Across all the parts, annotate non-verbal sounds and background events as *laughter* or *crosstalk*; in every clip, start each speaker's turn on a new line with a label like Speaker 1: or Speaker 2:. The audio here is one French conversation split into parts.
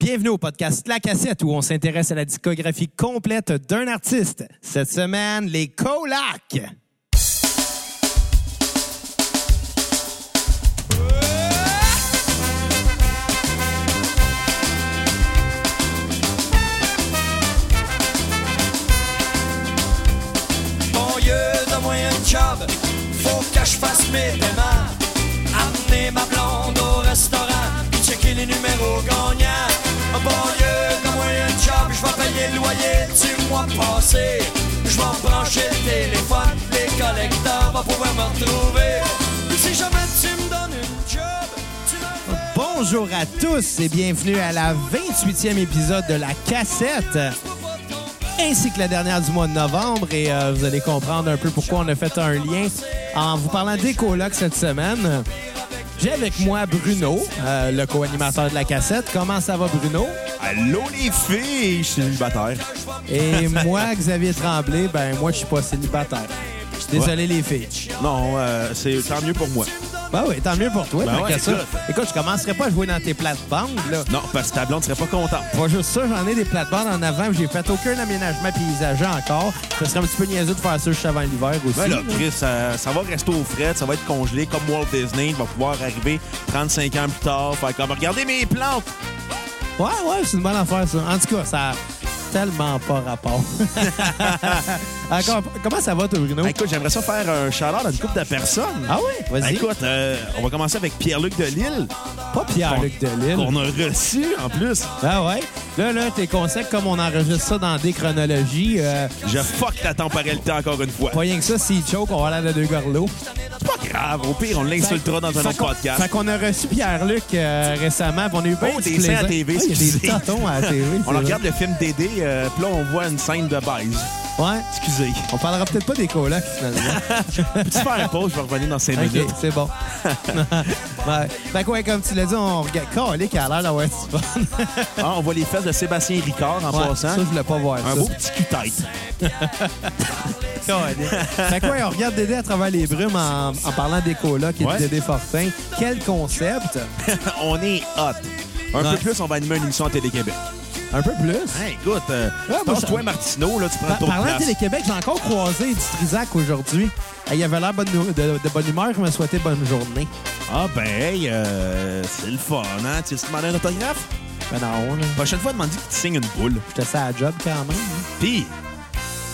Speaker 1: Bienvenue au podcast La Cassette où on s'intéresse à la discographie complète d'un artiste. Cette semaine, les Colacs.
Speaker 2: Mon lieu de moyen job, faut que je fasse mes démarres. Amener ma blonde au restaurant, puis checker les numéros gagnants. Mon lieu de moyen job, je vais payer le loyer du mois passé. Je vais brancher le téléphone, les collecteurs vont pouvoir me retrouver. Puis si jamais tu me donnes une job, tu me fais
Speaker 1: Bonjour à tous et bienvenue à la 28e épisode de La Cassette,
Speaker 2: pas tomber.
Speaker 1: ainsi que la dernière du mois de novembre. Et euh, vous allez comprendre un peu pourquoi on a fait un lien en vous parlant des Colocs cette semaine. J'ai avec moi Bruno, euh, le co-animateur de La Cassette. Comment ça va, Bruno?
Speaker 3: Allô les filles, je suis célibataire.
Speaker 1: Et moi, Xavier Tremblay, ben moi, je suis pas célibataire. Je suis désolé, les filles.
Speaker 3: Non, euh, c'est tant mieux pour moi.
Speaker 1: Ben oui, tant mieux pour toi.
Speaker 3: Ben
Speaker 1: tant
Speaker 3: ouais,
Speaker 1: qu'à ça.
Speaker 3: écoute.
Speaker 1: Écoute, je commencerai pas à jouer dans tes plates-bandes, là.
Speaker 3: Non, parce que ta blonde serait pas contente.
Speaker 1: Pas juste ça, j'en ai des plates-bandes en avant, puis j'ai fait aucun aménagement paysager encore. Ce serait un petit peu niaiseux de faire ça juste avant l'hiver aussi.
Speaker 3: Ben là, Chris, ça, ça va rester au fret, ça va être congelé comme Walt Disney. Il va pouvoir arriver 35 ans plus tard, faire comme Regardez mes plantes!
Speaker 1: Ouais, ouais, c'est une bonne affaire, ça. En tout cas, ça a tellement pas
Speaker 3: *laughs*
Speaker 1: rapport. Encore, comment ça va, toi, Bruno?
Speaker 3: Ben, écoute, j'aimerais ça faire un chaleur à une couple de personnes.
Speaker 1: Oh. Ah ouais,
Speaker 3: Ben,
Speaker 1: vas-y.
Speaker 3: écoute, euh, on va commencer avec Pierre-Luc Delisle,
Speaker 1: pas Pierre-Luc Delisle.
Speaker 3: qu'on a reçu en plus.
Speaker 1: Ah ouais? Là, là, tes conseils, comme on enregistre ça dans des chronologies, euh,
Speaker 3: Je fuck la temporalité encore une fois.
Speaker 1: pas rien que ça, s'il choke, on va aller à deux gorlots.
Speaker 3: C'est pas grave, au pire, on l'insultera dans un
Speaker 1: Fait
Speaker 3: autre
Speaker 1: qu'on-
Speaker 3: podcast.
Speaker 1: Fait qu'on a reçu Pierre-Luc euh, récemment, puis on a eu bien
Speaker 3: Oh,
Speaker 1: du
Speaker 3: des seins à
Speaker 1: plaisir.
Speaker 3: TV,
Speaker 1: Ah, Il y a des
Speaker 3: excusez.
Speaker 1: tatons à la TV. c'est
Speaker 3: *laughs* On
Speaker 1: vrai.
Speaker 3: regarde le film Dédé, euh, puis là, on voit une scène de baise.
Speaker 1: Ouais.
Speaker 3: Excusez.
Speaker 1: On parlera peut-être pas des colocs, finalement.
Speaker 3: Peux-tu faire *laughs* une pause? Je vais revenir dans 5
Speaker 1: OK,
Speaker 3: minutes.
Speaker 1: c'est
Speaker 3: *laughs*
Speaker 1: bon. ouais. Fait que, ouais, comme tu l'as dit, on regarde... Calique, à l'air d'avoir du fun.
Speaker 3: Ah, on voit les fesses de Sébastien Ricard en
Speaker 1: Ouais, ça,
Speaker 3: passant.
Speaker 1: je voulais pas voir
Speaker 3: Un
Speaker 1: ça.
Speaker 3: beau *laughs* petit cul-tête.
Speaker 1: Calique. fait que, ouais, on regarde Dédé à travers les brumes en, en parlant des colocs et
Speaker 3: Ouais.
Speaker 1: de Dédé Fortin. Quel concept!
Speaker 3: *laughs* on est hot. Un
Speaker 1: Ouais.
Speaker 3: peu plus, on va animer une émission à Télé-Québec.
Speaker 1: Un peu plus.
Speaker 3: Hey, écoute, euh,
Speaker 1: Ouais, moi, ça-
Speaker 3: toi, Martineau, là, tu prends
Speaker 1: Par-
Speaker 3: ton
Speaker 1: parlant
Speaker 3: place.
Speaker 1: de Télé-Québec, j'ai encore croisé Eddie Trisac aujourd'hui. Eh, Il avait l'air bonne nou- de, de bonne humeur, il m'a souhaité bonne journée.
Speaker 3: Ah ben, hey, euh, c'est le fun, hein? Tu veux te demander un autographe?
Speaker 1: Ben non, là.
Speaker 3: Prochaine fois, demande qu'il te signe une boule.
Speaker 1: J'étais ça à la job quand même. hein.
Speaker 3: Puis,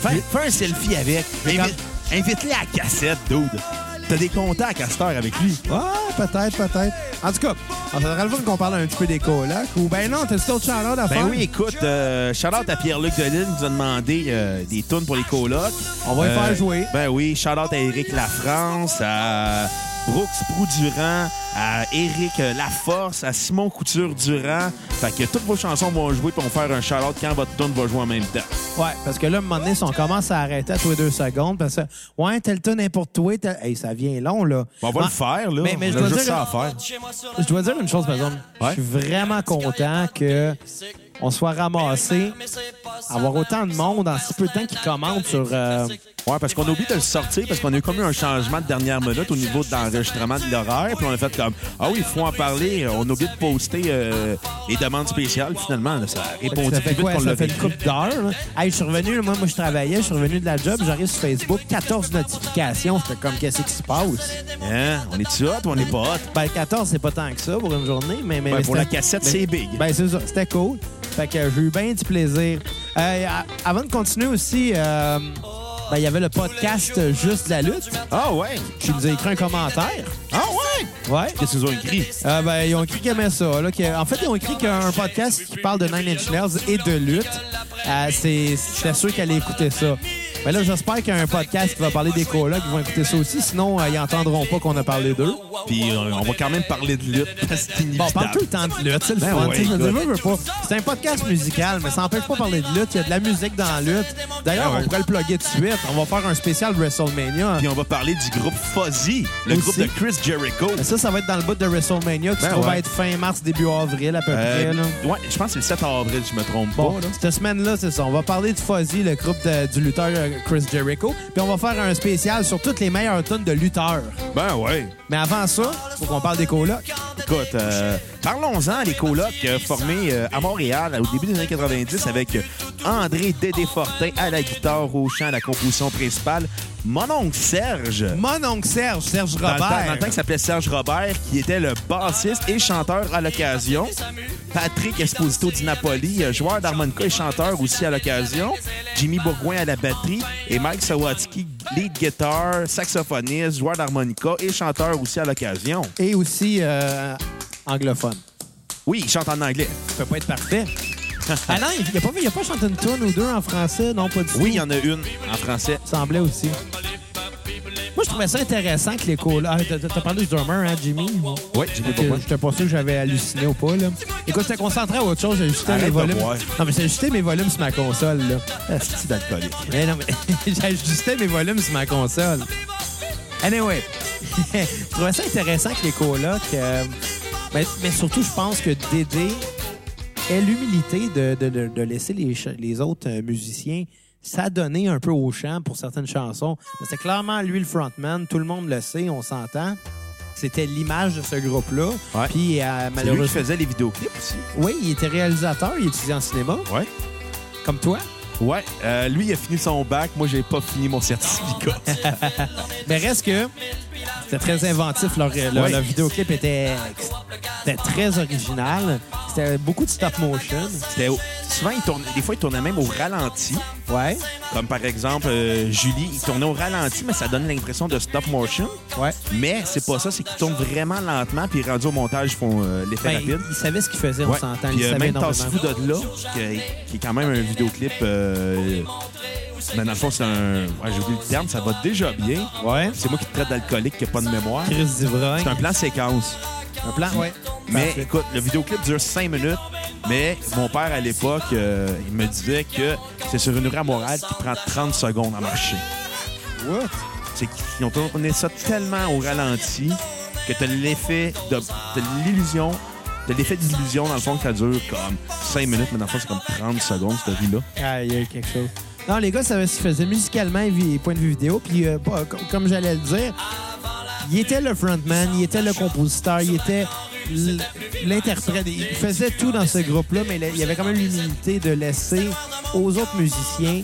Speaker 3: fais, fais un selfie avec. Invite- Invite-le à la cassette, dude. T'as des contacts à cette heure avec lui.
Speaker 1: Ah, peut-être, peut-être. En tout cas, on faudrait le fun qu'on parle un petit peu des colocs. Ou ben non, t'as-tu d'autres chaleurs à
Speaker 3: Ben
Speaker 1: faire?
Speaker 3: oui, écoute, euh, shout-out à Pierre-Luc Delisle qui nous a demandé euh, des tunes pour les colocs.
Speaker 1: On va les faire jouer.
Speaker 3: Ben oui, shout-out à Éric Lafrance, à Brooks Proudurand, à Éric Laforce, à Simon Couture-Durand. Fait que toutes vos chansons vont jouer pour faire un shout-out quand votre tune va jouer en même temps.
Speaker 1: euh, Ouais, parce que là, à un moment donné, si on commence à arrêter à tous les deux secondes, parce que, ouais, tel ton est pour toi, tel... Hey, ça vient long, là.
Speaker 3: Bon, Ben, on va
Speaker 1: Ah,
Speaker 3: le faire, là.
Speaker 1: Mais, mais
Speaker 3: On
Speaker 1: je
Speaker 3: a
Speaker 1: dois
Speaker 3: juste
Speaker 1: dire...
Speaker 3: ça à faire.
Speaker 2: Chez-moi sur la
Speaker 1: Je dois dire une chose, par exemple. Je
Speaker 3: Ouais.
Speaker 1: suis vraiment content que on soit ramassé,
Speaker 2: mais c'est pas ça.
Speaker 1: avoir autant de monde en si peu de temps qui commente sur euh,
Speaker 3: Ouais, parce qu'on a oublié de le sortir, parce qu'on a eu comme eu un changement de dernière minute au niveau de l'enregistrement de l'horaire, puis on a fait comme Ah oui, il faut en parler. On a oublié de poster euh, les demandes spéciales, finalement. là. ça a répondu
Speaker 1: ça
Speaker 3: plus
Speaker 1: fait
Speaker 3: vite
Speaker 1: quoi?
Speaker 3: qu'on
Speaker 1: Ça
Speaker 3: l'a
Speaker 1: fait une
Speaker 3: vécu.
Speaker 1: couple d'heures. là. Hey, je suis revenu, moi, moi, je travaillais, je suis revenu de la job, j'arrive sur Facebook, 14 notifications. J'étais comme, qu'est-ce qui se passe?
Speaker 3: Hein? On est-tu hot ou on n'est pas hot?
Speaker 1: Ben, 14, c'est pas tant que ça pour une journée, mais. mais
Speaker 3: Ben,
Speaker 1: mais
Speaker 3: pour
Speaker 1: c'était-
Speaker 3: la cassette,
Speaker 1: mais-
Speaker 3: c'est big.
Speaker 1: Ben, c'est ça. C'était cool. Fait que j'ai eu bien du plaisir. Euh, à- avant de continuer aussi, euh, ben, il y avait le podcast euh, Juste la lutte
Speaker 3: Ah ouais!
Speaker 1: qui nous a écrit un commentaire.
Speaker 3: Ah ouais!
Speaker 1: Ouais.
Speaker 3: Qu'est-ce qu'ils ont écrit?
Speaker 1: Euh, ben, ils ont écrit qu'ils aimaient ça. Là, que- en fait, ils ont écrit qu'un podcast qui parle de Nine Inch Nails et de lutte, euh, c'est- j'étais sûr qu'elle allait écouter ça. Mais là, j'espère qu'il y a un podcast qui va parler des colocs qui vont écouter ça aussi. Sinon, euh, ils n'entendront pas qu'on a parlé d'eux.
Speaker 3: Puis euh, on va quand même parler de lutte, parce que c'est
Speaker 1: Bon, on parle tout
Speaker 3: inévitable.
Speaker 1: le temps de lutte, c'est le
Speaker 3: Ben
Speaker 1: fun.
Speaker 3: ouais,
Speaker 1: tu sais, je veux dire,
Speaker 3: écoute.
Speaker 1: veux, veux pas. C'est un podcast musical, mais ça n'empêche pas de parler de lutte. Il y a de la musique dans la lutte. D'ailleurs,
Speaker 3: Ah ouais.
Speaker 1: on pourrait le plugger tout de suite. On va faire un spécial WrestleMania.
Speaker 3: Puis on va parler du groupe Fuzzy, le
Speaker 1: Aussi.
Speaker 3: groupe de Chris Jericho.
Speaker 1: Mais ça, ça va être dans le bout de WrestleMania qui
Speaker 3: Ben
Speaker 1: se trouve
Speaker 3: ouais.
Speaker 1: à être fin mars, début avril à peu près.
Speaker 3: Euh,
Speaker 1: là.
Speaker 3: ouais, je pense que c'est le 7 avril, je me trompe
Speaker 1: Bon,
Speaker 3: pas. là.
Speaker 1: cette semaine-là, c'est ça. On va parler de Fuzzy, le groupe de- du lutteur euh, Chris Jericho. Puis on va faire un spécial sur toutes les meilleures tonnes de lutteurs.
Speaker 3: Ben ouais.
Speaker 1: Mais avant ça, faut qu'on parle des colocs.
Speaker 3: Écoute, euh, parlons-en des colocs euh, formés euh, à Montréal au début des années 90 avec euh, André Dédé Fortin à la guitare, au chant, à la composition principale. Mon oncle Serge.
Speaker 1: Mon oncle Serge, Serge
Speaker 3: Dans
Speaker 1: Robert.
Speaker 3: le, temps, dans le temps qui s'appelait Serge Robert, qui était le bassiste et chanteur à l'occasion. Patrick Esposito Di Napoli, euh, joueur d'harmonica et chanteur aussi à l'occasion. Jimmy Bourgoin à la batterie. Et Mike Sawatsky, lead guitar, saxophoniste, joueur d'harmonica et chanteur aussi à l'occasion.
Speaker 1: Et aussi euh, anglophone.
Speaker 3: Oui, il chante en anglais.
Speaker 1: Ça peut pas être parfait. *laughs* ah non, il a pas, il a pas chanté une tune ou deux en français, non, pas du tout.
Speaker 3: Oui, il y en a une en français.
Speaker 1: semblait aussi. Moi, je trouvais ça intéressant que les colocs... Ah, t'as- t'as parlé du drummer, hein, Jimmy?
Speaker 3: Oui, j'ai
Speaker 1: Que
Speaker 3: *laughs*
Speaker 1: J'étais pas sûr que j'avais halluciné ou pas, là. Écoute, j'étais concentré à autre chose, j'ajustais
Speaker 3: Arrête
Speaker 1: mes
Speaker 3: de
Speaker 1: volumes.
Speaker 3: boire.
Speaker 1: Non, mais j'ajustais mes volumes sur ma console, là.
Speaker 3: C'est Ah, d'alcoolique.
Speaker 1: Mais Eh, non, mais *laughs* j'ajustais mes volumes sur ma console. Anyway, *laughs* je trouvais ça intéressant que les colocs. euh, mais, mais surtout, je pense que Dédé ait l'humilité de, de- de- de laisser les, cha- les autres euh, musiciens s'adonner un peu au chant pour certaines chansons. Parce que clairement, lui, le frontman, tout le monde le sait, on s'entend. C'était l'image de ce groupe-là.
Speaker 3: Ouais.
Speaker 1: Puis, euh,
Speaker 3: C'est lui qui
Speaker 1: malheureusement.
Speaker 3: faisait les vidéoclips aussi.
Speaker 1: Oui, il était réalisateur, il étudiait en cinéma,
Speaker 3: Ouais.
Speaker 1: comme toi.
Speaker 3: Ouais. euh, lui, il a fini son bac. Moi, j'ai pas fini mon certificat.
Speaker 1: Mais reste que c'était très inventif. Leur, leur-
Speaker 3: Oui.
Speaker 1: leur vidéoclip était, c'était très original. C'était beaucoup de stop motion.
Speaker 3: *laughs* C'était au- Souvent, il tournait... des fois, il tournait même au ralenti.
Speaker 1: Ouais,
Speaker 3: Comme par exemple, euh, Julie, il tournait au ralenti, mais ça donne l'impression de stop motion.
Speaker 1: ouais.
Speaker 3: Mais c'est pas ça, c'est qu'il tourne vraiment lentement, puis rendu au montage, ils font euh, l'effet
Speaker 1: Ben,
Speaker 3: rapide.
Speaker 1: ils savaient ce qu'ils faisaient, on
Speaker 3: Ouais.
Speaker 1: s'entend.
Speaker 3: Puis,
Speaker 1: Ils
Speaker 3: euh,
Speaker 1: savaient
Speaker 3: même
Speaker 1: énormément.
Speaker 3: Tassez-vous de là, qui, qui est quand même un vidéoclip. euh, ben, dans le fond, c'est un. Ouais, j'ai oublié le terme, ça va déjà bien.
Speaker 1: Ouais.
Speaker 3: C'est moi qui te traite d'alcoolique, qui a pas de mémoire.
Speaker 1: Chris
Speaker 3: C'est un
Speaker 1: Divrain.
Speaker 3: plan séquence.
Speaker 1: Un plan, ouais.
Speaker 3: Mais
Speaker 1: Parfait.
Speaker 3: écoute, le vidéoclip dure 5 minutes, mais mon père à l'époque, euh, il me disait que c'est sur une rue à Montréal qui prend 30 secondes à marcher.
Speaker 1: What?
Speaker 3: C'est qu'ils ont tourné ça tellement au ralenti que t'as l'effet de, t'as l'illusion, t'as l'effet d'illusion dans le fond que ça dure comme 5 minutes, mais dans le fond c'est comme 30 secondes cette vie-là.
Speaker 1: Ah, il y a eu quelque chose. Non, les gars savaient ce qu'ils faisaient musicalement et vi- point de vue vidéo. Puis, euh, pas- com- comme j'allais le dire, il était le frontman, il était le compositeur, il était l- l'interprète. Il faisait tout dans ce groupe-là, mais il y avait quand même l'humilité de laisser aux autres musiciens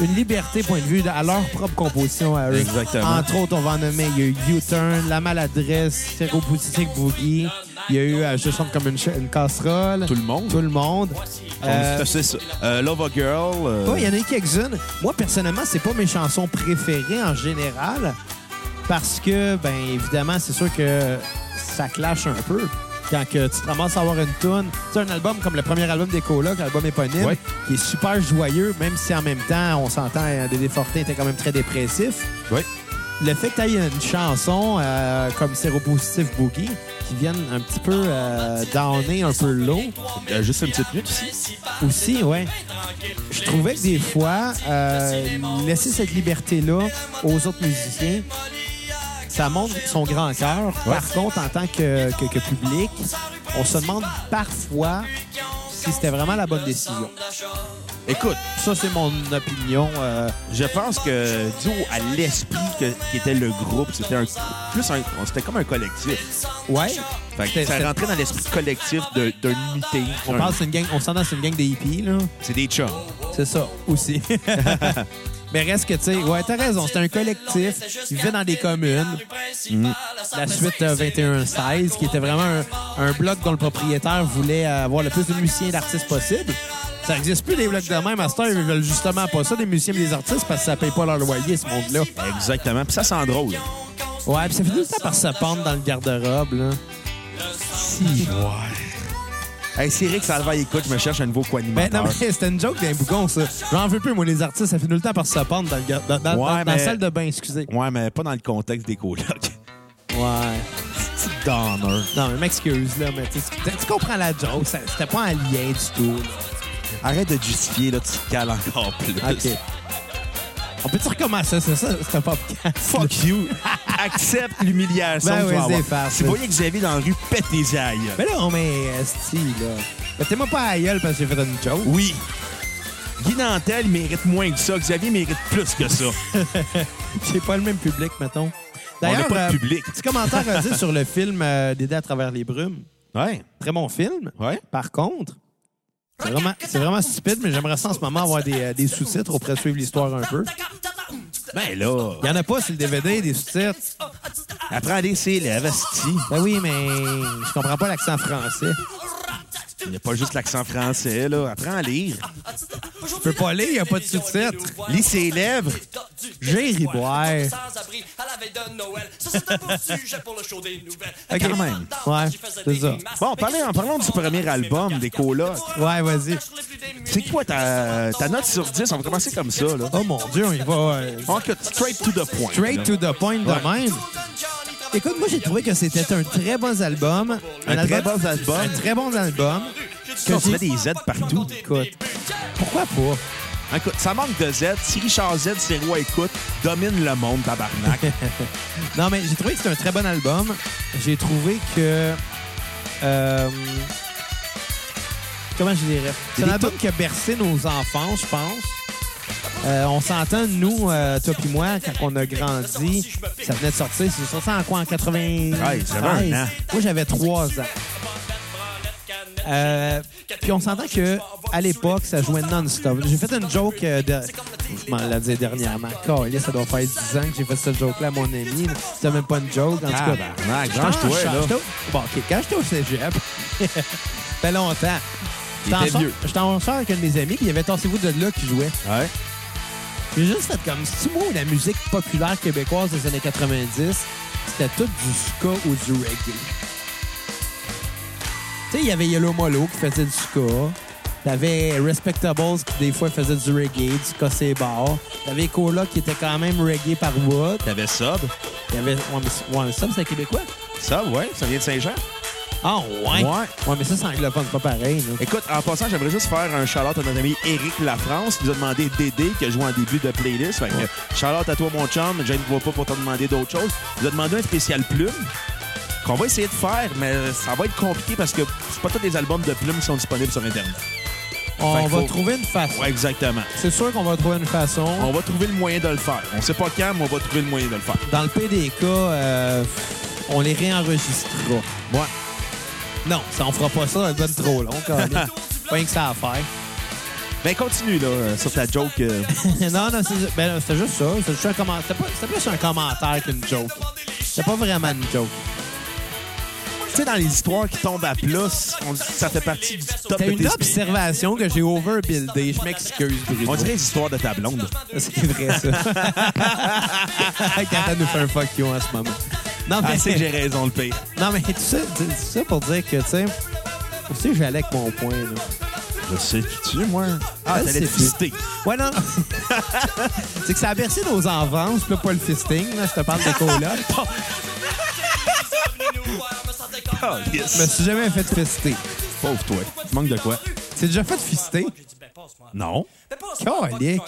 Speaker 1: une liberté point de vue de- à leur propre composition à eux.
Speaker 3: Exactement.
Speaker 1: Entre autres, on va en nommer, il y a eu U-Turn, La Maladresse, Seropositic Boogie, il y a eu euh, Je chante comme une, ch- une casserole,
Speaker 3: Tout le monde.
Speaker 1: Tout le monde. Euh,
Speaker 3: On- c'est ça. Euh, Love a Girl. euh,
Speaker 1: oui, il y en a eu quelques-unes. Moi, personnellement, c'est pas mes chansons préférées en général. Parce que, ben évidemment, c'est sûr que ça clash un peu. Quand que tu te ramasses à avoir une toune, tu sais, un album comme le premier album des Colocs, l'album éponyme,
Speaker 3: Ouais.
Speaker 1: qui est super joyeux, même si en même temps, on s'entend, hein, Dédé Fortin était quand même très dépressif.
Speaker 3: Oui.
Speaker 1: Le fait que tu une chanson euh, comme Séropositif Boogie, qui vienne un petit peu euh, downer un peu l'eau,
Speaker 3: Euh, juste une petite minute aussi.
Speaker 1: aussi, ouais. Je trouvais que des fois, euh, laisser cette liberté-là aux autres musiciens, ça montre son grand cœur. Par contre, en tant que, que- que public, on se demande parfois si c'était vraiment la bonne décision.
Speaker 3: Écoute,
Speaker 1: Ça, c'est mon opinion. euh,
Speaker 3: Je pense que dû au- à l'esprit que- qui était le groupe, c'était un plus un, on- c'était comme un collectif.
Speaker 1: ouais.
Speaker 3: Fait que
Speaker 1: C'était-
Speaker 3: ça
Speaker 1: c'était-
Speaker 3: rentrait dans l'esprit collectif de- d'une unité.
Speaker 1: On
Speaker 3: Un-
Speaker 1: parle, c'est une gang, on s'entend, c'est une gang des hippies, là.
Speaker 3: c'est des chums.
Speaker 1: C'est ça, aussi. *laughs* Mais reste que, tu sais, ouais, t'as raison, c'était un collectif. Ils vivaient dans des communes. la suite euh, 21-16, qui était vraiment un, un bloc dont le propriétaire voulait avoir le plus de musiciens et d'artistes possible. Ça n'existe plus des blocs de même. À ce temps, ils veulent justement pas ça, des musiciens et des artistes, parce que ça paye pas leur loyer, ce monde-là.
Speaker 3: Exactement. Puis ça sent drôle.
Speaker 1: Ouais, puis ça finit tout le temps par se pendre dans le garde-robe, là. Si.
Speaker 3: Hey, c'est Rick Salvaille, écoute, je me cherche un nouveau
Speaker 1: Ben, non,
Speaker 3: co-animateur.
Speaker 1: mais c'était une joke d'un bougon, ça. J'en veux plus, moi, les artistes, ça finit tout le temps par se pendre dans, le gar- dans, dans- dans-
Speaker 3: Ouais,
Speaker 1: dans la
Speaker 3: mais-
Speaker 1: salle de bain, excusez.
Speaker 3: Ouais, mais pas dans le contexte des colocs.
Speaker 1: Ouais.
Speaker 3: Petit downer.
Speaker 1: Non, mais m'excuse, là, mais tu tu- tu comprends la joke. ça- C'était pas en lien du tout.
Speaker 3: Arrête de te justifier, là, tu te cales encore plus.
Speaker 1: là. OK. On peut-tu recommencer? C'est ça, c'est un podcast.
Speaker 3: Fuck you. Accepte l'humiliation.
Speaker 1: Ben
Speaker 3: que tu
Speaker 1: oui,
Speaker 3: vas
Speaker 1: c'est
Speaker 3: avoir.
Speaker 1: facile.
Speaker 3: Si vous voyez Xavier dans la rue, pète tes aïe.
Speaker 1: Mais là, on met euh, esti, là. Mais t'es moi pas à la gueule parce que j'ai fait une joke.
Speaker 3: Oui. Guy Nantel mérite moins que ça. Xavier mérite plus que ça.
Speaker 1: C'est pas le même public, mettons.
Speaker 3: On n'a
Speaker 1: D'ailleurs,
Speaker 3: pas de
Speaker 1: euh,
Speaker 3: public.
Speaker 1: petit commentaire à dire sur le film euh, Dédé à travers les brumes.
Speaker 3: Ouais.
Speaker 1: Très bon film.
Speaker 3: Ouais.
Speaker 1: Par contre, c'est vraiment, c'est vraiment stupide, mais j'aimerais ça en ce moment avoir des, euh, des sous-titres. On pourrait suivre l'histoire un peu.
Speaker 3: Ben là,
Speaker 1: Il n'y en a pas sur le DVD, des sous-titres. Ah.
Speaker 3: après aller, c'est la Vasti.
Speaker 1: Ben oui, mais je comprends pas l'accent français.
Speaker 3: Il n'y a pas juste l'accent français, là. Apprends à lire.
Speaker 1: Je peux pas lire, il n'y a pas de sous-titres.
Speaker 3: Lis ses lèvres.
Speaker 1: J'ai ri boire.
Speaker 2: OK,
Speaker 1: Ah, quand même. Ouais, c'est ça.
Speaker 3: Bon, parlons- parlons du premier album des Colocs.
Speaker 1: Ouais, vas-y.
Speaker 3: C'est quoi ta, ta note sur 10? On va commencer comme ça, là.
Speaker 1: Oh mon Dieu, il va euh,
Speaker 3: On cut straight to the point.
Speaker 1: straight to the point de même. Écoute, moi, j'ai trouvé que c'était un très bon album.
Speaker 3: Un très
Speaker 1: album-
Speaker 3: bon album.
Speaker 1: Un très bon album.
Speaker 3: On se met des Z partout.
Speaker 1: Écoute, pourquoi pas?
Speaker 3: Écoute, ça manque de Z. Si Richard Z, c'est roi écoute, domine le monde, tabarnak.
Speaker 1: Non, mais j'ai trouvé que c'est un très bon album. J'ai trouvé que. euh, comment je dirais? C'est un
Speaker 3: des
Speaker 1: album qui a bercé nos enfants, je pense. Euh, on s'entend, nous, euh, toi puis moi, quand on a grandi, ça venait de sortir. C'est sorti en quoi? En 90?
Speaker 3: Ouais, j'avais un an.
Speaker 1: Moi, j'avais trois ans. Euh, puis on s'entend que à l'époque, ça jouait non-stop. J'ai fait une joke euh, de. Je m'en la dit dernièrement. Calais, ça doit faire 10 ans que j'ai fait cette joke-là à mon ami. C'était même pas une joke. En tout cas,
Speaker 3: Tabarnak,
Speaker 1: Quand
Speaker 3: change-toi,
Speaker 1: j'étais-
Speaker 3: là.
Speaker 1: j'étais au- Bon, OK. Quand j'étais au cégep, *laughs* fait longtemps. J'étais en
Speaker 3: était
Speaker 1: soir-
Speaker 3: vieux.
Speaker 1: J'étais en soir avec un de mes amis, puis il y avait Tassez-vous de là qui jouait.
Speaker 3: *laughs* Ouais.
Speaker 1: J'ai juste fait comme si mot la musique populaire québécoise des années 90, c'était tout du ska ou du reggae. Tu sais, il y avait Yellow Molo qui faisait du ska. T'avais Respectables qui, des fois, faisait du reggae, du cossé bar. T'avais Cola qui était quand même reggae par wood.
Speaker 3: T'avais Sub.
Speaker 1: T'avais... Ouais, mais c'est- ouais, mais ça, c'est québécois.
Speaker 3: Sub, ouais. Ça vient de Saint-Jean.
Speaker 1: Ah, ouais? Ouais, mais ça, c'est anglophone, c'est pas pareil. là.
Speaker 3: Écoute, en passant, j'aimerais juste faire un shout-out à notre ami Éric Lafrance qui nous a demandé Dédé, qui a joué en début de playlist. Fait que shout-out à toi, mon chum. Je ne vois pas pour te demander d'autres choses. Il nous a demandé un spécial Plume qu'on va essayer de faire, mais ça va être compliqué parce que c'est pas tous les albums de Plume qui sont disponibles sur Internet. Fait
Speaker 1: On
Speaker 3: qu'il
Speaker 1: va
Speaker 3: faut-
Speaker 1: trouver une façon.
Speaker 3: Ouais, exactement.
Speaker 1: C'est sûr qu'on va trouver une façon.
Speaker 3: On va trouver le moyen de le faire. On sait pas quand, mais on va trouver le moyen de le faire.
Speaker 1: Dans le PDK, euh, on les réenregistrera.
Speaker 3: Ouais.
Speaker 1: Non, ça, on fera pas ça, ça donne trop long. quand même. pas rien que ça à faire. *laughs*
Speaker 3: Ben continue là euh, sur ta joke. euh. *laughs*
Speaker 1: non, non, c'est ben, c'était juste ça. C'était juste un commentaire. C'était pas- C'était plus un commentaire qu'une joke. C'était pas vraiment une joke.
Speaker 3: tu sais dans les histoires qui tombent à plat, on- ça fait partie du top
Speaker 1: C'était
Speaker 3: de tes
Speaker 1: une observation que j'ai overbuildée. Je m'excuse, Bruno.
Speaker 3: On dirait les histoires de ta blonde.
Speaker 1: C'est vrai, ça. *laughs* Quand elle nous fait un fuck you en ce moment. Non, mais
Speaker 3: Ah, c'est que j'ai raison le pire.
Speaker 1: Non, mais tout ça, tout ça pour dire que, tu sais, tu sais, j'allais avec mon point, là.
Speaker 3: Je sais qui tu es, moi. Ah,
Speaker 1: Elle,
Speaker 3: t'allais
Speaker 1: c'est
Speaker 3: te fister.
Speaker 1: Ouais, non, *laughs* non. c'est que ça a bercé nos enfants, je peux pas le fisting, là, je te parle de
Speaker 3: *laughs*
Speaker 1: cola.
Speaker 3: Ah,
Speaker 1: Je me
Speaker 3: yes.
Speaker 1: suis jamais fait fister.
Speaker 3: Pauvre toi. Tu manques de quoi?
Speaker 1: C'est déjà fait fister?
Speaker 3: Non.
Speaker 1: Calique.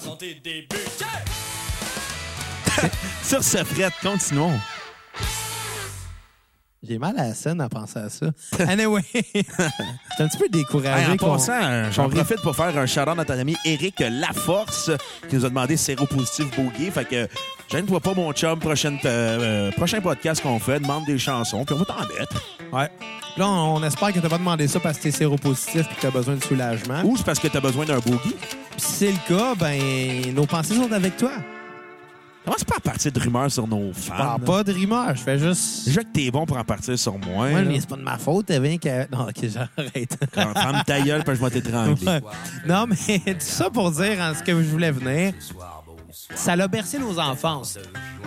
Speaker 3: Sur ce fret, continuons.
Speaker 1: J'ai mal à la scène à penser à
Speaker 3: *laughs*
Speaker 1: ça. Anyway, *laughs* j'étais un petit peu découragé.
Speaker 3: Hey, en
Speaker 1: qu'on-
Speaker 3: passant, euh, j'en
Speaker 1: qu'on rit-
Speaker 3: profite pour faire un shout-out à ton ami Eric Laforce euh, qui nous a demandé séropositif boogie. Fait que euh, je ne vois pas mon chum. Prochaine, euh, euh, prochain podcast qu'on fait, demande des chansons, puis on va t'en mettre.
Speaker 1: Ouais. Là, on, on espère que t'as pas demandé ça parce que t'es séropositif et que t'as besoin de soulagement.
Speaker 3: Ou c'est parce que t'as besoin d'un boogie.
Speaker 1: Puis si c'est le cas, ben, nos pensées sont avec toi.
Speaker 3: Commence pas à partir de rumeurs sur nos
Speaker 1: Je parle
Speaker 3: fans.
Speaker 1: pas de rumeurs, je fais juste...
Speaker 3: Déjà que t'es bon pour en partir sur moi.
Speaker 1: Ouais,
Speaker 3: là.
Speaker 1: mais c'est pas de ma faute, t'as bien qu'à... Non, OK, j'arrête.
Speaker 3: Ferme ta gueule, parce que je vais t'étrangler.
Speaker 1: Ouais. *laughs* Non, mais tout ça pour dire en ce que je voulais venir. Ça l'a bercé nos enfances.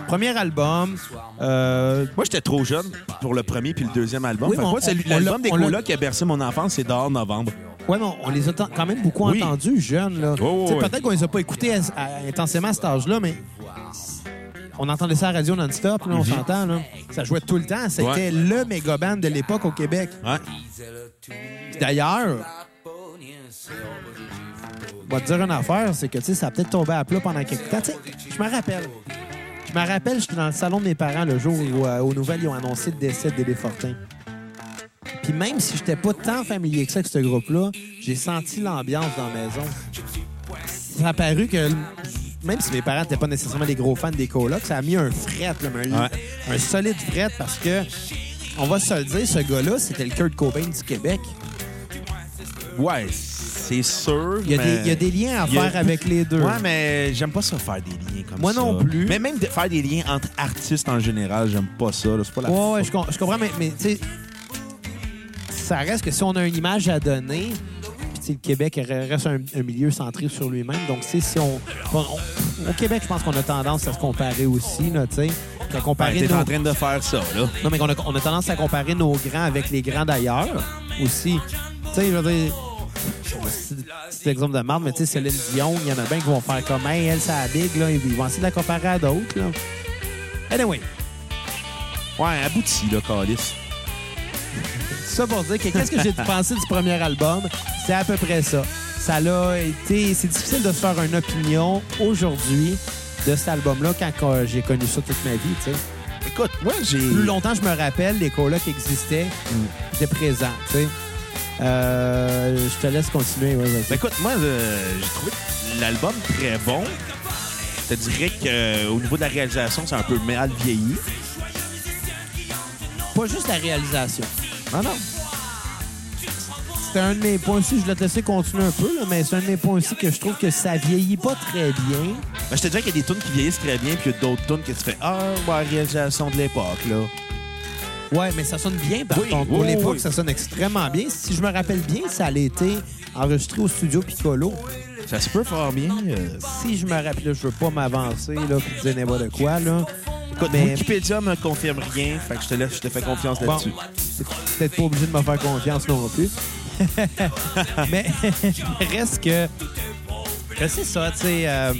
Speaker 1: Premier album. euh,
Speaker 3: Moi, j'étais trop jeune pour le premier puis le deuxième album.
Speaker 1: Oui,
Speaker 3: Fait que
Speaker 1: mais
Speaker 3: moi,
Speaker 1: on-
Speaker 3: c'est
Speaker 1: on- on l'a-
Speaker 3: l'album des
Speaker 1: on l'a-
Speaker 3: colas qui a bercé mon enfance, c'est dehors novembre.
Speaker 1: ouais, mais on les a ent- quand même beaucoup
Speaker 3: Oui.
Speaker 1: entendus jeunes. là.
Speaker 3: Ouais, ouais,
Speaker 1: Tu sais,
Speaker 3: ouais.
Speaker 1: Peut-être qu'on les a pas écoutés à- à- intensément à cet âge-là, mais on entendait ça à la radio non-stop, là, on s'entend. là. Ça jouait tout le temps. C'était
Speaker 3: Mhm. Ouais.
Speaker 1: le méga band de l'époque au Québec.
Speaker 3: Ouais.
Speaker 1: Puis D'ailleurs, on va te dire une affaire, c'est que tu sais, ça a peut-être tombé à plat pendant quelques temps. Tu sais, je me rappelle. Je me rappelle, j'étais dans le salon de mes parents le jour où, euh, aux nouvelles, ils ont annoncé le décès de Dédé Fortin. Puis même si j'étais pas tant familier que ça avec ce groupe-là, j'ai senti l'ambiance dans la maison. ça a paru que même si mes parents n'étaient pas nécessairement des gros fans des colocs, ça a mis un fret, là, mais un,
Speaker 3: Ouais.
Speaker 1: un solide fret parce que, on va se le dire, ce gars-là, c'était le Kurt Cobain du Québec.
Speaker 3: Ouais, c'est sûr.
Speaker 1: Il y a,
Speaker 3: mais-
Speaker 1: des, il y a des liens à
Speaker 3: il y a-
Speaker 1: faire avec les deux.
Speaker 3: Ouais, mais j'aime pas ça faire des liens comme
Speaker 1: Moi
Speaker 3: ça.
Speaker 1: non plus.
Speaker 3: Mais même de- faire des liens entre artistes en général, j'aime pas ça. là. C'est pas la
Speaker 1: Ouais, ouais, je, com- je comprends, mais, mais, tu sais, ça reste que si on a une image à donner, puis tu sais, le Québec reste un, un milieu centré sur lui-même. Donc, tu sais, si on, bon, on- Au Québec, je pense qu'on a tendance à se comparer aussi, là, tu sais. Quand
Speaker 3: Ben,
Speaker 1: comparer
Speaker 3: t'es
Speaker 1: nos-
Speaker 3: en train de faire ça, là.
Speaker 1: Non, mais on a, on a tendance à comparer nos grands avec les grands d'ailleurs aussi. Tu sais, je veux dire. C'est c'est l'exemple de marde, mais tu sais, Céline Dion, il y en a bien qui vont faire comme Hey, elle, ça a big, là. Ils vont essayer de la comparer à d'autres, là. Anyway,
Speaker 3: Ouais, abouti, là, Calis.
Speaker 1: ça pour dire que qu'est-ce *laughs* que j'ai pensé du premier album? C'est à peu près ça. Ça l'a été. C'est difficile de se faire une opinion aujourd'hui de cet album-là quand euh, j'ai connu ça toute ma vie, tu sais.
Speaker 3: Écoute, moi, j'ai.
Speaker 1: plus longtemps je me rappelle, les colocs existaient, étaient présents, tu sais. Euh, je te laisse continuer. Ouais, vas-y.
Speaker 3: Ben, écoute, moi, euh, j'ai trouvé l'album très bon. Je te dirais qu'au niveau de la réalisation, c'est un peu mal vieilli.
Speaker 1: pas juste la réalisation.
Speaker 3: Non, non.
Speaker 1: C'est un de mes points aussi, je vais te laisser continuer un peu, là, mais c'est un de mes points aussi que je trouve que ça vieillit pas très bien.
Speaker 3: Ben, je te dirais qu'il y a des tunes qui vieillissent très bien, puis il y a d'autres tunes que tu fais Ah, ouais, réalisation de l'époque, là.
Speaker 1: Ouais, mais ça sonne bien par
Speaker 3: Oui,
Speaker 1: contre.
Speaker 3: oui,
Speaker 1: Pour l'époque,
Speaker 3: oui.
Speaker 1: ça sonne extrêmement bien. Si je me rappelle bien, ça a été enregistré au studio Piccolo.
Speaker 3: Ça se peut fort bien. euh.
Speaker 1: Si je me rappelle, là, je veux pas m'avancer là, puis dire n'importe quoi là.
Speaker 3: Écoute,
Speaker 1: Mais-
Speaker 3: Wikipédia me confirme rien, fait que je te laisse, je te fais confiance
Speaker 1: Bon,
Speaker 3: là-dessus.
Speaker 1: c'est peut-être pas obligé de me faire confiance non plus. Mais *laughs* reste que. que c'est ça, tu sais. euh,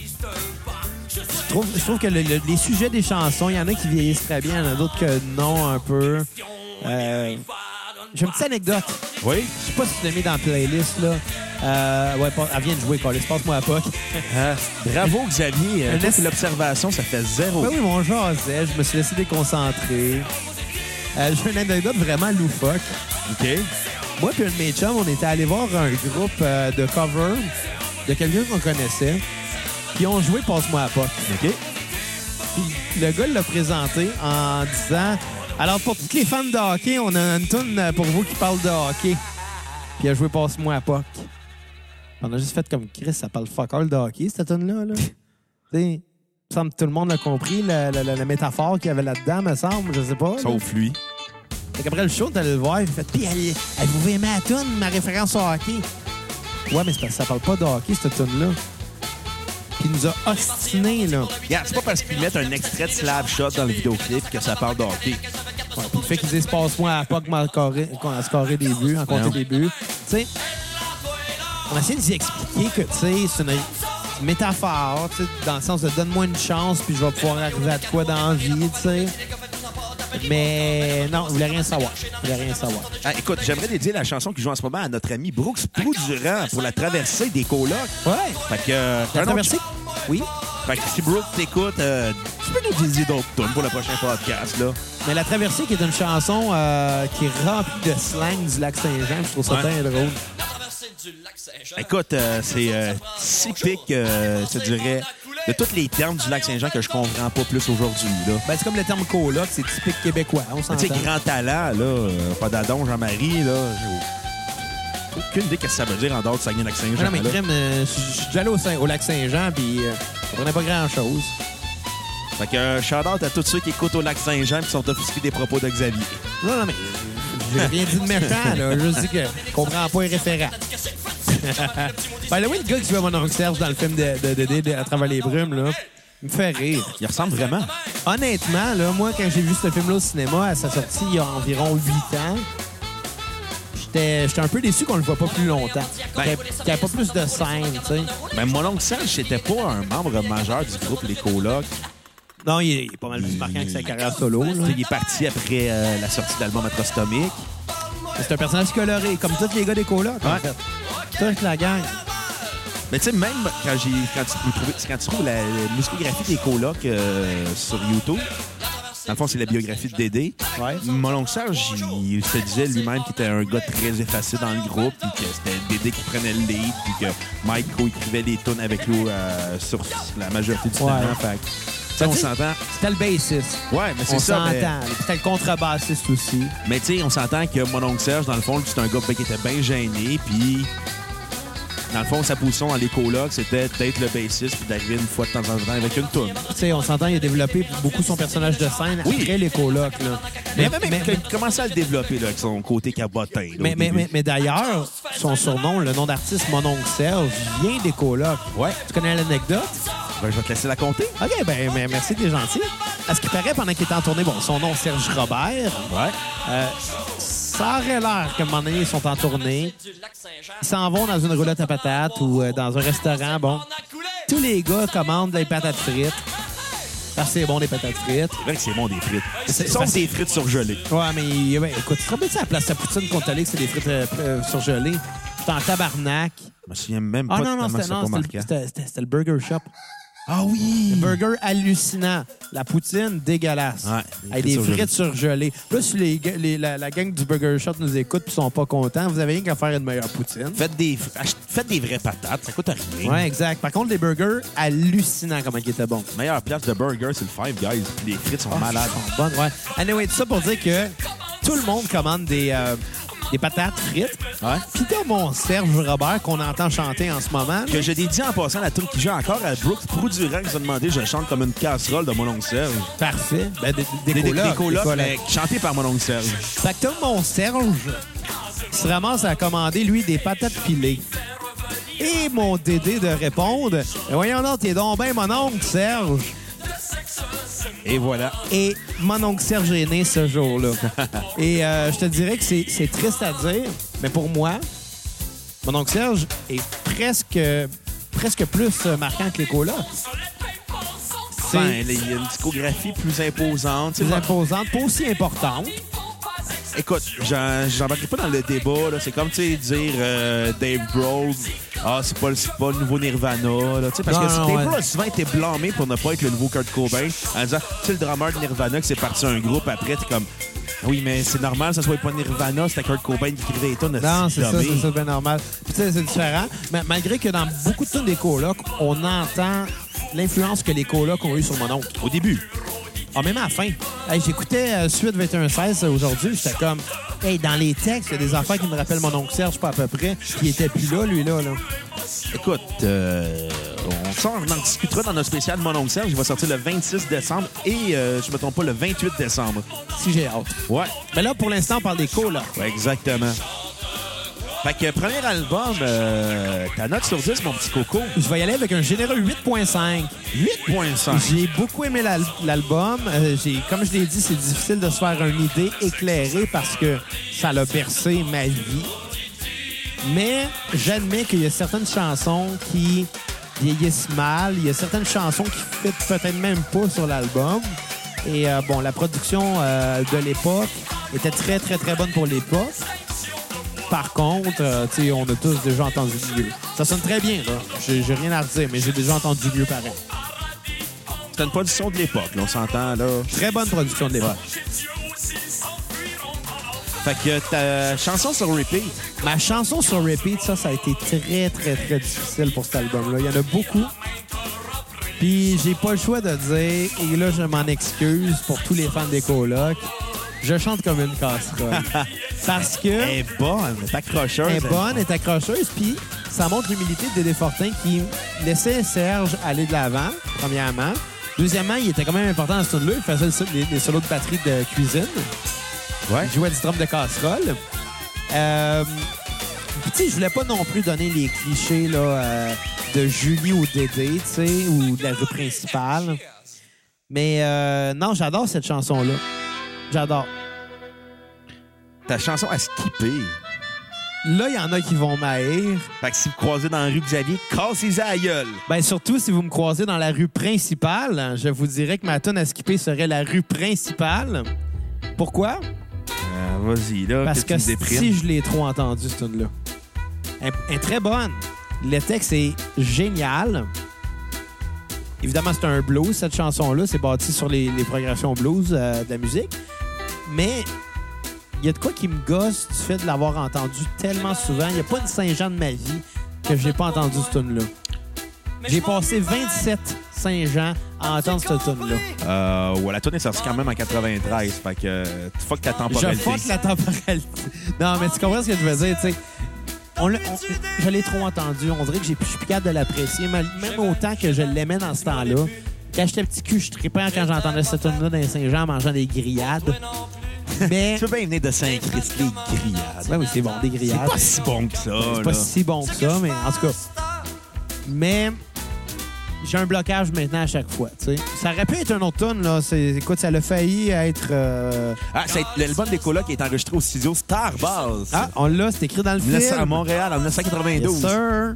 Speaker 1: je, trouve, je trouve que le- le- les sujets des chansons, il y en a qui vieillissent très bien, il y en a d'autres que non, un peu. Euh, J'ai une petite anecdote.
Speaker 3: Oui?
Speaker 1: Je sais pas si tu l'as mis dans la playlist, là. Euh, ouais, pas- elle vient de jouer, Carlis. Passe-moi la POC.
Speaker 3: Ah, bravo, Xavier. Euh,
Speaker 1: Un
Speaker 3: toi,
Speaker 1: est-
Speaker 3: c'est l'observation, ça fait zéro.
Speaker 1: Ben oui, mon jasait. Je me suis laissé déconcentrer. Euh, J'ai une anecdote vraiment loufoque.
Speaker 3: OK.
Speaker 1: Moi puis un de mes chums, on était allé voir un groupe euh, de cover de quelqu'un qu'on connaissait. Puis on jouait Passe-moi à pas.
Speaker 3: OK.
Speaker 1: Puis le gars l'a présenté en disant Alors pour toutes les fans de hockey, on a une tune euh, pour vous qui parle de hockey. Puis il a joué Passe-moi à Puck. On a juste fait comme Chris, ça parle fuck all de hockey, cette tune-là. Là. tu sais, il me semble que tout le monde a compris la, la- la- la métaphore qu'il y avait là-dedans, me semble, je sais pas. là.
Speaker 3: Sauf lui.
Speaker 1: Fait qu'après le show, t'allais le voir, il fait « Pis, elle, elle vous aimez la toune, ma référence au hockey. » Ouais, mais c'est parce que ça parle pas de hockey, cette toune-là. Puis il nous a obstinés, là.
Speaker 3: Regarde, c'est pas parce qu'ils mettent un extrait de slap shot dans le vidéoclip que ça parle d'hockey.
Speaker 1: Ouais, puis le fait qu'ils disent « Passe-moi à pas qu'on a scoré des buts, en compter
Speaker 3: Non.
Speaker 1: des buts. » Tu sais, on a essayé de lui expliquer que, tu sais, c'est une une métaphore, tu sais, dans le sens de « Donne-moi une chance, puis je vais pouvoir arriver à de quoi dans la vie, tu sais. » Mais non, il voulait rien savoir. Il voulait rien savoir.
Speaker 3: Ah, écoute, j'aimerais dédier la chanson qui joue en ce moment à notre ami Brooks Proudurant pour la traversée des colocs.
Speaker 1: Ouais.
Speaker 3: Fait que, euh,
Speaker 1: La
Speaker 3: un
Speaker 1: traversée?
Speaker 3: autre-
Speaker 1: Oui.
Speaker 3: Fait que si Brooks t'écoute, euh, tu peux nous dédier d'autres tunes pour le prochain podcast, là.
Speaker 1: Mais La Traversée, qui est une chanson euh, qui est remplie de slang du lac Saint-Jean, je trouve ça
Speaker 3: Ouais.
Speaker 1: bien drôle.
Speaker 3: Écoute, euh, c'est euh, typique, euh, je te dirais, de tous les termes du lac Saint-Jean que je comprends pas plus aujourd'hui, là.
Speaker 1: Ben, c'est comme le terme coloc, c'est typique québécois, on
Speaker 3: Tu sais,
Speaker 1: s'entend.
Speaker 3: grand talent, là, euh, Padadon, Jean-Marie, là, j'ai au- aucune idée qu'est-ce que ça veut dire en dehors de
Speaker 1: Ah
Speaker 3: Saguenay-Lac-Saint-Jean.
Speaker 1: Non, mais
Speaker 3: là.
Speaker 1: crème, euh, je je suis déjà allé au, Saint- au lac Saint-Jean, puis euh, je comprenais pas grand-chose.
Speaker 3: Fait que euh, shout-out à tous ceux qui écoutent au Lac-Saint-Jean et qui sont offusqués des propos de Xavier.
Speaker 1: Non, non, mais j'ai rien dit de méchant, là. Je dis que je comprends pas les référents. ben, le oui, le gars qui jouait mon oncle Serge dans le film de, de, de- de- à travers les brumes, là, il me fait rire.
Speaker 3: Il ressemble vraiment.
Speaker 1: Ah. Honnêtement, là, moi, quand j'ai vu ce film-là au cinéma, à sa sortie il y a environ 8 ans, j'étais j'étais un peu déçu qu'on le voit pas plus longtemps.
Speaker 3: Ben-
Speaker 1: Qu'il n'y avait pas plus de scènes, tu sais.
Speaker 3: Mais mon oncle Serge, c'était pas un membre majeur du groupe Les Colocs.
Speaker 1: Non, il est, il est pas mal plus marquant que sa carrière solo. là.
Speaker 3: Tu sais, Il est parti après euh, la sortie de l'album Atrostomique.
Speaker 1: C'est un personnage coloré, comme tous les gars des colocs, en
Speaker 3: Ouais.
Speaker 1: fait. Toute la gang.
Speaker 3: Mais tu sais, même quand, j'ai- quand, tu, trouves, quand tu trouves la, la musicographie des colocs euh, sur YouTube, Dans le fond, c'est la biographie de Dédé.
Speaker 1: Ouais.
Speaker 3: Mon oncle Serge, il, se disait lui-même qu'il était un gars très effacé dans le groupe, puis que c'était Dédé qui prenait le lead, puis que Mike co-écrivait des tunes avec lui euh, sur la majorité du
Speaker 1: Ouais.
Speaker 3: temps. Fait que, tu sais, on s'entend.
Speaker 1: C'était le bassiste.
Speaker 3: Ouais, mais c'est
Speaker 1: On
Speaker 3: ça. mais-
Speaker 1: s'entend. C'était le contrebassiste aussi.
Speaker 3: mais tu sais, on s'entend que mon oncle Serge, dans le fond, c'est un gars ben, qui était bien gêné, puis dans le fond, sa position dans les colocs, c'était d'être le bassiste puis d'arriver une fois de temps en temps avec une toune.
Speaker 1: Tu sais, on s'entend, il a développé beaucoup son personnage de scène
Speaker 3: Oui.
Speaker 1: après les colocs. Là.
Speaker 3: Mais, même il commençait à le développer, là, avec son côté cabotin. là, au
Speaker 1: Mais, mais,
Speaker 3: début.
Speaker 1: mais, mais d'ailleurs, son surnom, le nom d'artiste, mon oncle Serge, vient des colocs.
Speaker 3: Ouais.
Speaker 1: Tu connais l'anecdote?
Speaker 3: Ben, je vais te laisser la compter.
Speaker 1: OK, ben, mais merci, t'es gentil. À ce qui paraît, pendant qu'il était en tournée, bon, son nom, Serge Robert,
Speaker 3: Ouais.
Speaker 1: euh, ça aurait l'air qu'à un moment donné, ils sont en tournée,
Speaker 2: Du lac Saint-Jean.
Speaker 1: ils s'en vont dans une roulotte à patates ou euh, dans un restaurant, bon.
Speaker 2: On a coulé.
Speaker 1: Tous les gars commandent des patates frites. Parce que c'est bon, des patates frites.
Speaker 3: C'est vrai que c'est bon, des frites.
Speaker 1: C'est-
Speaker 3: Ce sont
Speaker 1: parce-
Speaker 3: des frites surgelées.
Speaker 1: Ouais, mais ben, écoute, tu te rappelles à la place de la poutine qu'on t'a dit que c'est des frites euh, euh, surgelées? J'étais en tabarnak.
Speaker 3: Je me souviens même pas
Speaker 1: Ah
Speaker 3: de
Speaker 1: non, non,
Speaker 3: comment
Speaker 1: c'était
Speaker 3: ça
Speaker 1: non,
Speaker 3: pas
Speaker 1: c'était le-
Speaker 3: marquant.
Speaker 1: c'était- c'était- c'était le Burger Shop.
Speaker 3: Ah oui!
Speaker 1: Burger hallucinant. La poutine, dégueulasse.
Speaker 3: Ouais,
Speaker 1: Avec
Speaker 3: des
Speaker 1: des
Speaker 3: frites
Speaker 1: frites surgelées. Là, si les, gars- les- la, la gang du Burger Shop nous écoute et sont pas contents, vous avez rien qu'à faire une meilleure poutine.
Speaker 3: Faites des, fr- ach- faites des vraies patates, ça coûte rien.
Speaker 1: Ouais, exact. Par contre, les burgers, hallucinant comment ils étaient bons.
Speaker 3: Meilleure place de burger, c'est le Five Guys. Les frites sont malades.
Speaker 1: Malade. Bonne, ouais. Anyway, tout ça pour dire que tout le monde commande des, euh, des patates frites.
Speaker 3: Ouais.
Speaker 1: Puis t'as mon Serge Robert qu'on entend chanter en ce moment. là.
Speaker 3: Que je dédie en passant la tune qui joue encore à Brooks Proudurant qui s'est demandé je chante comme une casserole de mon oncle Serge.
Speaker 1: Parfait. Ben, des, des
Speaker 3: Des- des-
Speaker 1: colocs,
Speaker 3: des colocs,
Speaker 1: des
Speaker 3: mais chanté par mon oncle Serge.
Speaker 1: Fait que t'as mon Serge qui se ramasse à commander, lui, des patates pilées. Et mon Dédé de répondre Mais Voyons donc, t'es donc ben mon oncle Serge.
Speaker 3: Et voilà.
Speaker 1: Et mon oncle Serge est né ce jour-là. Et euh, je te dirais que c'est c'est triste à dire, mais pour moi, mon oncle Serge est presque, presque plus marquant que les colas. C'est
Speaker 3: Enfin, il y a une discographie plus imposante. Tu sais,
Speaker 1: plus
Speaker 3: pas-
Speaker 1: imposante, pas aussi importante.
Speaker 3: Écoute, j'en- j'embarquerai pas dans le débat. là. C'est comme, tu sais, dire euh, Dave Grohl, ah, c'est pas, le- c'est pas le nouveau Nirvana. Là, Tu sais, parce
Speaker 1: Non,
Speaker 3: que
Speaker 1: non,
Speaker 3: Dave
Speaker 1: ouais.
Speaker 3: Grohl a souvent été blâmé pour ne pas être le nouveau Kurt Cobain en disant, tu sais, le drummer de Nirvana qui s'est parti un groupe après, t'es comme, oui, mais c'est normal, ça soit pas Nirvana, c'était Kurt Cobain qui écrivait les tunes.
Speaker 1: Non, c'est ça,
Speaker 3: dommé.
Speaker 1: c'est ça, bien normal. Puis, tu sais, c'est différent. Mais malgré que dans beaucoup de tunes des colocs, on entend l'influence que les colocs ont eue sur mon oncle.
Speaker 3: Au début.
Speaker 1: Ah, même à la fin. Hey, J'écoutais euh, Suite 2116 aujourd'hui, j'étais comme, hey, dans les textes, il y a des affaires qui me rappellent mon oncle Serge, pas à peu près, qui était plus là, lui, là. là.
Speaker 3: Écoute, euh, on, ça, on en discutera dans notre spécial Mon oncle Serge. Il va sortir le 26 décembre et, euh, je me trompe pas, le 28 décembre.
Speaker 1: Si j'ai hâte.
Speaker 3: Ouais.
Speaker 1: Mais là, pour l'instant, on parle des colocs.
Speaker 3: Ouais, exactement. Fait que premier album, euh, ta note sur 10, mon petit coco,
Speaker 1: Je vais y aller avec un généreux 8.5.
Speaker 3: 8.5.
Speaker 1: J'ai beaucoup aimé l'al- l'album. Euh, j'ai- comme je l'ai dit, c'est difficile de se faire une idée éclairée parce que ça l'a bercé ma vie. Mais j'admets qu'il y a certaines chansons qui vieillissent mal. Il y a certaines chansons qui ne peut-être même pas sur l'album. Et euh, bon, la production euh, de l'époque était très, très, très bonne pour l'époque. Par contre, euh, tu sais, on a tous déjà entendu du vieux. Ça sonne très bien, là. J'ai j'ai rien à redire, mais j'ai déjà entendu du vieux pareil.
Speaker 3: C'était une production de l'époque, là, on s'entend, là.
Speaker 1: Très bonne production de l'époque.
Speaker 3: Fait que ta chanson sur repeat,
Speaker 1: Ma chanson sur repeat, ça, ça a été très, très, très difficile pour cet album-là. Il y en a beaucoup. Puis j'ai pas le choix de dire, et là, je m'en excuse pour tous les fans des colocs, je chante comme une casserole. Parce que
Speaker 3: est bonne, est accrocheuse.
Speaker 1: elle est bonne, elle est accrocheuse, puis ça montre l'humilité de Dédé Fortin qui laissait Serge aller de l'avant, premièrement. Deuxièmement, il était quand même important dans ce tune-là. Il faisait le sol- les- les solos de batterie de cuisine.
Speaker 3: Ouais.
Speaker 1: Il jouait du drum de casserole. Euh, puis, tu sais, je voulais pas non plus donner les clichés là, euh, de Julie au Dédé, tu sais, ou de la rue principale. Mais euh, non, j'adore cette chanson-là. J'adore.
Speaker 3: Ta chanson à skipper.
Speaker 1: Là, il y en a qui vont m'haïr.
Speaker 3: Fait que si vous croisez dans la rue Xavier, casse les aïeuls.
Speaker 1: Ben surtout si vous me croisez dans la rue principale, hein, je vous dirais que ma tonne à skipper serait la rue principale. Pourquoi?
Speaker 3: Euh, Vas-y, là,
Speaker 1: Parce que
Speaker 3: tu me déprimes.
Speaker 1: si je l'ai trop entendu, cette tune-là. Elle, elle est très bonne. Le texte est génial. Évidemment, c'est un blues, cette chanson-là. C'est bâti sur les, les progressions blues euh, de la musique. Mais il y a de quoi qui me gosse du fait de l'avoir entendu tellement souvent. Il n'y a pas une Saint-Jean de ma vie que j'ai pas entendu ce tune-là. J'ai passé 27 Saint-Jean
Speaker 3: Ah,
Speaker 1: à entendre ce tune-là.
Speaker 3: Euh, ouais, la tournée est sortie quand même en 93. Fait que euh, tu fuck ta
Speaker 1: Je
Speaker 3: temporalité.
Speaker 1: fuck la temporalité. Non, mais tu comprends ce que je veux dire, tu sais. On l'a- on- je l'ai trop entendu. On dirait que j'ai plus je suis plus capable de l'apprécier. Mal- Même autant que je l'aimais dans ce temps-là. Quand j'étais petit cul, je tripais quand j'entendais cette tune-là dans les Saint-Jean en mangeant des grillades. Mais.
Speaker 3: Tu veux bien venir de Saint-Christ, les grillades.
Speaker 1: Ouais, oui, c'est bon, des grillades.
Speaker 3: C'est pas si bon que ça,
Speaker 1: C'est
Speaker 3: Ah, là.
Speaker 1: pas si bon que ça, mais en tout cas. Mais j'ai un blocage maintenant à chaque fois. tu sais. Ça aurait pu être un autre tune, là. C'est- Écoute, ça l'a failli être. euh,
Speaker 3: Ah, c'est l'album des colocs qui est enregistré au studio Starbase.
Speaker 1: Ah, on l'a, c'est écrit dans le film.
Speaker 3: 1900 à Montréal en
Speaker 1: Yes,
Speaker 3: 1992.
Speaker 1: sir.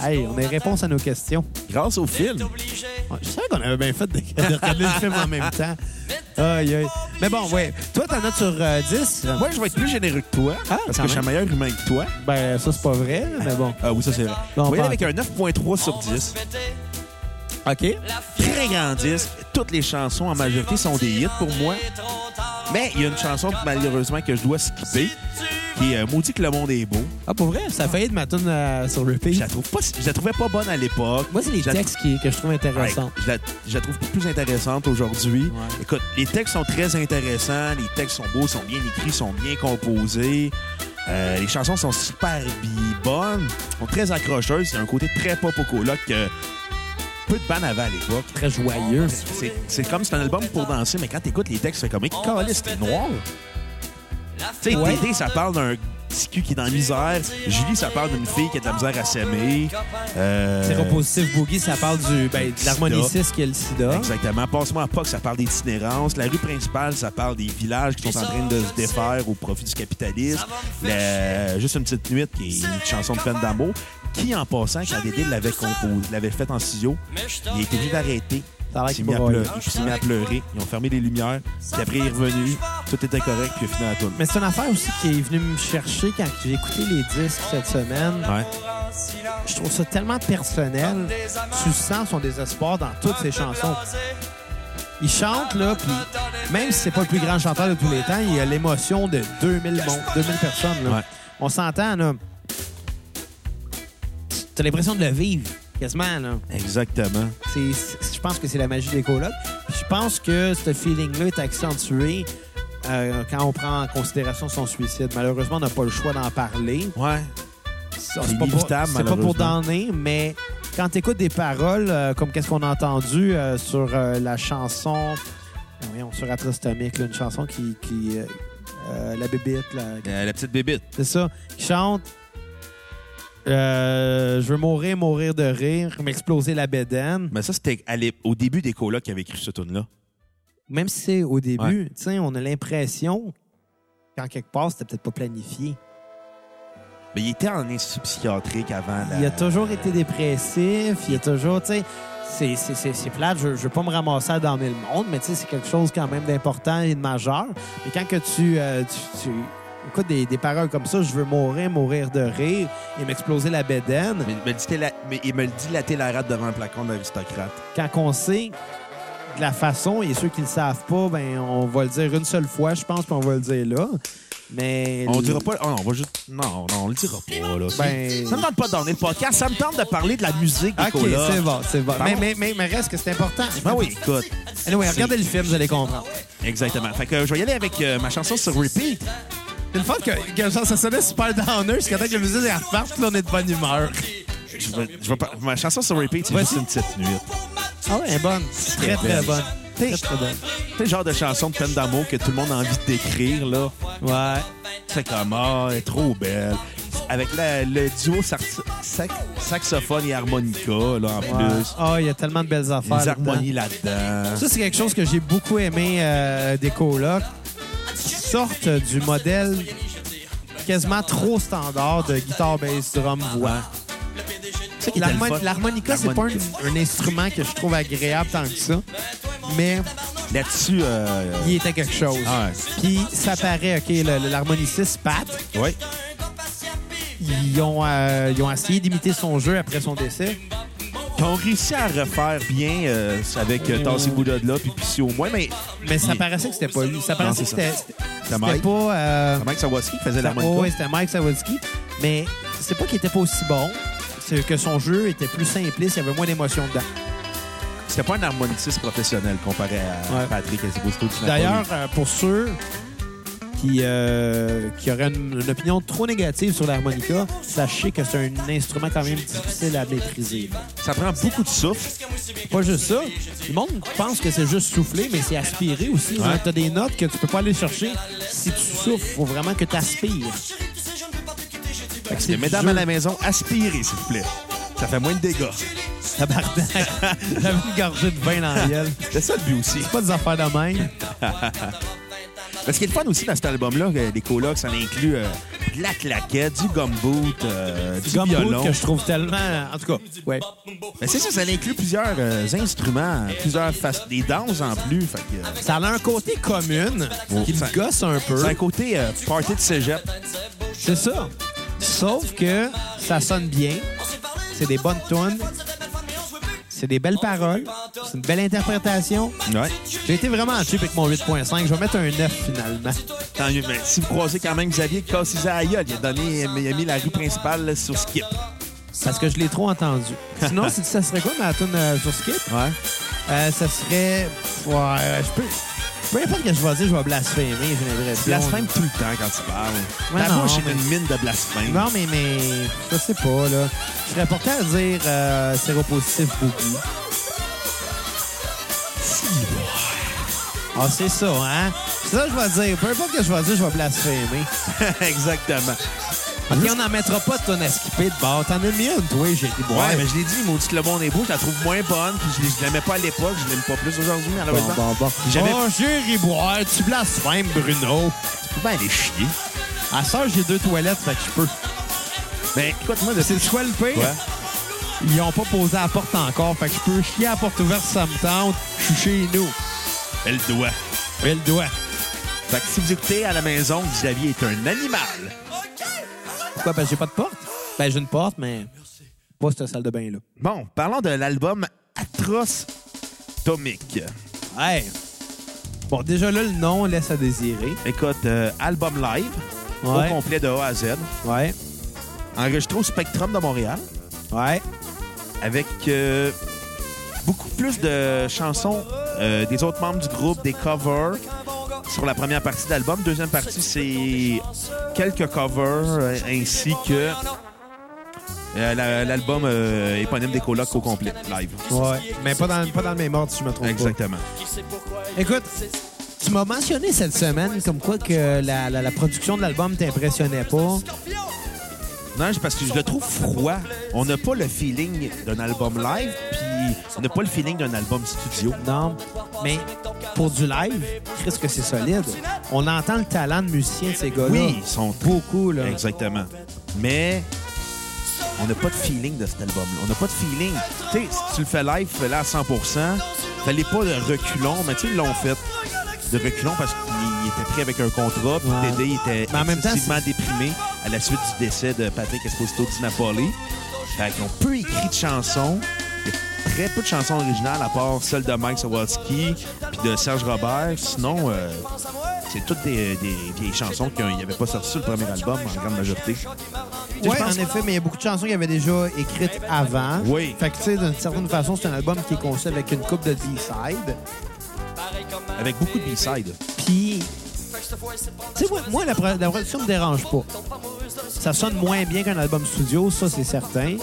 Speaker 1: Hey, on a réponse à nos questions.
Speaker 3: Grâce au film.
Speaker 1: Ouais, Je savais qu'on avait bien fait de, de regarder le film en *laughs* même temps. Aïe, aïe. Mais bon, ouais. Toi, t'en as sur euh, 10.
Speaker 3: Moi, je vais être plus généreux que toi
Speaker 1: Ah,
Speaker 3: parce
Speaker 1: quand
Speaker 3: que je suis un
Speaker 1: même.
Speaker 3: meilleur humain que toi.
Speaker 1: Ben, ça, c'est pas vrai, mais bon.
Speaker 3: Ah oui, ça, c'est vrai.
Speaker 1: Bon,
Speaker 3: On va y
Speaker 1: pas-
Speaker 3: aller avec un 9.3 sur 10.
Speaker 1: OK.
Speaker 3: Très grand disque. Toutes les chansons, en majorité, sont des hits pour moi. Mais il y a une chanson, malheureusement, que je dois skipper, qui est euh, Maudit que le monde est beau.
Speaker 1: Ah, pour vrai, ça a failli de ma tune euh, sur
Speaker 3: Je
Speaker 1: repeat.
Speaker 3: la, trouve pas, si- je la trouvais pas bonne à l'époque.
Speaker 1: Moi, c'est les
Speaker 3: Je la-
Speaker 1: textes qui- que je trouve
Speaker 3: Ouais,
Speaker 1: intéressants.
Speaker 3: je, la, je la trouve plus intéressante aujourd'hui. Écoute, les textes sont très intéressants, les textes sont beaux, sont bien écrits, sont bien composés. Euh, les chansons sont super bi- bonnes, sont très accrocheuses. Il y a un côté très pop au coloc que peu de bandes avaient à l'époque.
Speaker 1: Très joyeux.
Speaker 3: C'est- C'est comme c'est un album pour danser, mais quand t'écoutes les textes, c'est comme hey, caliste, t'es noir. Tu sais,
Speaker 1: Ouais.
Speaker 3: Dédé, ça parle d'un petit cul qui est dans la misère. Julie, ça parle d'une fille qui a de la misère à s'aimer. Euh,
Speaker 1: C'est repositif Boogie, ça parle du, ben, de l'harmonie
Speaker 3: Sida.
Speaker 1: 6 qui est le sida.
Speaker 3: Exactement. Passe-moi à Pâques, ça parle d'itinérance. La rue principale, ça parle des villages qui sont en train de se défaire au profit du capitalisme. Le- Juste une petite nuit, qui est une chanson de peine d'amour, qui, en passant, quand Dédé l'avait composé, l'avait faite en studio, il a été obligé d'arrêter.
Speaker 1: Ça a l'air
Speaker 3: Il s'est
Speaker 1: qu'il
Speaker 3: mis, à
Speaker 1: braille.
Speaker 3: pleurer, puis il s'est mis à pleurer. Ils ont fermé les lumières. Puis après, il est revenu. Tout était correct, puis il a fini la tourne.
Speaker 1: Mais c'est une affaire aussi qui est venue me chercher quand j'ai écouté les disques cette semaine.
Speaker 3: Ouais.
Speaker 1: Je trouve ça tellement personnel. Tu sens son désespoir dans toutes ses chansons. Il chante, là, puis même si c'est pas le plus grand chanteur de tous les temps, il a l'émotion de 2000, mon- 2000 personnes. là.
Speaker 3: Ouais.
Speaker 1: On s'entend, là. T'as l'impression de le vivre, quasiment, là.
Speaker 3: Exactement.
Speaker 1: C'est- c'est- Je pense que c'est la magie des colocs. Puis Je pense que ce feeling-là est accentué euh, quand on prend en considération son suicide. Malheureusement, on n'a pas le choix d'en parler.
Speaker 3: Ouais.
Speaker 1: C'est pas pour-
Speaker 3: inévitable,
Speaker 1: C'est pas pour
Speaker 3: malheureusement.
Speaker 1: donner, mais quand tu écoutes des paroles euh, comme qu'est-ce qu'on a entendu euh, sur euh, la chanson, euh, voyons, sur Atrostomique, là, une chanson qui. qui, euh, euh, la bébite, la-
Speaker 3: Euh, la petite bébite.
Speaker 1: c'est ça. Qui chante euh, Je veux mourir, mourir de rire, m'exploser la bédaine.
Speaker 3: Mais ça, c'était à l'ép- au début des colocs qui avaient écrit ce tune là
Speaker 1: même si c'est au début, tu sais, on a l'impression qu'en quelque part, c'était peut-être pas planifié.
Speaker 3: Mais il était en institut psychiatrique avant. La...
Speaker 1: Il a toujours été dépressif, il a toujours, tu sais, c'est- c'est c'est- c'est plate, je, je veux pas me ramasser à dormir le monde, mais tu sais, c'est quelque chose quand même d'important et de majeur. Mais quand que tu, euh, tu, tu écoutes des, des paroles comme ça, je veux mourir, mourir de rire et m'exploser la bédaine,
Speaker 3: Mais, me dit la... mais il me le dilatait la rate devant un placon d'aristocrate.
Speaker 1: quand on sait de la façon, et ceux qui le savent pas, ben on va le dire une seule fois, je pense, qu'on va le dire là. Mais
Speaker 3: On dira pas. Oh, non, on va juste. Non, non, on le dira pas, là.
Speaker 1: Ben-
Speaker 3: Ça me tente pas de donner le podcast. Ça me tente de parler de la musique des
Speaker 1: OK,
Speaker 3: colocs.
Speaker 1: c'est bon, c'est bon.
Speaker 3: Pardon?
Speaker 1: Mais, mais, mais, mais reste que c'est important.
Speaker 3: Ben oui, écoute.
Speaker 1: Anyway, regardez le film, vous allez comprendre.
Speaker 3: Exactement. Fait que euh, je vais y aller avec euh, ma chanson sur repeat.
Speaker 1: C'est le fun que, que genre, ça sonnait super downer jusqu'à temps que la musique est reparte, puis on est de bonne humeur.
Speaker 3: Je vais- je vais pas- Ma chanson sur repeat, c'est juste une petite nuit.
Speaker 1: Ah ouais, elle est bonne. Très, très bonne. Très, très bonne.
Speaker 3: C'est le genre de chanson de peine d'amour que tout le monde a envie d'écrire, là.
Speaker 1: Ouais.
Speaker 3: C'est comme, ah, elle est trop belle. Avec la- le duo sar- sax- saxophone et harmonica, là, en
Speaker 1: Ouais.
Speaker 3: plus.
Speaker 1: Oh, il y a tellement de belles affaires.
Speaker 3: Les
Speaker 1: là-dedans.
Speaker 3: harmonies là-dedans.
Speaker 1: Ça, c'est quelque chose que j'ai beaucoup aimé euh, des colocs. Ils sortent du modèle quasiment trop standard de guitare, bass, drum, voix.
Speaker 3: C'est qui était le
Speaker 1: L'harmon-
Speaker 3: fun.
Speaker 1: L'harmonica, c'est pas un, un instrument que je trouve agréable tant que ça, mais
Speaker 3: Là-dessus, euh,
Speaker 1: il était quelque chose.
Speaker 3: Ah ouais.
Speaker 1: Puis ça paraît, OK, le- le- l'harmoniciste Pat,
Speaker 3: ouais.
Speaker 1: ils ont, euh, ils ont essayé d'imiter son jeu après son décès.
Speaker 3: qui ont réussi à refaire bien euh, avec euh, Tassi Bouddha de là, puis Pissi au moins, mais.
Speaker 1: Mais ça paraissait que c'était pas lui. Ça paraissait
Speaker 3: Non,
Speaker 1: que
Speaker 3: c'est
Speaker 1: c'était
Speaker 3: ça.
Speaker 1: c'était-
Speaker 3: C'était
Speaker 1: c'était
Speaker 3: Mike.
Speaker 1: pas. euh,
Speaker 3: Mike Sawaski qui faisait la
Speaker 1: oh,
Speaker 3: monica.
Speaker 1: oui, c'était Mike Sawadski. Mais c'est pas qu'il était pas aussi bon, c'est que son jeu était plus simpliste, il y avait moins d'émotion dedans.
Speaker 3: Ben, C'était pas un harmoniciste professionnel comparé à
Speaker 1: Ouais.
Speaker 3: Patrick Esposito. qui n'a pas
Speaker 1: D'ailleurs,
Speaker 3: eu.
Speaker 1: euh, pour ceux qui, euh, qui auraient une, une opinion trop négative sur l'harmonica, sachez que c'est un instrument quand même difficile à maîtriser.
Speaker 3: ça prend beaucoup de souffle.
Speaker 1: Pas juste ça. Le monde pense que c'est juste souffler, mais c'est aspirer aussi.
Speaker 3: Ouais.
Speaker 1: Tu as des notes que tu peux pas aller chercher. Si tu souffles, faut vraiment que tu aspires.
Speaker 3: Et mesdames à la maison, aspirez, s'il vous plaît. Ça fait moins de dégâts.
Speaker 1: Tabarnak. J'avais une gorgée de vin dans la gueule.
Speaker 3: *laughs* C'est ça le but aussi.
Speaker 1: Pas des affaires de même.
Speaker 3: Parce qu'il est le fun aussi dans cet album-là, que les colocs, ça inclut euh, de la claquette, du gumboot, euh, du
Speaker 1: Gumboot
Speaker 3: violon.
Speaker 1: que je trouve tellement... En tout cas, ouais.
Speaker 3: Mais c'est ça, ça inclut plusieurs euh, instruments, plusieurs faces, des danses en plus. Fait que, euh,
Speaker 1: Ça a un côté commune
Speaker 3: Oh,
Speaker 1: qui
Speaker 3: ça-
Speaker 1: me gosse un peu.
Speaker 3: c'est un côté euh, party de cégep.
Speaker 1: C'est ça. Sauf que ça sonne bien. C'est des bonnes tunes. C'est des belles paroles. C'est une belle interprétation.
Speaker 3: Ouais.
Speaker 1: J'ai été vraiment cheap avec mon 8.5. Je vais mettre un 9 finalement.
Speaker 3: Tant mieux, mais si vous croisez quand même Xavier cassez à gueule, il a donné, il a mis la rue principale là, sur Skip.
Speaker 1: Parce que je l'ai trop entendu. Sinon,
Speaker 3: *laughs*
Speaker 1: si ça serait quoi ma tune euh, sur Skip?
Speaker 3: Ouais.
Speaker 1: Euh, ça serait. Ouais, euh, je peux. Peu importe que je vais dire, je vais blasphémer, j'ai l'impression.
Speaker 3: Blasphème tout le temps quand tu parles.
Speaker 1: Ouais,
Speaker 3: Ta
Speaker 1: non,
Speaker 3: bouche est
Speaker 1: mais-
Speaker 3: une mine de blasphème.
Speaker 1: Non, mais, mais. Je sais pas, là. Je serais porté à dire euh, séropositif beaucoup. Ah, c'est ça, hein? C'est ça que je vais dire. Peu importe que je vais dire, je vais blasphémer.
Speaker 3: *laughs* Exactement. Ah,
Speaker 1: OK, on n'en mettra pas de ton à skipper de bord. T'en as mis une, toi, j'ai dit,
Speaker 3: Ouais, mais je l'ai dit, maudit que le monde est beau, je la trouve moins bonne, puis je l'ai- je l'aimais pas à l'époque, je l'aime pas plus aujourd'hui,
Speaker 1: Bon,
Speaker 3: malheureusement.
Speaker 1: bon, bon.
Speaker 3: Puis J'avais.
Speaker 1: Oh, j'ai boire, tu blasphèmes, Bruno.
Speaker 3: ben, elle est chier.
Speaker 1: À ça, j'ai deux toilettes, fait que je peux.
Speaker 3: Ben, écoute, moi, de
Speaker 1: C'est le choix le pire. Ils n'ont pas posé à la porte encore. Fait que je peux chier à la porte ouverte, ça me tente. Je suis chez nous.
Speaker 3: Elle doit.
Speaker 1: Elle doit.
Speaker 3: Fait que si vous écoutez à la maison, Xavier est un animal.
Speaker 1: Pourquoi? Parce que j'ai pas de porte? Ben, j'ai une porte, mais pas cette salle de bain-là.
Speaker 3: Bon, parlons de l'album Atroce Tomique.
Speaker 1: Hey! Bon, déjà là, le nom laisse à désirer.
Speaker 3: Écoute, euh, album live,
Speaker 1: Ouais.
Speaker 3: au complet de A à Z,
Speaker 1: Ouais.
Speaker 3: enregistré au Spectrum de Montréal,
Speaker 1: Ouais.
Speaker 3: avec euh, beaucoup plus de chansons euh, des autres membres du groupe, des covers sur la première partie de l'album. Deuxième partie, c'est quelques covers euh, ainsi que euh, la- l'album euh, éponyme des colocs au complet, live.
Speaker 1: Ouais. Mais pas dans, pas dans le même ordre, si je me trompe
Speaker 3: Exactement.
Speaker 1: pas. Écoute, tu m'as mentionné cette semaine comme quoi que la, la- la production de l'album t'impressionnait pas.
Speaker 3: Non, c'est parce que je le trouve froid. On n'a pas le feeling d'un album live, puis on n'a pas le feeling d'un album studio.
Speaker 1: Non, mais pour du live, je que c'est solide. On entend le talent de musicien de ces gars-là.
Speaker 3: Oui, ils sont
Speaker 1: beaucoup, là.
Speaker 3: Exactement. Mais on n'a pas de feeling de cet album-là. On n'a pas de feeling. Tu sais, si tu le fais live, fais-le à 100 Fallait pas de reculons, mais tu sais, ils l'ont fait. De reculons parce qu'il était pris avec un contrat, puis
Speaker 1: Ouais.
Speaker 3: Dédé était
Speaker 1: Mais en même temps,
Speaker 3: excessivement déprimé à la suite du décès de Patrick Esposito di Napoli. Fait qu'ils ont peu écrit de chansons. Il y a Très peu de chansons originales, à part celle de Mike Sawatsky puis de Serge Robert. Sinon, euh, c'est toutes des, des vieilles chansons qu'il n'y avait pas sorties sur le premier album, en grande majorité.
Speaker 1: Oui,
Speaker 3: Je pense-
Speaker 1: en effet, mais il y a beaucoup de chansons qu'il avait déjà écrites avant.
Speaker 3: Oui.
Speaker 1: Fait que, tu sais, d'une certaine façon, c'est un album qui est conçu avec une coupe de B-side.
Speaker 3: Avec beaucoup de B-sides.
Speaker 1: Puis, tu sais, moi, moi, la, pro- la production me dérange pas. Ça sonne moins bien qu'un album studio, ça, c'est certain.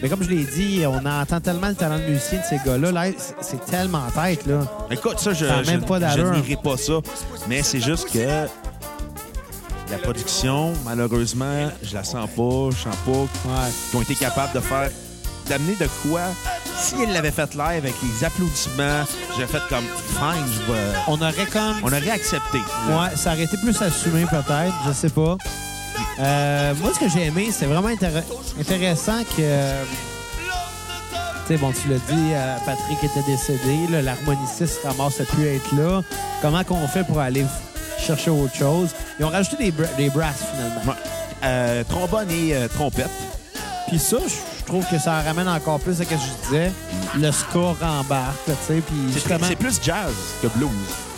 Speaker 1: Mais comme je l'ai dit, on entend tellement le talent de musicien de ces gars-là. Là, c'est- c'est tellement en tête, là.
Speaker 3: Écoute, ça, je,
Speaker 1: Ça a
Speaker 3: je,
Speaker 1: même pas
Speaker 3: je
Speaker 1: d'allure.
Speaker 3: nierai pas ça. Mais c'est juste que la production, malheureusement, je la sens pas. Je sens pas
Speaker 1: Ouais.
Speaker 3: qu'ils ont été capables de faire d'amener de quoi. S'ils l'avaient fait live avec les applaudissements, j'aurais fait comme fine, je vais-
Speaker 1: On aurait comme
Speaker 3: On aurait accepté.
Speaker 1: Ouais, ça aurait été plus assumé peut-être, je sais pas. Euh, moi, ce que j'ai aimé, c'est vraiment intér- intéressant que... Tu sais, bon, tu l'as dit, euh, Patrick était décédé, là, l'harmoniciste ramasse à plus être là. Comment qu'on fait pour aller f- chercher autre chose? Ils ont rajouté des, bra- des brasses, finalement.
Speaker 3: Ouais. Euh, trombone et euh, trompette.
Speaker 1: Puis ça, je je trouve que ça ramène encore plus à ce que je disais. Le score rembarque, tu sais. Puis
Speaker 3: C'est
Speaker 1: justement.
Speaker 3: c'est plus jazz que blues.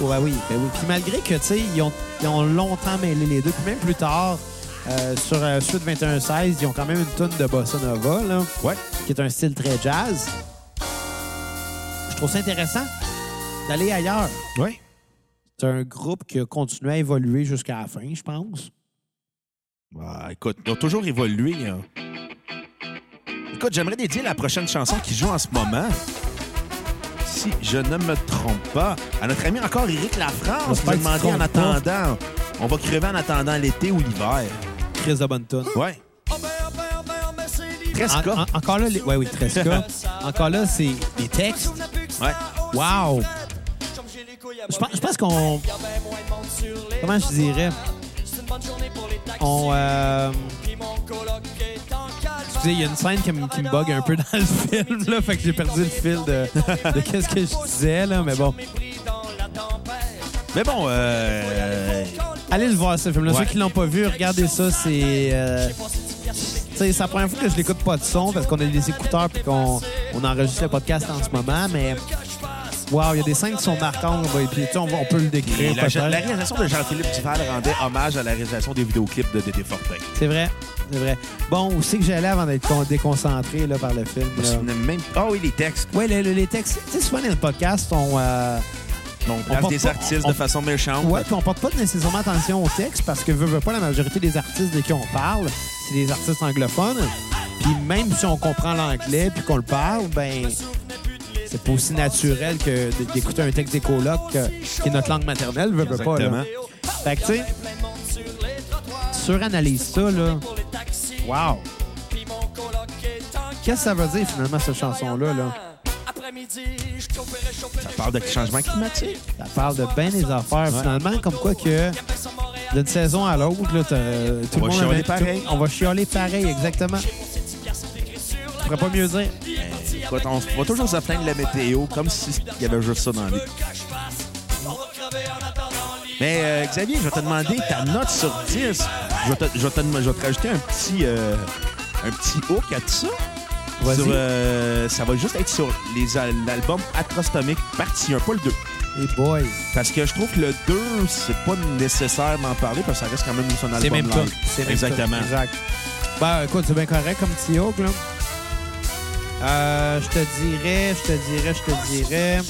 Speaker 1: Ouais, oui, ben oui. Puis malgré que, tu sais, ils ont, ils ont longtemps mêlé les deux. Puis même plus tard, euh, sur euh, Suite 21-16, ils ont quand même une tonne de bossa nova, là,
Speaker 3: Ouais.
Speaker 1: qui est un style très jazz. Je trouve ça intéressant d'aller ailleurs.
Speaker 3: Ouais.
Speaker 1: C'est un groupe qui a continué à évoluer jusqu'à la fin, je pense.
Speaker 3: Bah, écoute, ils ont toujours évolué. hein. Écoute, j'aimerais dédier la prochaine chanson qui joue en ce moment, si je ne me trompe pas, à notre ami encore Éric Lafrance.
Speaker 1: J'espère
Speaker 3: On
Speaker 1: que tu te
Speaker 3: demander en
Speaker 1: trompes pas.
Speaker 3: attendant. On va crever en attendant l'été ou l'hiver.
Speaker 1: Chris de bonne tonne.
Speaker 3: Ouais. Très
Speaker 1: En- en- encore là, les- ouais, oui, *laughs* Tresca. encore là, c'est des textes.
Speaker 3: Ouais.
Speaker 1: Wow! Je pense, je pense qu'on. Comment je dirais? On. euh, tu sais, il y a une scène qui me, qui me bug un peu dans le film, là. Fait que j'ai perdu le fil de, de qu'est-ce que je disais, là. Mais bon,
Speaker 3: Mais bon, euh,
Speaker 1: allez le voir, ce film-là.
Speaker 3: Ouais.
Speaker 1: Ceux qui l'ont pas vu, regardez ça. C'est. euh, tu sais, c'est la première fois que je l'écoute pas de son parce qu'on a des écouteurs puis qu'on on enregistre le podcast en ce moment. Mais. Wow, il y a des scènes qui sont marquantes, là, Et puis, tu sais, on, va- on peut le
Speaker 3: et
Speaker 1: décrire.
Speaker 3: la, la
Speaker 1: peut-être.
Speaker 3: réalisation de Jean-Philippe Duval rendait hommage à la réalisation des vidéoclips de Dédé Fortin.
Speaker 1: C'est vrai, c'est vrai. Bon, où c'est que j'allais avant d'être con- déconcentré là, par le film?
Speaker 3: Je me
Speaker 1: Là?
Speaker 3: souvenais même. Ah oui, les textes.
Speaker 1: Ouais, le- le- les textes, tu sais, souvent dans le podcast, on, euh,
Speaker 3: Donc, on
Speaker 1: porte
Speaker 3: place des
Speaker 1: pas-
Speaker 3: artistes
Speaker 1: on-
Speaker 3: de façon méchante.
Speaker 1: ouais, puis on porte pas nécessairement attention aux textes parce que veut, veut pas la majorité des artistes de qui on parle, c'est des artistes anglophones. Puis même si on comprend l'anglais puis qu'on le parle, ben c'est pas aussi naturel que d- d'écouter un texte des colocs euh, qui est notre langue maternelle, veut, veut pas.
Speaker 3: Exactement.
Speaker 1: Là. Fait que tu sais, suranalyse ça, là. Wow! Qu'est-ce que ça veut dire finalement cette chanson-là? Là?
Speaker 3: Ça parle de changement climatique.
Speaker 1: Ça parle de bien des affaires finalement, comme quoi que d'une saison à l'autre, là, t'as- tout le
Speaker 3: On va
Speaker 1: monde
Speaker 3: chialer
Speaker 1: avait- tout-
Speaker 3: pareil.
Speaker 1: on va chialer pareil, exactement. Je pourrais pas mieux dire.
Speaker 3: Écoute, on va toujours se plaindre de la météo, comme s'il y avait juste ça dans la vie. Mais euh, Xavier, je vais te demander ta note sur 10. Je vais te, je vais te dem- je vais te rajouter un petit, euh, un petit hook à tout ça.
Speaker 1: Vas-y.
Speaker 3: Sur, euh, ça va juste être sur les al- l'album Atrostomic partie 1, pas le 2.
Speaker 1: Et boy,
Speaker 3: Parce que je trouve que le 2, c'est pas nécessaire d'en parler parce que ça reste quand même son album
Speaker 1: c'est même pas.
Speaker 3: live.
Speaker 1: C'est même
Speaker 3: Exactement.
Speaker 1: pas. Exact. Ben, écoute, c'est bien correct comme petit hook, là. Euh, je te dirais, je te dirais, je te dirais.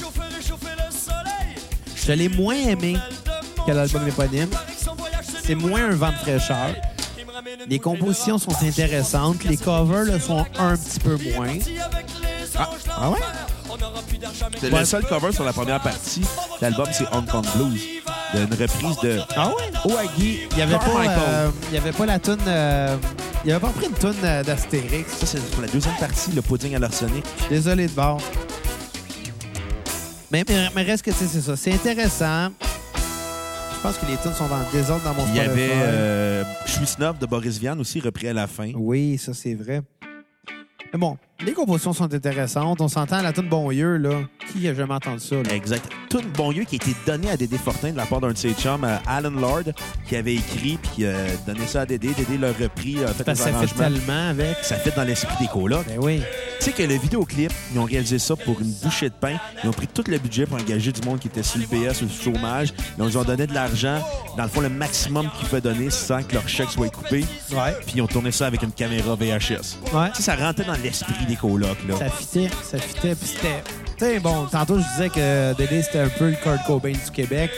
Speaker 1: Je l'ai moins aimé que l'album éponyme. C'est moins un vent de fraîcheur. Les compositions sont intéressantes. Les covers le sont un petit peu moins.
Speaker 3: Ah, ah ouais? C'est
Speaker 1: Ouais.
Speaker 3: le seul cover sur la première partie. L'album, c'est Hong Kong Blues. de- Une reprise de
Speaker 1: Ah ouais?
Speaker 3: Oagi
Speaker 1: Il n'y avait, pas,
Speaker 3: Carmichael.
Speaker 1: euh, il y avait pas la toune... euh, il n'y avait pas repris une toune euh, d'Astérix.
Speaker 3: Ça, c'est pour la deuxième partie, le pudding à l'arsenic.
Speaker 1: Désolé de bord. Mais, mais, mais reste que, tu sais, c'est ça. C'est intéressant. Je pense que les tunes sont en désordre dans mon
Speaker 3: Il y
Speaker 1: Spotify.
Speaker 3: avait euh, Je suis snob de Boris Vian aussi, repris à la fin.
Speaker 1: Oui, ça, c'est vrai. Mais bon, les compositions sont intéressantes. On s'entend à la toune Bonlieu, là. Qui a jamais entendu ça, là?
Speaker 3: Exact. Tout bon lieu qui a été donné à Dédé Fortin de la part d'un de ses chums, euh, Alan Lord, qui avait écrit puis qui a donné ça à Dédé. Dédé l'a repris, a fait
Speaker 1: Parce
Speaker 3: des
Speaker 1: que ça fait
Speaker 3: arrangements.
Speaker 1: tellement avec...
Speaker 3: Ça fait dans l'esprit des colocs.
Speaker 1: Ben oui.
Speaker 3: Tu sais que le vidéoclip, ils ont réalisé ça pour une bouchée de pain. Ils ont pris tout le budget pour engager du monde qui était sur le PS ou le chômage. Donc, ils ont donné de l'argent, dans le fond, le maximum qu'ils pouvaient donner sans que leur chèque soit coupé.
Speaker 1: Ouais.
Speaker 3: Puis ils ont tourné ça avec une caméra VHS.
Speaker 1: Ouais.
Speaker 3: Tu sais, ça rentrait dans l'esprit des colocs, là.
Speaker 1: Ça fitait, ça fitait, puis c'était... Tu sais, bon, tantôt, je disais que Dédé, c'était un peu le Kurt Cobain du Québec.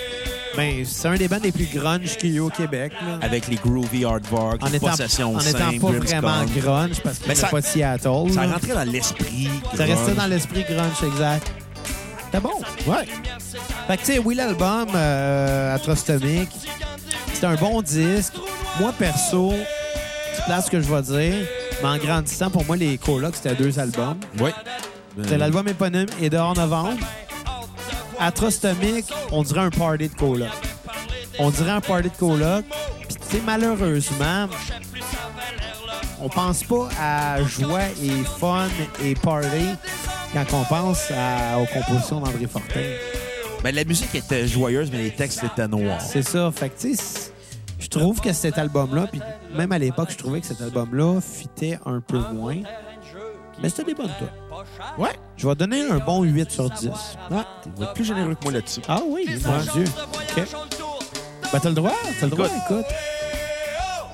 Speaker 1: Ben, c'est un des bands les plus grunge qu'il y a au Québec, là.
Speaker 3: Avec les groovy hardware,
Speaker 1: En
Speaker 3: les
Speaker 1: étant,
Speaker 3: possessions
Speaker 1: en étant
Speaker 3: simples,
Speaker 1: pas
Speaker 3: Grimmscon.
Speaker 1: vraiment grunge, parce que
Speaker 3: Mais
Speaker 1: c'est
Speaker 3: ça-
Speaker 1: pas de Seattle.
Speaker 3: Ça
Speaker 1: là.
Speaker 3: rentrait dans l'esprit.
Speaker 1: Ça restait
Speaker 3: grunge.
Speaker 1: dans l'esprit grunge, exact. C'était bon, ouais. Fait que, tu sais, oui, l'album euh, Atrostomic, c'est un bon disque. Moi, perso, tu places ce que je vais dire, mais en grandissant, pour moi, les colocs, c'était deux albums.
Speaker 3: Oui. Mm.
Speaker 1: C'est l'album éponyme et dehors novembre. Atrostomic, on dirait un party de coloc. On dirait un party de coloc. Puis tu sais, malheureusement, on pense pas à joie et fun et party quand on pense à- aux compositions d'André Fortin.
Speaker 3: Ben, la musique était joyeuse, mais les textes étaient noirs.
Speaker 1: C'est ça. Fait que tu sais, c'est- je trouve que cet album-là, puis même à l'époque, je trouvais que cet album-là fitait un peu moins. Mais c'était des bonnes tunes.
Speaker 3: Ouais.
Speaker 1: Je vais donner un bon 8 sur 10.
Speaker 3: Ah, tu vas être plus généreux que moi là-dessus.
Speaker 1: Ah oui, mon Dieu. OK. Ben, t'as le droit, t'as le droit, écoute.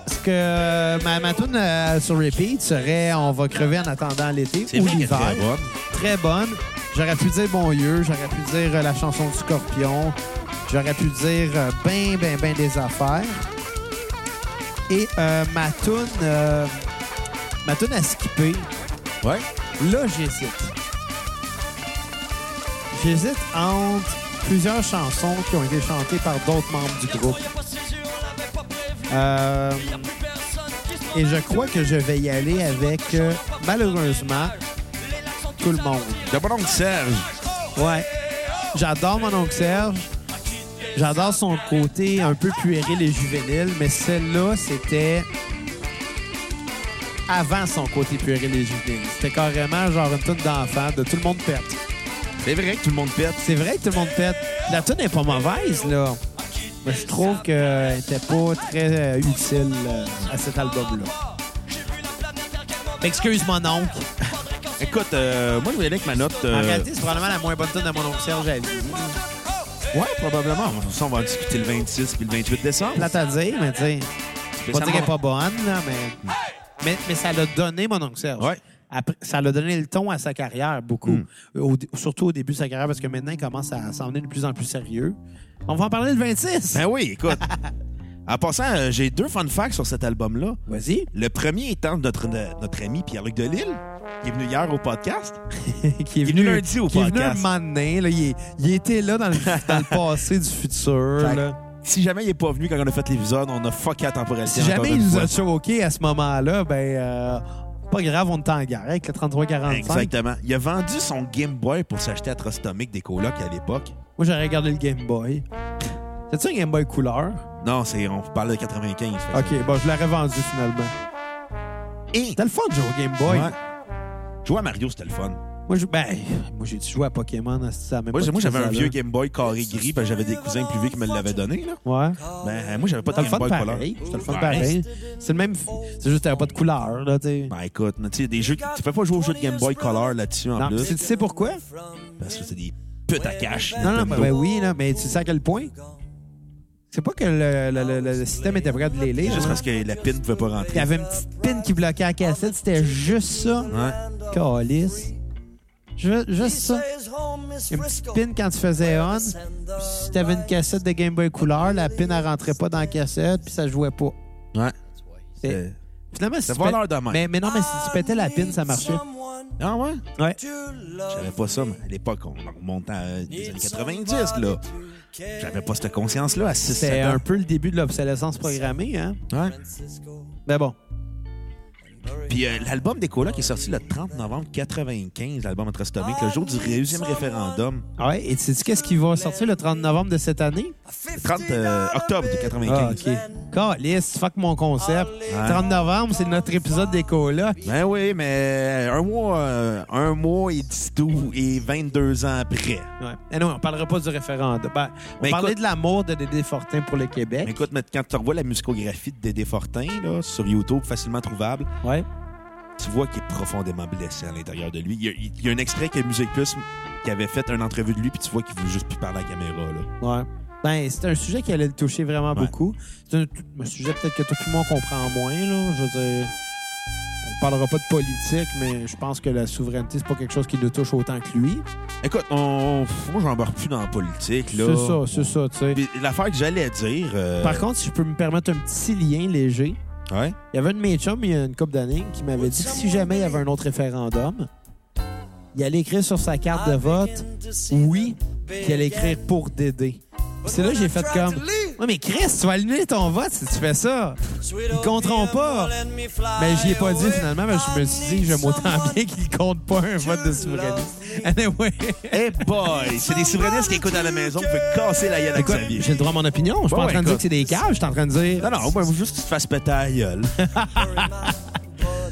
Speaker 1: Parce que ma, ma tune euh, sur repeat serait On va crever en attendant l'été
Speaker 3: C'est
Speaker 1: ou
Speaker 3: vrai qu'elle est
Speaker 1: l'hiver.
Speaker 3: très bonne.
Speaker 1: Très bonne. J'aurais pu dire Bon Dieu, j'aurais pu dire euh, La chanson du scorpion, j'aurais pu dire euh, ben, ben, ben des affaires. Et euh, ma tune, euh, ma tune à skipper, Ah.
Speaker 3: Ouais.
Speaker 1: Là, j'hésite. J'hésite entre plusieurs chansons qui ont été chantées par d'autres membres du groupe. Euh, et je crois que je vais y aller avec, euh, malheureusement, tout le monde.
Speaker 3: De bon oncle Serge.
Speaker 1: Ouais. J'adore mon oncle Serge. J'adore son côté un peu puéril et juvénile, mais celle-là, c'était avant son côté puéril et juvénile. C'était carrément genre une tune d'enfant de tout le monde pète.
Speaker 3: C'est vrai que tout le monde pète.
Speaker 1: C'est vrai que tout le monde pète. La tune n'est pas mauvaise, là. Mais je trouve qu'elle n'était pas très euh, utile euh, à cet album-là. Excuse mon oncle.
Speaker 3: Écoute, euh, moi, je vais aller avec ma note. euh,
Speaker 1: En réalité, c'est probablement la moins bonne tune de mon oncle Serge à vie.
Speaker 3: ouais, probablement. Ça, Ah, on va en discuter le 26 puis le 28 décembre.
Speaker 1: Plate à dire, mais tu sais. Je vais
Speaker 3: Ça
Speaker 1: dire qu'elle n'est
Speaker 3: m'a-
Speaker 1: pas bonne, là, mais... mais. mais ça l'a donné, mon oncle Serge.
Speaker 3: Ouais. Hmm.
Speaker 1: Après, ça l'a donné le ton à sa carrière, beaucoup. Au dé- surtout au début de sa carrière, parce que maintenant, il commence à s'emmener de plus en plus sérieux. On va en parler le 26.
Speaker 3: Ben oui,
Speaker 1: *laughs*
Speaker 3: écoute. en passant, euh, j'ai deux fun facts sur cet album-là.
Speaker 1: Vas-y.
Speaker 3: *laughs* Le premier étant de notre, de- notre ami Pierre-Luc Delille, qui est venu hier au podcast.
Speaker 1: qui est
Speaker 3: Il est
Speaker 1: venu,
Speaker 3: venu lundi au
Speaker 1: qui est venu
Speaker 3: podcast.
Speaker 1: un moment donné, là, il, est- il était là dans le,
Speaker 3: *laughs*
Speaker 1: dans le passé du futur.
Speaker 3: Fait que
Speaker 1: là.
Speaker 3: Si jamais il n'est pas venu quand on a fait l'épisode, on a fucké la temporalité.
Speaker 1: Si
Speaker 3: encore
Speaker 1: jamais
Speaker 3: une
Speaker 1: il nous
Speaker 3: fois.
Speaker 1: a choqué à ce moment-là, ben euh, pas grave, on est en guerre avec le 3345.
Speaker 3: Exactement. Il a vendu son Game Boy pour s'acheter Atrostomic des colocs à l'époque.
Speaker 1: Moi, j'aurais regardé le Game Boy. C'est-tu un Game Boy couleur?
Speaker 3: Non, c'est on parle de 95. fait que-
Speaker 1: OK, bon, je l'aurais vendu finalement.
Speaker 3: Et
Speaker 1: C'était le fun de jouer au Game Boy.
Speaker 3: Ouais. jouer à Mario, c'était le fun.
Speaker 1: Moi, je, ben, moi, j'ai dû jouer à Pokémon. hein, c'est la même
Speaker 3: Moi,
Speaker 1: époque
Speaker 3: j'ai- moi,
Speaker 1: que
Speaker 3: j'avais un
Speaker 1: ça,
Speaker 3: vieux
Speaker 1: là.
Speaker 3: Game Boy carré gris, parce que j'avais des cousins plus vieux qui me l'avaient donné. Là.
Speaker 1: Ouais.
Speaker 3: Ben, moi, j'avais pas de
Speaker 1: C'était le
Speaker 3: Game
Speaker 1: fun
Speaker 3: Boy Color.
Speaker 1: pareil. C'était le fun
Speaker 3: Ouais.
Speaker 1: pareil. C'est le même. C'est juste qu'il n'y avait pas de couleur, là, tu sais.
Speaker 3: Ben, écoute, mais tu sais, des jeux, tu peux pas jouer aux jeux de Game Boy Color là-dessus en
Speaker 1: Non,
Speaker 3: plus.
Speaker 1: tu sais pourquoi?
Speaker 3: Parce que c'est des putes à cash.
Speaker 1: Non, non,
Speaker 3: Nintendo.
Speaker 1: ben oui, là, mais tu sais à quel point? C'est pas que le, le- le- le système était vrai de les lire.
Speaker 3: Juste
Speaker 1: hein.
Speaker 3: parce que la pin pouvait pas
Speaker 1: Il y
Speaker 3: rentrer.
Speaker 1: avait une petite pin qui bloquait la cassette, c'était juste ça.
Speaker 3: Ouais.
Speaker 1: Calice. Ju- Juste ça. Une petite pin quand tu faisais on. Puis si t'avais une cassette de Game Boy Couleur, la pin, elle rentrait pas dans la cassette, puis ça jouait pas.
Speaker 3: Ouais.
Speaker 1: Mais
Speaker 3: Euh,
Speaker 1: Finalement, si
Speaker 3: Ça
Speaker 1: tu
Speaker 3: va
Speaker 1: pét-
Speaker 3: l'heure de même.
Speaker 1: mais, mais non, mais si tu pétais la pin, ça marchait.
Speaker 3: Ah ouais?
Speaker 1: Ouais.
Speaker 3: J'avais pas ça, mais à l'époque, on remonte à euh, les années 90, là. J'avais pas cette conscience-là à 6
Speaker 1: C'est
Speaker 3: 7 ans.
Speaker 1: un peu le début de l'obsolescence programmée, hein?
Speaker 3: Ouais.
Speaker 1: Mais bon.
Speaker 3: Puis euh, l'album des colocs est sorti le 30 novembre 95, l'album Atrostomique, le jour du deuxième référendum.
Speaker 1: Ah ouais, et tu sais qu'est-ce qui va sortir le 30 novembre de cette année?
Speaker 3: Le 30 euh, octobre de 95.
Speaker 1: Ah, OK. Calice, fuck mon concept.
Speaker 3: Ouais.
Speaker 1: 30 novembre, c'est notre épisode des colocs.
Speaker 3: Ben oui, mais un mois, euh, un mois et 10 12 et 22 ans après.
Speaker 1: Ouais. Eh non, on parlera pas du référendum. Ben, on
Speaker 3: Ben,
Speaker 1: parlait
Speaker 3: écoute-
Speaker 1: de l'amour de Dédé Fortin pour le Québec.
Speaker 3: Mais écoute, mais quand tu revois la muscographie de Dédé Fortin là, sur YouTube, facilement trouvable,
Speaker 1: Ouais.
Speaker 3: tu vois qu'il est profondément blessé à l'intérieur de lui. Il y, a, il y a un extrait que Musique Plus qui avait fait une entrevue de lui, puis tu vois qu'il veut juste plus parler à la caméra. Là.
Speaker 1: Ouais. Ben, c'est un sujet qui allait le toucher vraiment
Speaker 3: Ouais.
Speaker 1: beaucoup. C'est un, t- un sujet peut-être que tout le monde comprend moins, là. Je veux dire, on parlera pas de politique, mais je pense que la souveraineté, c'est pas quelque chose qui le touche autant que lui.
Speaker 3: Écoute, on, moi, j'embarque plus dans la politique. là.
Speaker 1: C'est ça, c'est ça, tu sais.
Speaker 3: Puis L'affaire que j'allais dire. euh,
Speaker 1: Par contre, si je peux me permettre un petit lien léger,
Speaker 3: Ouais.
Speaker 1: il y avait un de mes chums, il y a une couple d'années, qui m'avait dit que si jamais il y avait un autre référendum, il allait écrire sur sa carte de vote oui, puis il allait écrire pour Dédé. Puis C'est là que j'ai fait comme Ouais, mais Chris, tu vas annuler ton vote si tu fais ça.
Speaker 2: Ils
Speaker 1: compteront pas. Mais Ben, j'y ai pas
Speaker 3: Ah,
Speaker 1: dit finalement, mais je me suis dit que j'aime autant bien qu'il compte pas un vote de souverainiste. Anyway.
Speaker 3: Hey boy, c'est des souverainistes qui écoutent à la maison, pour casser la gueule
Speaker 1: *laughs*
Speaker 3: à
Speaker 1: Écoute,
Speaker 3: Xavier.
Speaker 1: j'ai le droit à mon opinion. Je suis pas
Speaker 3: Ouais,
Speaker 1: en train de dire
Speaker 3: écoute.
Speaker 1: que c'est des caves, je suis en train de dire.
Speaker 3: Non, non, moi, je veux juste que tu te fasses péter à la gueule.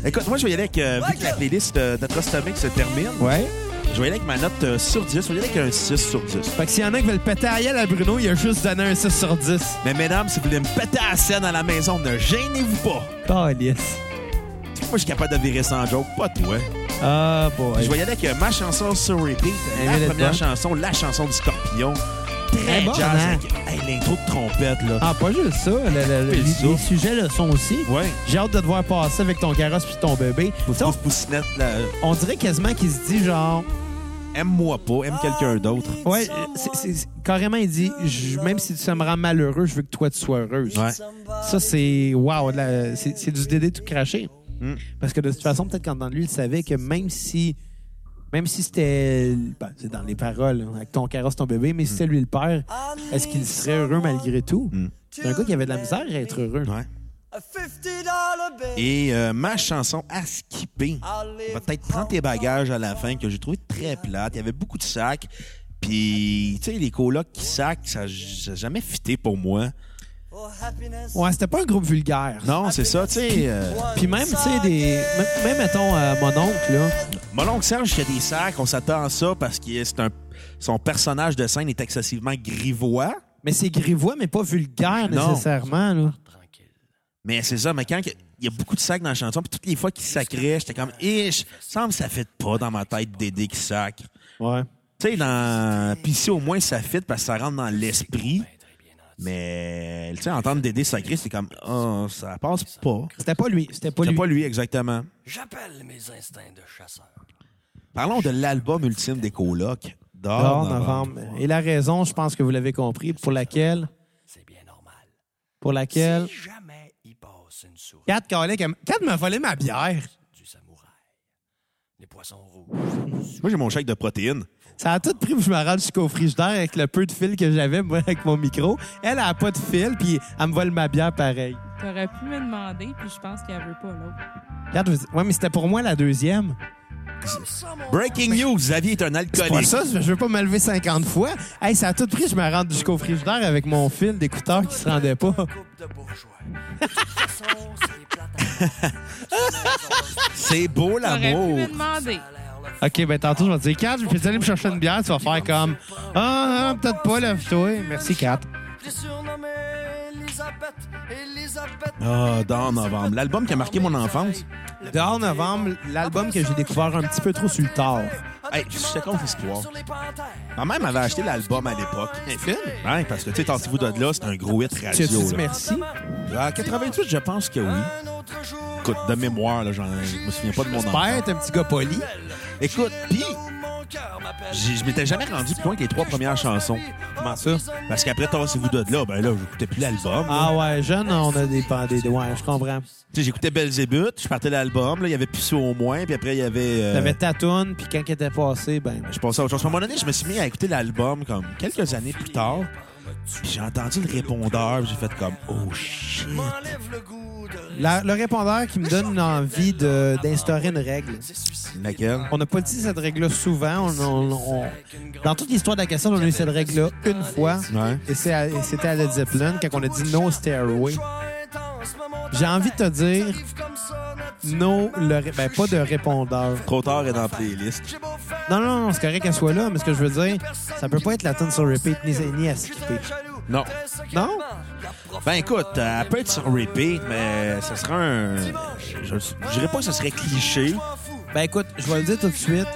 Speaker 3: Écoute, moi, je vais y aller avec. euh, vu que la playlist euh, d'Atrostomic se termine,
Speaker 1: Ouais.
Speaker 3: je Je vais y aller avec ma note euh, sur 10. Je vais y aller avec un 6 sur 10.
Speaker 1: Fait que s'il y en a qui veulent péter à gueule à Bruno, il a juste donné un 6 sur 10.
Speaker 3: Mais mesdames, si vous voulez me péter à la scène à la maison, ne gênez-vous pas.
Speaker 1: Calice.
Speaker 3: Moi, je suis capable de virer sans joke, pas toi.
Speaker 1: Ah, boy.
Speaker 3: Je voyais avec euh, ma chanson sur repeat,
Speaker 1: Elle
Speaker 3: la
Speaker 1: vient d'être
Speaker 3: première
Speaker 1: bonne.
Speaker 3: chanson, la chanson du Scorpion. Très
Speaker 1: Elle est bonne,
Speaker 3: jazz,
Speaker 1: hein?
Speaker 3: avec- hey, l'intro de trompette, là.
Speaker 1: Ah, pas juste ça. le- le- le-
Speaker 3: Puis
Speaker 1: les,
Speaker 3: ça.
Speaker 1: les sujets le sont aussi.
Speaker 3: Ouais.
Speaker 1: J'ai hâte de te voir passer avec ton carrosse puis ton bébé. Tu sais,
Speaker 3: Pouf, poussinette, là.
Speaker 1: on, on dirait quasiment qu'il se dit genre...
Speaker 3: Aime-moi pas, aime quelqu'un d'autre.
Speaker 1: Ouais, euh, c'est- c'est- c'est- carrément, il dit, je- même si ça me rend malheureux, je veux que toi, tu sois heureuse.
Speaker 3: Ouais.
Speaker 1: Ça, c'est... Wow, de la- c'est c'est du dédé tout craché.
Speaker 3: Mm.
Speaker 1: Parce que de toute façon, peut-être qu'en dedans de lui, il savait que même si... Même si c'était... ben, c'est dans les paroles, hein, avec ton carrosse, ton bébé,
Speaker 3: Hmm.
Speaker 1: mais si c'était lui le père, est-ce qu'il serait heureux malgré tout?
Speaker 3: Mm.
Speaker 1: C'est un gars qui avait de la misère à être heureux.
Speaker 3: Ouais.
Speaker 2: $50 bill.
Speaker 3: Et euh, ma chanson à skipper, Ah. peut-être prendre tes bagages à la fin, que j'ai trouvé très plate. Il y avait beaucoup de sacs. Puis, tu sais, les colocs qui sac, ça n'a jamais fité pour moi.
Speaker 2: Oh, happiness.
Speaker 1: Ouais, c'était pas un groupe vulgaire.
Speaker 3: Non, c'est ça, tu sais. euh,
Speaker 1: Puis même, tu sais, des... Même, même, mettons, euh, mon oncle, là...
Speaker 3: Mon oncle Serge fait des sacs, on s'attend à ça parce que c'est un, son personnage de scène est excessivement grivois.
Speaker 1: Mais c'est grivois, mais pas vulgaire
Speaker 3: Non.
Speaker 1: nécessairement. Là.
Speaker 3: Mais c'est ça, mais quand que- il y a beaucoup de sacs dans la chanson, puis toutes les fois qu'il sacrait, j'étais comme, ish, semble que ça fait pas dans ma tête d'aider qui sacre.
Speaker 1: Ouais.
Speaker 3: Tu sais, dans. Puis ici, au moins, ça fit parce que ça rentre dans l'esprit. Mais, tu sais, entendre Dédé sacré, c'est comme, oh, ça passe pas.
Speaker 1: C'était pas lui. C'était pas
Speaker 3: C'est
Speaker 1: lui.
Speaker 3: pas lui, exactement.
Speaker 4: J'appelle mes instincts de chasseur.
Speaker 3: Parlons de l'album ultime des colocs. Dehors,
Speaker 1: Dehors, novembre.
Speaker 3: novembre.
Speaker 1: Et la raison, je pense que vous l'avez compris, pour laquelle.
Speaker 4: C'est bien normal.
Speaker 1: Pour laquelle.
Speaker 4: Si jamais il passe une souris
Speaker 1: Quatre Calic, elle m- Quatre m'a volé ma bière.
Speaker 4: du samouraï, les poissons rouges,
Speaker 3: Moi, j'ai mon chèque de protéines.
Speaker 1: Ça a tout pris pour que je me rende jusqu'au frigidaire avec le peu de fil que j'avais, moi, avec mon micro. Elle, elle a pas de fil, puis elle me vole ma bière pareil.
Speaker 5: T'aurais pu me demander, puis je pense qu'elle veut pas l'autre.
Speaker 1: Quatre, vous- ouais, mais c'était pour moi la deuxième.
Speaker 3: Breaking news, Xavier est un
Speaker 1: C'est pas
Speaker 3: alcoolique.
Speaker 1: ça, je veux pas me lever 50 fois. Hey, ça a tout pris, je me rende jusqu'au frigidaire avec mon fil d'écouteur qui se rendait pas.
Speaker 4: coupe de bourgeois. De toute façon, c'est plate
Speaker 1: *laughs*
Speaker 3: C'est beau
Speaker 5: T'aurais pu
Speaker 3: l'amour.
Speaker 5: me demander.
Speaker 4: à l'air, le
Speaker 1: OK, ben tantôt, je vais te dire, Kat, je peux aller me chercher une bière, tu vas faire comme Ah, ah, peut-être pas, lève-toi. Merci, Kat.
Speaker 2: Je l'ai surnommée Elisabeth, Elisabeth.
Speaker 3: Ah, dans novembre. L'album qui a marqué mon enfance.
Speaker 1: Dehors novembre, l'album que j'ai découvert un petit peu trop sur le tard.
Speaker 3: Hey, je te raconte l'histoire.
Speaker 2: Sur les panthères.
Speaker 3: Ma mère m'avait acheté l'album à l'époque.
Speaker 1: Un film?
Speaker 3: Ouais, parce que, tu sais, tentez-vous de là, c'est un gros hit
Speaker 1: Tu as
Speaker 3: radio.
Speaker 1: dit
Speaker 3: là.
Speaker 1: merci?
Speaker 3: En 88, Ah, je pense que oui.
Speaker 2: Un autre jour.
Speaker 3: Écoute, de mémoire, là, j'en- je me souviens pas de mon enfance.
Speaker 1: Père, t'es un petit gars poli.
Speaker 3: Écoute, puis
Speaker 2: Mon cœur m'appelle.
Speaker 3: j'ai- je m'étais jamais rendu plus loin que les trois premières chansons.
Speaker 1: Comment ça?
Speaker 3: Parce qu'après Tassez-vous de là, ben là, j'écoutais plus l'album.
Speaker 1: Ah ouais, jeune, on a des pandés. Ouais, je comprends.
Speaker 3: Tu sais, j'écoutais Belzébuth, je partais l'album, là, il y avait Pissou au moins, puis après, il y avait... euh,
Speaker 1: T'avais ta toune, puis quand elle était passée, ben...
Speaker 3: Je pensais à autre chose. À un moment donné, je me suis mis à écouter l'album comme quelques années plus tard. Puis j'ai entendu le répondeur, puis j'ai fait comme oh shit.
Speaker 2: M'enlève le goût de
Speaker 1: la- le répondeur qui me donne une envie de- d'instaurer une règle.
Speaker 3: Laquelle
Speaker 1: On n'a pas dit cette règle-là souvent. On- on- on- Dans toute l'histoire de la cassette, on a eu cette règle-là une fois.
Speaker 3: Ouais.
Speaker 1: Et c'est à- et c'était à Led Zeppelin quand on a dit No Stairway. J'ai envie de te dire No, le ré- ben, pas de répondeur.
Speaker 3: Trop tard est dans la playlist.
Speaker 1: Non, non, non, c'est correct qu'elle soit là, mais ce que je veux dire, ça peut pas être la tune sur repeat ni, ni à skipper.
Speaker 3: Non.
Speaker 1: Non?
Speaker 3: Ben écoute, euh, elle peut être sur repeat, mais ce serait un. Je, je dirais pas que ce serait cliché.
Speaker 1: Ben écoute, je vais le dire tout de suite,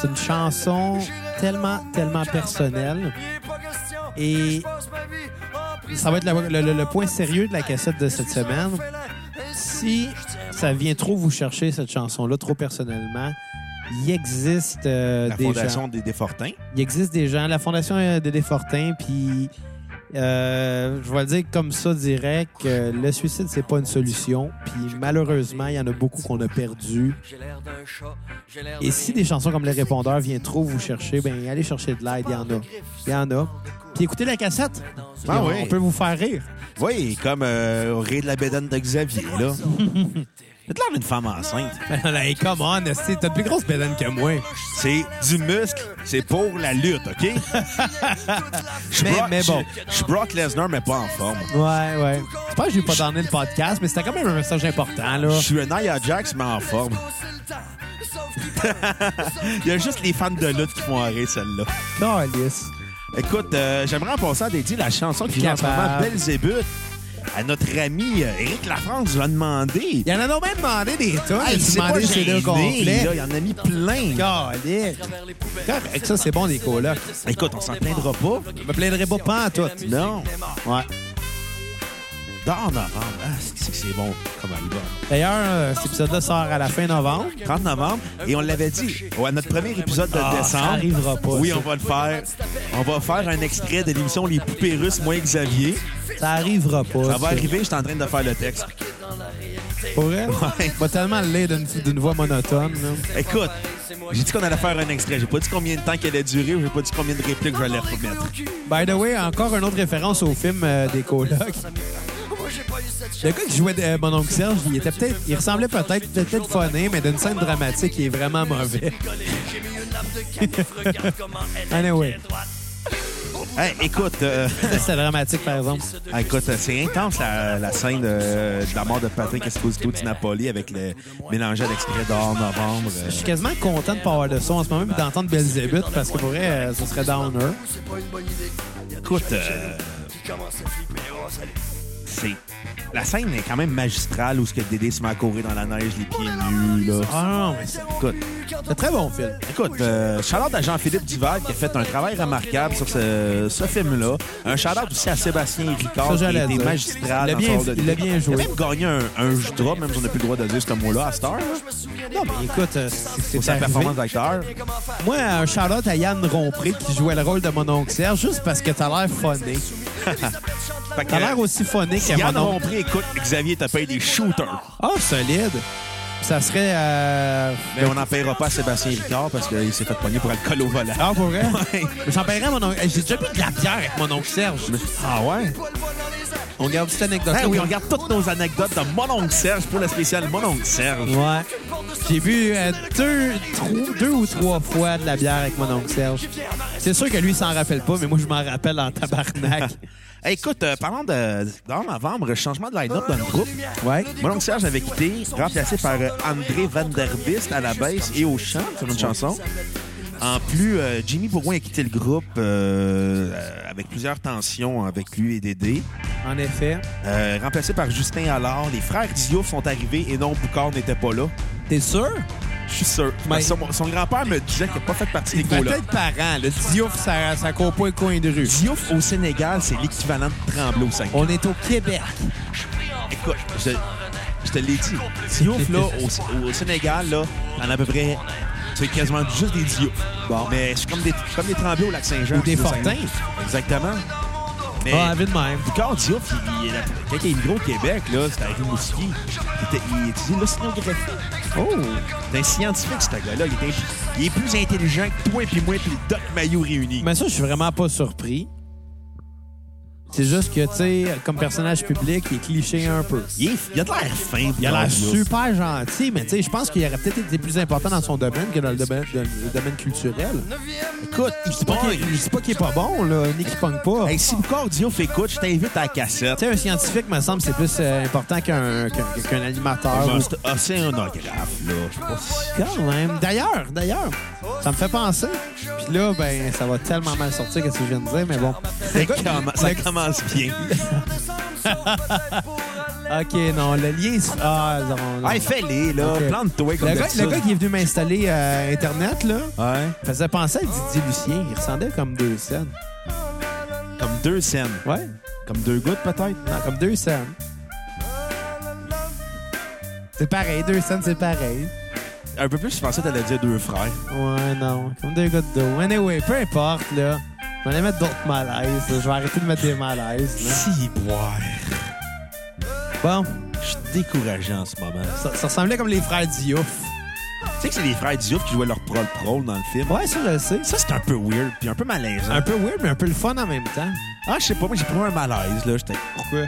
Speaker 1: c'est une chanson tellement, tellement personnelle. Et ça va être le, le- le- le point sérieux de la cassette de cette semaine. Si ça vient trop vous chercher, cette chanson-là, trop personnellement, il existe euh,
Speaker 3: La
Speaker 1: des gens.
Speaker 3: fondation des Défortins.
Speaker 1: Il existe des gens. La Fondation euh, des Défortins, puis euh, je vais le dire comme ça direct, que le suicide, c'est pas une solution. Puis malheureusement, il y en a beaucoup qu'on a perdu.
Speaker 2: J'ai l'air d'un chat, j'ai l'air
Speaker 1: Et si des chansons comme Les Répondeurs viennent trop vous chercher, ben allez chercher de l'aide, il y en a. Il y en a. Puis *laughs* écoutez la cassette.
Speaker 3: Ah
Speaker 1: on,
Speaker 3: oui.
Speaker 1: on peut vous faire rire.
Speaker 3: Oui, comme euh, au Ré de la bédaine de Xavier, là. T'as de l'air d'une femme enceinte.
Speaker 1: *laughs* hey, *laughs* come on, esti, t'as de plus grosse bédaine que moi.
Speaker 3: C'est du muscle,
Speaker 1: *laughs*
Speaker 3: c'est pour la lutte, OK? Je
Speaker 1: Mais-
Speaker 3: Brock-
Speaker 1: mais bon.
Speaker 3: Je je Brock Lesnar, mais pas en forme.
Speaker 1: Ouais, ouais. Je pense que j'ai pas donné le podcast, mais c'était quand même un message important, là. *laughs*
Speaker 3: Je suis un Nia Jax, mais en forme.
Speaker 2: sauf qui peut. Sauf
Speaker 3: Il y a juste les fans de lutte qui font arrêter celle-là.
Speaker 1: Non, Alice.
Speaker 3: Écoute, euh, j'aimerais en passant dédier la chanson qui joue en ce moment,
Speaker 1: Capable.
Speaker 3: Belzébuth, à notre ami euh, Éric Lafrance. Je lui ai demandé.
Speaker 1: Il y en a donc même demandé des tonnes.
Speaker 3: Ah, il s'est pas
Speaker 1: demandé
Speaker 3: gêné,
Speaker 1: ces deux
Speaker 3: là,
Speaker 1: complets.
Speaker 3: il en a mis plein.
Speaker 1: Calice. Correct, ça, c'est bon, des colocs.
Speaker 3: Écoute, on s'en plaindra pas.
Speaker 1: Je me plaindrai pas pas en tout.
Speaker 3: Non.
Speaker 1: Ouais.
Speaker 3: Dans novembre. Ah, c'est que c'est bon comme album.
Speaker 1: D'ailleurs, euh, cet épisode-là sort à la fin novembre.
Speaker 3: 30 novembre. Et on l'avait dit, à notre premier épisode de
Speaker 1: Ah,
Speaker 3: décembre.
Speaker 1: ça arrivera pas,
Speaker 3: Oui,
Speaker 1: ça.
Speaker 3: on va le faire. On va faire un extrait de l'émission Les Poupées Russes, moi et Xavier.
Speaker 1: Ça arrivera pas.
Speaker 3: Ça va arriver, je suis en train de faire le texte.
Speaker 1: Pour vrai? Ouais. Va tellement le lire d'une d'une voix monotone. là.
Speaker 3: Écoute, j'ai dit qu'on allait faire un extrait. J'ai pas dit combien de temps qu'elle allait durer ou j'ai pas dit combien de répliques j'allais remettre.
Speaker 1: By the way, encore une autre référence au film euh, des colocs. Le gars qui jouait euh, mon oncle Serge, il était peut-être, il ressemblait peut-être, il était peut-être phoné, mais d'une scène dramatique, il est vraiment mauvais. *laughs* anyway,
Speaker 3: Hey, écoute, euh,
Speaker 1: c'était dramatique par exemple.
Speaker 3: ah, écoute, c'est intense la, la scène euh, de, la mort de Patrick Esposito di Napoli avec le mélangé à l'extrait d'or novembre. euh.
Speaker 1: Je suis quasiment content de pas avoir de son en ce moment, puis d'entendre Belzébuth, parce que pour vrai, euh, ce serait downer.
Speaker 3: Écoute, euh, c'est la scène est quand même magistrale où ce que Dédé se met à courir dans la neige, les pieds nus là.
Speaker 1: Ah non, mais c'est
Speaker 3: Écoute,
Speaker 1: c'est un très bon film.
Speaker 3: écoute, euh, shout-out à Jean-Philippe Duval qui a fait un travail remarquable sur ce, ce film-là. Un shout-out aussi à Sébastien Ricard
Speaker 1: Ça,
Speaker 3: qui
Speaker 1: j'allais
Speaker 3: a été
Speaker 1: dire.
Speaker 3: magistral
Speaker 1: Il a
Speaker 3: dans
Speaker 1: bien-
Speaker 3: son rôle de
Speaker 1: il a
Speaker 3: Dédé.
Speaker 1: bien joué.
Speaker 3: Il a même gagné un, un jus de drap, même si on n'a plus le droit de dire ce mot-là à Star.
Speaker 1: Non, mais écoute, euh, c'est-
Speaker 3: Pour
Speaker 1: c'est
Speaker 3: sa
Speaker 1: arrivé.
Speaker 3: performance d'acteur.
Speaker 1: Moi, un shout-out à Yann Rompré qui jouait le rôle de mon oncle Serge, juste parce que t'as l'air phoné.
Speaker 3: Fait que,
Speaker 1: T'as l'air aussi phoné que
Speaker 3: Euh, Yann
Speaker 1: mon oncle.
Speaker 3: Rompré, écoute, Xavier te paye des shooters.
Speaker 1: Ah, solide. Ça serait... Euh...
Speaker 3: Mais on n'en payera pas à Sébastien Ricard parce qu'il s'est fait pogner pour alcool au volant.
Speaker 1: Ah, pour vrai?
Speaker 3: Ouais.
Speaker 1: J'en paierais à mon oncle. J'ai déjà bu de la bière avec mon oncle Serge.
Speaker 3: Ah ouais?
Speaker 1: On garde cette anecdote.
Speaker 3: Ben oui, on regarde toutes nos anecdotes de Mon oncle Serge pour le spécial Mon oncle Serge.
Speaker 1: Ouais. J'ai bu euh, deux, trois- deux ou trois fois de la bière avec mon oncle Serge. C'est sûr que lui, il s'en rappelle pas, mais moi, je m'en rappelle en
Speaker 3: *laughs*
Speaker 1: tabarnak.
Speaker 3: Hey, écoute, euh, parlant de dans novembre, changement de line-up dans le groupe.
Speaker 1: Ouais.
Speaker 3: Mon oncle Serge avait quitté, remplacé par euh, André Vanderbist à la baisse et au chant sur une chanson. En plus, euh, Jimmy Bourgoin a quitté le groupe euh, euh, avec plusieurs tensions avec lui et Dédé.
Speaker 1: En effet.
Speaker 3: Euh, remplacé par Justin Allard, les frères Diouf sont arrivés et non, Boucard n'était pas là.
Speaker 1: T'es sûr?
Speaker 3: Je suis sûr.
Speaker 1: Mais-
Speaker 3: Son, son grand-père me disait qu'il n'a pas fait partie des gars-là.
Speaker 1: Peut-être parent. Le Diouf, ça, ça court pas un coin de rue.
Speaker 3: Diouf au Sénégal, c'est l'équivalent de Tremblay au Saguenay.
Speaker 1: On est au Québec.
Speaker 3: Oh, Écoute, je, je te l'ai dit. Diouf, là, au, au Sénégal, là, en à peu près, c'est quasiment juste des Diouf.
Speaker 1: Bon.
Speaker 3: Mais c'est comme des, comme des Tremblay au Lac-Saint-Jean.
Speaker 1: Ou des
Speaker 3: au Saguenay.
Speaker 1: Fortins.
Speaker 3: Exactement. Mais
Speaker 1: Ah, vite même.
Speaker 3: Picard Diouf, il, il, est- quand il est migré au Québec, là, c'était à Rimouski, il, était, il étudiait l'océanographie. Oh! C'est un scientifique, ce gars-là. Il, est impliqué- il est plus intelligent que toi et puis moi et puis le Doc Mayou réunis.
Speaker 1: Mais ça, je suis vraiment pas surpris. C'est juste que, tu sais, comme personnage public, il est cliché un peu.
Speaker 3: Il, est- il a de l'air fin.
Speaker 1: Il a l'air
Speaker 3: Picard Diouf.
Speaker 1: super gentil, mais tu sais, je pense qu'il aurait peut-être été plus important dans son domaine que dans le domaine, dans le domaine culturel. Écoute, je dis pas qu'il je dis pas qu'il est pas bon, là, ni qu'il pogne pas.
Speaker 3: Hey,
Speaker 1: Tu
Speaker 3: si Boucard Diouf écoute, je t'invite à la cassette.
Speaker 1: sais, un scientifique, me semble, c'est plus euh, important qu'un qu'un qu'un animateur.
Speaker 3: Ah,
Speaker 1: ou-
Speaker 3: C'est océanographe, là. Je sais pas si-
Speaker 1: Quand même. D'ailleurs, d'ailleurs, ça me fait penser. Puis là, ben, ça va tellement mal sortir que ce que je viens de dire, mais bon. Le gars-
Speaker 3: Ça commence- Ça
Speaker 1: le-
Speaker 3: commence bien.
Speaker 1: *laughs* Ok, non, le lien. Ah, non, non.
Speaker 3: Hey, fais-les, là.
Speaker 1: Ok.
Speaker 3: Plante-toi comme
Speaker 1: Le gars,
Speaker 3: d'habitude.
Speaker 1: le gars qui est venu m'installer euh, Internet, là,
Speaker 3: Ouais.
Speaker 1: faisait penser à Didier Lucien. Il ressemblait comme deux scènes.
Speaker 3: Comme deux scènes.
Speaker 1: Ouais.
Speaker 3: Comme deux gouttes, peut-être.
Speaker 1: Non, comme deux scènes. C'est pareil, deux scènes, c'est pareil.
Speaker 3: Un peu plus, je pensais que t'allais dire deux frères.
Speaker 1: Ouais, non. Comme deux gouttes d'eau. Anyway, peu importe, là. Je vais aller mettre d'autres malaises. là. Je vais arrêter de mettre des malaises.
Speaker 3: Si, boire.
Speaker 1: là. Bon,
Speaker 3: Je suis découragé en ce moment.
Speaker 1: ça, ça ressemblait comme les frères Diouf.
Speaker 3: Tu sais que c'est les frères Diouf qui jouaient leur prol prol dans le film.
Speaker 1: Ouais, ça, je le sais.
Speaker 3: Ça, c'est un peu weird, puis un peu malaisant.
Speaker 1: Un peu weird, mais un peu le fun en même temps.
Speaker 3: Ah, je sais pas, moi, j'ai pris un malaise, là. J'étais.
Speaker 1: Pourquoi?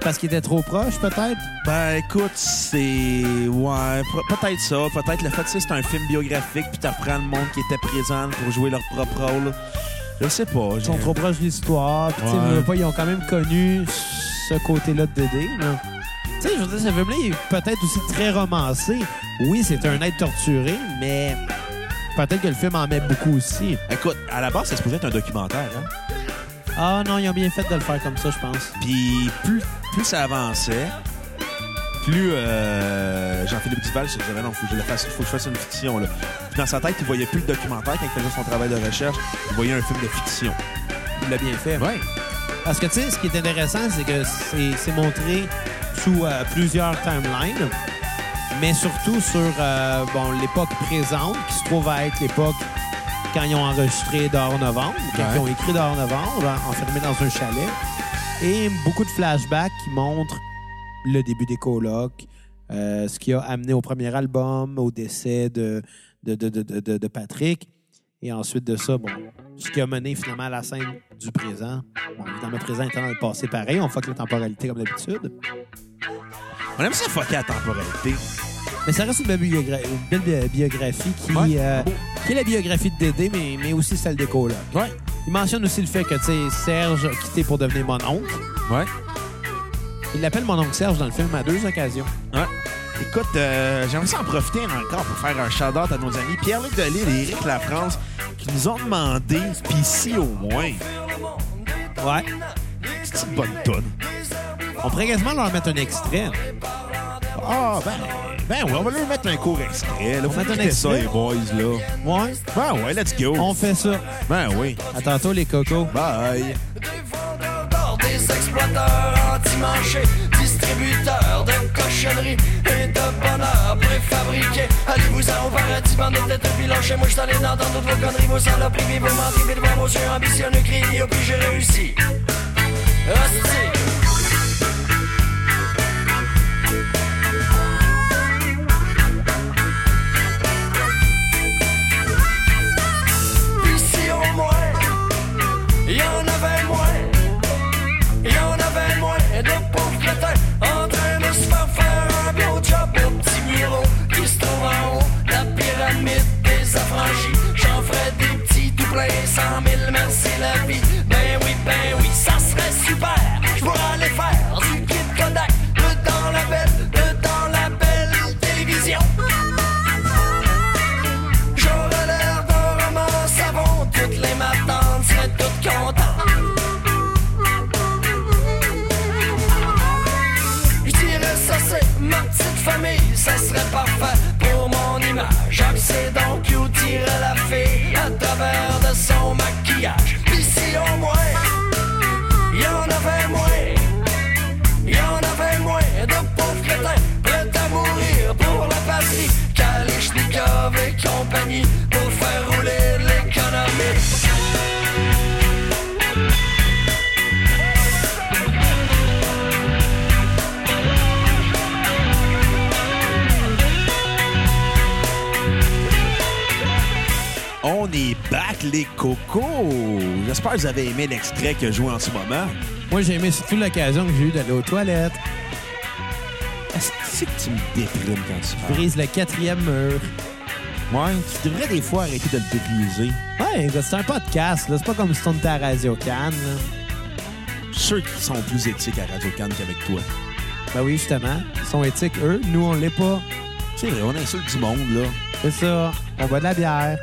Speaker 1: Parce qu'il était trop proche, peut-être?
Speaker 3: Ben, écoute, c'est. Ouais, pro- peut-être ça. Peut-être le fait que tu sais, c'est un film biographique, puis t'apprends le monde qui était présent pour jouer leur propre rôle. Je sais pas.
Speaker 1: Ils
Speaker 3: j'ai-
Speaker 1: sont trop proches de l'histoire. Puis, tu sais,
Speaker 3: Ouais.
Speaker 1: veux pas, ils ont quand même connu ce côté-là de Dédé. là. Tu sais, je veux dire, ce film-là il est peut-être aussi très romancé. Oui, c'est un être torturé, mais peut-être que le film en met beaucoup aussi.
Speaker 3: Écoute, à la base, ça se pouvait être un documentaire. Hein?
Speaker 1: Ah non, ils ont bien fait de le faire comme ça, je pense.
Speaker 3: Puis plus, plus ça avançait, plus euh, Jean-Philippe Duval se disait, Mais non, faut que, je le fasse, faut que je fasse une fiction. Là. Puis dans sa tête, il voyait plus le documentaire quand il faisait son travail de recherche. Il voyait un film de fiction.
Speaker 1: Il l'a bien fait.
Speaker 3: Ouais.
Speaker 1: Parce que, tu sais, ce qui est intéressant, c'est que c'est c'est montré sous euh, plusieurs timelines, mais surtout sur euh, bon, l'époque présente, qui se trouve à être l'époque quand ils ont enregistré Dehors Novembre, quand
Speaker 3: Ouais.
Speaker 1: ils ont écrit Dehors Novembre, en- enfermés dans un chalet, et beaucoup de flashbacks qui montrent le début des colocs, euh, ce qui a amené au premier album, au décès de, de, de, de, de- de- de Patrick. Et ensuite de ça, bon, ce qui a mené finalement à la scène du présent. Bon, évidemment, le présent étant dans le passé pareil, on fuck la temporalité comme d'habitude.
Speaker 3: On aime ça fucker la temporalité.
Speaker 1: Mais ça reste une belle, biogra- une belle bi- biographie qui,
Speaker 3: Ouais.
Speaker 1: euh, qui est la biographie de Dédé, mais, mais aussi celle des colocs.
Speaker 3: Ouais.
Speaker 1: Il mentionne aussi le fait que tu sais, Serge a quitté pour devenir mon oncle.
Speaker 3: Ouais.
Speaker 1: Il l'appelle mon oncle Serge dans le film à deux occasions.
Speaker 3: Ouais. hein? Écoute, euh, j'aimerais ça en profiter encore pour faire un shout-out à nos amis Pierre-Luc Delisle et Éric Lafrance qui nous ont demandé, puis ici au moins,
Speaker 1: Ouais.
Speaker 3: c'est une bonne tonne.
Speaker 1: On pourrait quasiment leur mettre un extrait.
Speaker 3: Ah, ben, ben oui, on va leur mettre un court extrait. Là. Faut
Speaker 1: va mettre un
Speaker 3: écouter ça,
Speaker 1: extrait?
Speaker 3: les boys, là.
Speaker 1: Ouais.
Speaker 3: Ben ouais, let's go.
Speaker 1: On fait ça.
Speaker 3: Ben oui.
Speaker 1: À tantôt, les cocos.
Speaker 3: Bye.
Speaker 2: Des vendeurs d'or, des exploiteurs anti-marchés, distributeurs de cochonneries et de bonheur préfabriqués. Allez-vous-en au paradis, bande de têtes pilonchées. Moi, je t'en ai dans dans toutes vos conneries, vos saloperies, puis vos menteries, puis devant vos yeux ambitionneux, criés, puis j'ai réussi. Hostie. Puis si au moins il y en avait moins, il y en avait moins de pauvres crétins en train de se faire faire un beau job au petit bureau qui se trouve en haut de la pyramide des affranchis. J'en ferais des petits tout plein, cent mille, merci la vie. Ben oui, ben oui, ça serait super. Je pourrais aller faire du kit Kodak, de dans la belle, de dans la belle télévision. J'aurais l'air d'un roman savon Toutes les matins seraient toutes contentes Je dirais ça c'est ma petite famille Ça serait parfait pour mon image C'est donc où tirer la fille À travers de son maquillage Pis si au moins il y en avait moins il y en avait moins de pauvres crétins prêts à mourir pour la patrie. Kalichnikov et compagnie pour faire rouler l'économie.
Speaker 3: On est back, les cocos. J'espère que vous avez aimé l'extrait que je joue en ce moment.
Speaker 1: Moi, j'ai aimé surtout l'occasion que j'ai eue d'aller aux toilettes.
Speaker 3: Est-ce que c'est que tu me déprimes quand tu parles?
Speaker 1: Brise le quatrième mur.
Speaker 3: Ouais, tu devrais des fois arrêter de le déprimer.
Speaker 1: Ouais, c'est un podcast, là. C'est pas comme si on était à Radio Cannes, là.
Speaker 3: Ceux qui sont plus éthiques à Radio-Can qu'avec toi.
Speaker 1: Ben oui, justement. Ils sont éthiques, eux. Nous, on l'est pas.
Speaker 3: C'est vrai, on insulte du monde, là.
Speaker 1: C'est ça. On boit de la bière.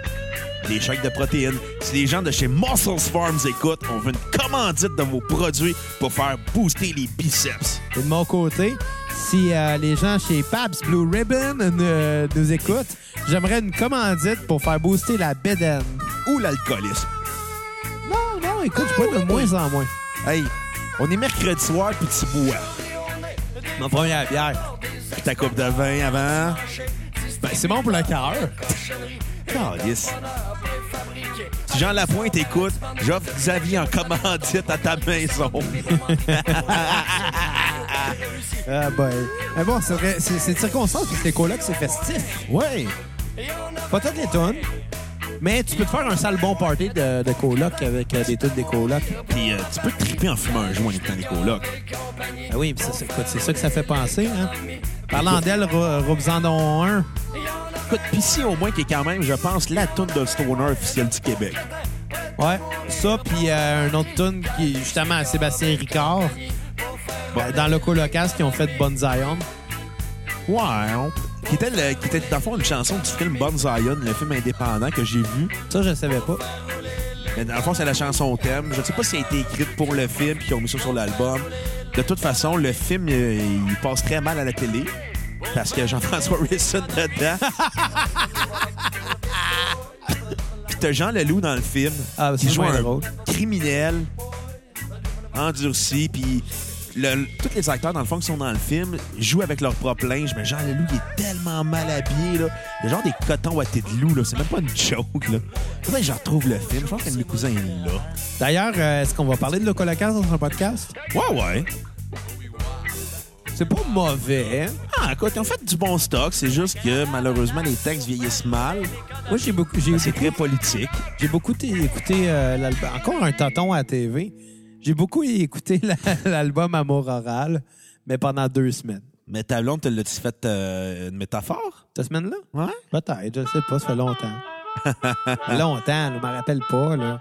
Speaker 3: Des chèques de protéines. Si les gens de chez Muscles Farms écoutent, on veut une commandite de vos produits pour faire booster les biceps.
Speaker 1: Et de mon côté, si euh, les gens chez Pabst Blue Ribbon euh, nous écoutent, j'aimerais une commandite pour faire booster la bédaine.
Speaker 3: Ou l'alcoolisme.
Speaker 1: Non, non, écoute, je bois de moins en moins.
Speaker 3: Hey, on est mercredi soir, puis tu bois.
Speaker 1: Ma première bière.
Speaker 3: Puis ta coupe de vin avant.
Speaker 1: Ben, c'est bon pour le cœur.
Speaker 3: Calice. Si Jean Lapointe écoute, j'offre Xavier en commandite à ta maison.
Speaker 1: Ah, ben. Mais bon, c'est vrai, c'est c'est de circonstance parce que les colocs, c'est festif.
Speaker 3: Ouais.
Speaker 1: Pas toutes les tonnes, mais tu peux te faire un sale bon party de, de coloc avec euh, des tunes des colocs.
Speaker 3: Puis euh, tu peux te triper en fumant un joint en écoutant les colocs.
Speaker 1: Ah oui, pis ça, c'est écoute, c'est ça que ça fait penser. Hein? Parlant d'elle, Robzan dont un.
Speaker 3: Écoute, pis si au moins qui est quand même, je pense, la toune de Stoner officielle du Québec.
Speaker 1: Ouais, ça, puis euh, un autre tune qui est justement à Sébastien Ricard. euh, dans le colocasse qui ont fait Bonzai Home.
Speaker 3: Ouais. on- Qui était, le- qui était, dans le fond, une chanson du film Bon Zion, le film indépendant que j'ai vu.
Speaker 1: Ça, je ne savais pas.
Speaker 3: Mais dans le fond, c'est la chanson thème. Je ne sais pas si elle a été écrite pour le film, puis qu'ils ont mis ça sur l'album. De toute façon, le film, euh, il passe très mal à la télé. Parce que Jean-François Risson dedans. *laughs* puis t'as Jean Leloup dans le film.
Speaker 1: Ah,
Speaker 3: qui
Speaker 1: c'est
Speaker 3: joue
Speaker 1: moins
Speaker 3: un
Speaker 1: drôle.
Speaker 3: criminel endurci. Puis le- tous les acteurs, dans le fond, qui sont dans le film, jouent avec leur propre linge. Mais Jean Leloup, il est tellement mal habillé. Là. Il a genre des cotons à tête de loup. là. C'est même pas une joke. Là. Faudrait que je retrouve le film. Je pense que mes cousins est là.
Speaker 1: D'ailleurs, euh, est-ce qu'on va parler de le colocasse dans un podcast?
Speaker 3: Ouais, ouais.
Speaker 1: C'est pas mauvais. hein?
Speaker 3: Ah, écoute, ils ont fait du bon stock. C'est juste que, malheureusement, les textes vieillissent mal.
Speaker 1: Moi, j'ai beaucoup, j'ai,
Speaker 3: Ben, C'est très politique.
Speaker 1: j'ai beaucoup t- écouté euh, l'album. Encore un tonton à TV. J'ai beaucoup écouté la- *laughs* l'album Amour Oral, mais pendant deux semaines.
Speaker 3: Mais ta blonde, te l'as-tu fait euh, une métaphore?
Speaker 1: Cette semaine-là?
Speaker 3: Ouais.
Speaker 1: Peut-être, je sais pas, ça fait longtemps. longtemps, je me rappelle pas, là.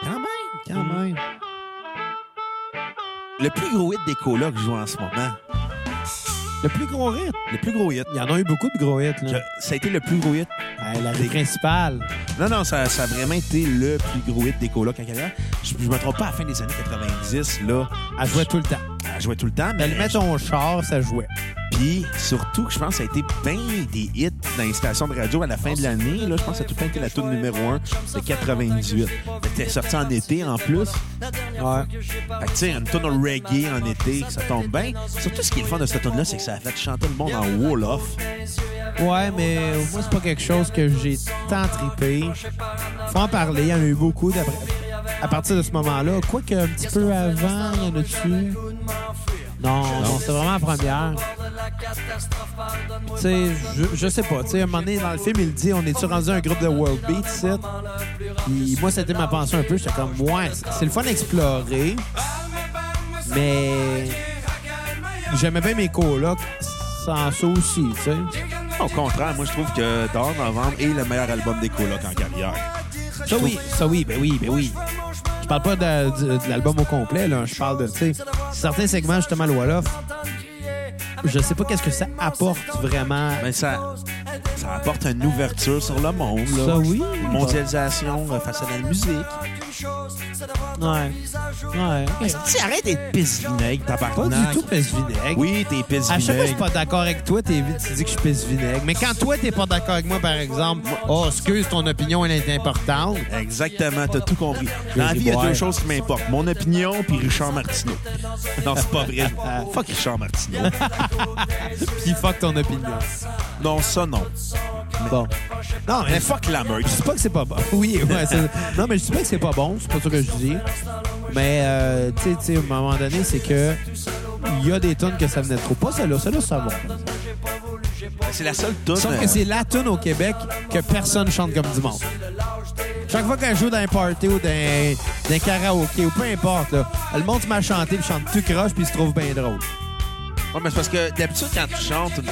Speaker 3: Quand même, quand même. Le plus gros hit des colas que je joue en ce moment,
Speaker 1: Le plus gros hit.
Speaker 3: le plus gros hit,
Speaker 1: Il y en a eu beaucoup de gros hits,
Speaker 3: je-
Speaker 1: là.
Speaker 3: ça a été le plus gros hit.
Speaker 1: Hey, la rue principale.
Speaker 3: Non, non, ça, ça a vraiment été le plus gros hit des colas quand elle Je, je me trompe pas, à la fin des années 90, là,
Speaker 1: Elle jouait tout le temps.
Speaker 3: elle jouait tout le temps. Mais
Speaker 1: Elle met ton char, ça jouait.
Speaker 3: Puis surtout, je pense que ça a été bien des hits dans les stations de radio à la fin de l'année. Là, je pense que ça a tout le temps été la toune numéro 1 de 98. C'était sorti en été en plus.
Speaker 1: Ouais.
Speaker 3: Fait que, tu sais, une toune reggae en été, ça tombe bien. Surtout, ce qui est le fun de cette toune-là, c'est que ça a fait chanter le monde en Wolof.
Speaker 1: Ouais, mais moi, c'est pas quelque chose que j'ai tant trippé. Faut en parler, il y en a eu beaucoup d'après. À partir de ce moment-là, quoique un petit peu avant, il y en a-tu? Non, non, c'est vraiment la première. Tu sais, je, je sais pas. Tu sais, à un moment donné, dans le film, il dit on est-tu rendu un groupe de world beat, ici? Puis moi, c'était ma pensée un peu. J'étais comme, ouais, c'est- c'est le fun d'explorer, mais j'aimais bien mes colocs sans ça aussi, tu sais.
Speaker 3: Au contraire, moi, je trouve que Dehors Novembre est le meilleur album des colocs en carrière.
Speaker 1: Ça oui, ça oui, ben oui, ben oui. Je parle pas de, de- de l'album au complet, là. Je parle de, tu sais, certains segments, justement, le Wolof. Je sais pas qu'est-ce que ça apporte vraiment.
Speaker 3: Mais ça, ça apporte une ouverture sur le monde. Là.
Speaker 1: Ça, oui.
Speaker 3: Mondialisation euh, face à la musique.
Speaker 1: Ouais. Ouais.
Speaker 3: Tu arrête d'être pisse-vinaigre,
Speaker 1: Pas
Speaker 3: tabarnak.
Speaker 1: du tout pisse-vinaigre.
Speaker 3: Oui, t'es
Speaker 1: À chaque fois que je suis
Speaker 3: pisse-vinaigre.
Speaker 1: pas d'accord avec toi, t'es vite, tu dis que je suis pisse-vinaigre. Mais quand toi, t'es pas d'accord avec moi, par exemple, oh, excuse, ton opinion, elle est importante.
Speaker 3: Exactement, t'as tout compris. Dans la
Speaker 1: Vas-y,
Speaker 3: vie, il y a
Speaker 1: boire.
Speaker 3: deux choses qui m'importent. Mon opinion puis Richard Martineau. Non, c'est
Speaker 1: *laughs*
Speaker 3: pas vrai.
Speaker 1: Ah.
Speaker 3: Fuck Richard Martineau.
Speaker 1: Puis fuck ton opinion.
Speaker 3: Non, ça, non.
Speaker 1: Bon. Non, mais
Speaker 3: Mais fuck la meute.
Speaker 1: Je dis pas que c'est pas bon. Oui, ouais, c'est- non, mais je dis pas que c'est pas bon, c'est pas ça que je dis. Mais, euh, tu sais, tu sais, à un moment donné, c'est que il y a des tonnes que ça venait trop. Pas celle-là, celle-là, ça va.
Speaker 3: C'est la seule euh, tune.
Speaker 1: Sauf que c'est la tune au Québec que personne chante comme du monde. Chaque fois qu'elle joue dans un party ou dans un, dans un karaoké ou peu importe, là, le monde se met à chanter puis chante tout croche puis il se trouve bien drôle.
Speaker 3: Ouais, mais c'est parce que d'habitude, quand tu chantes une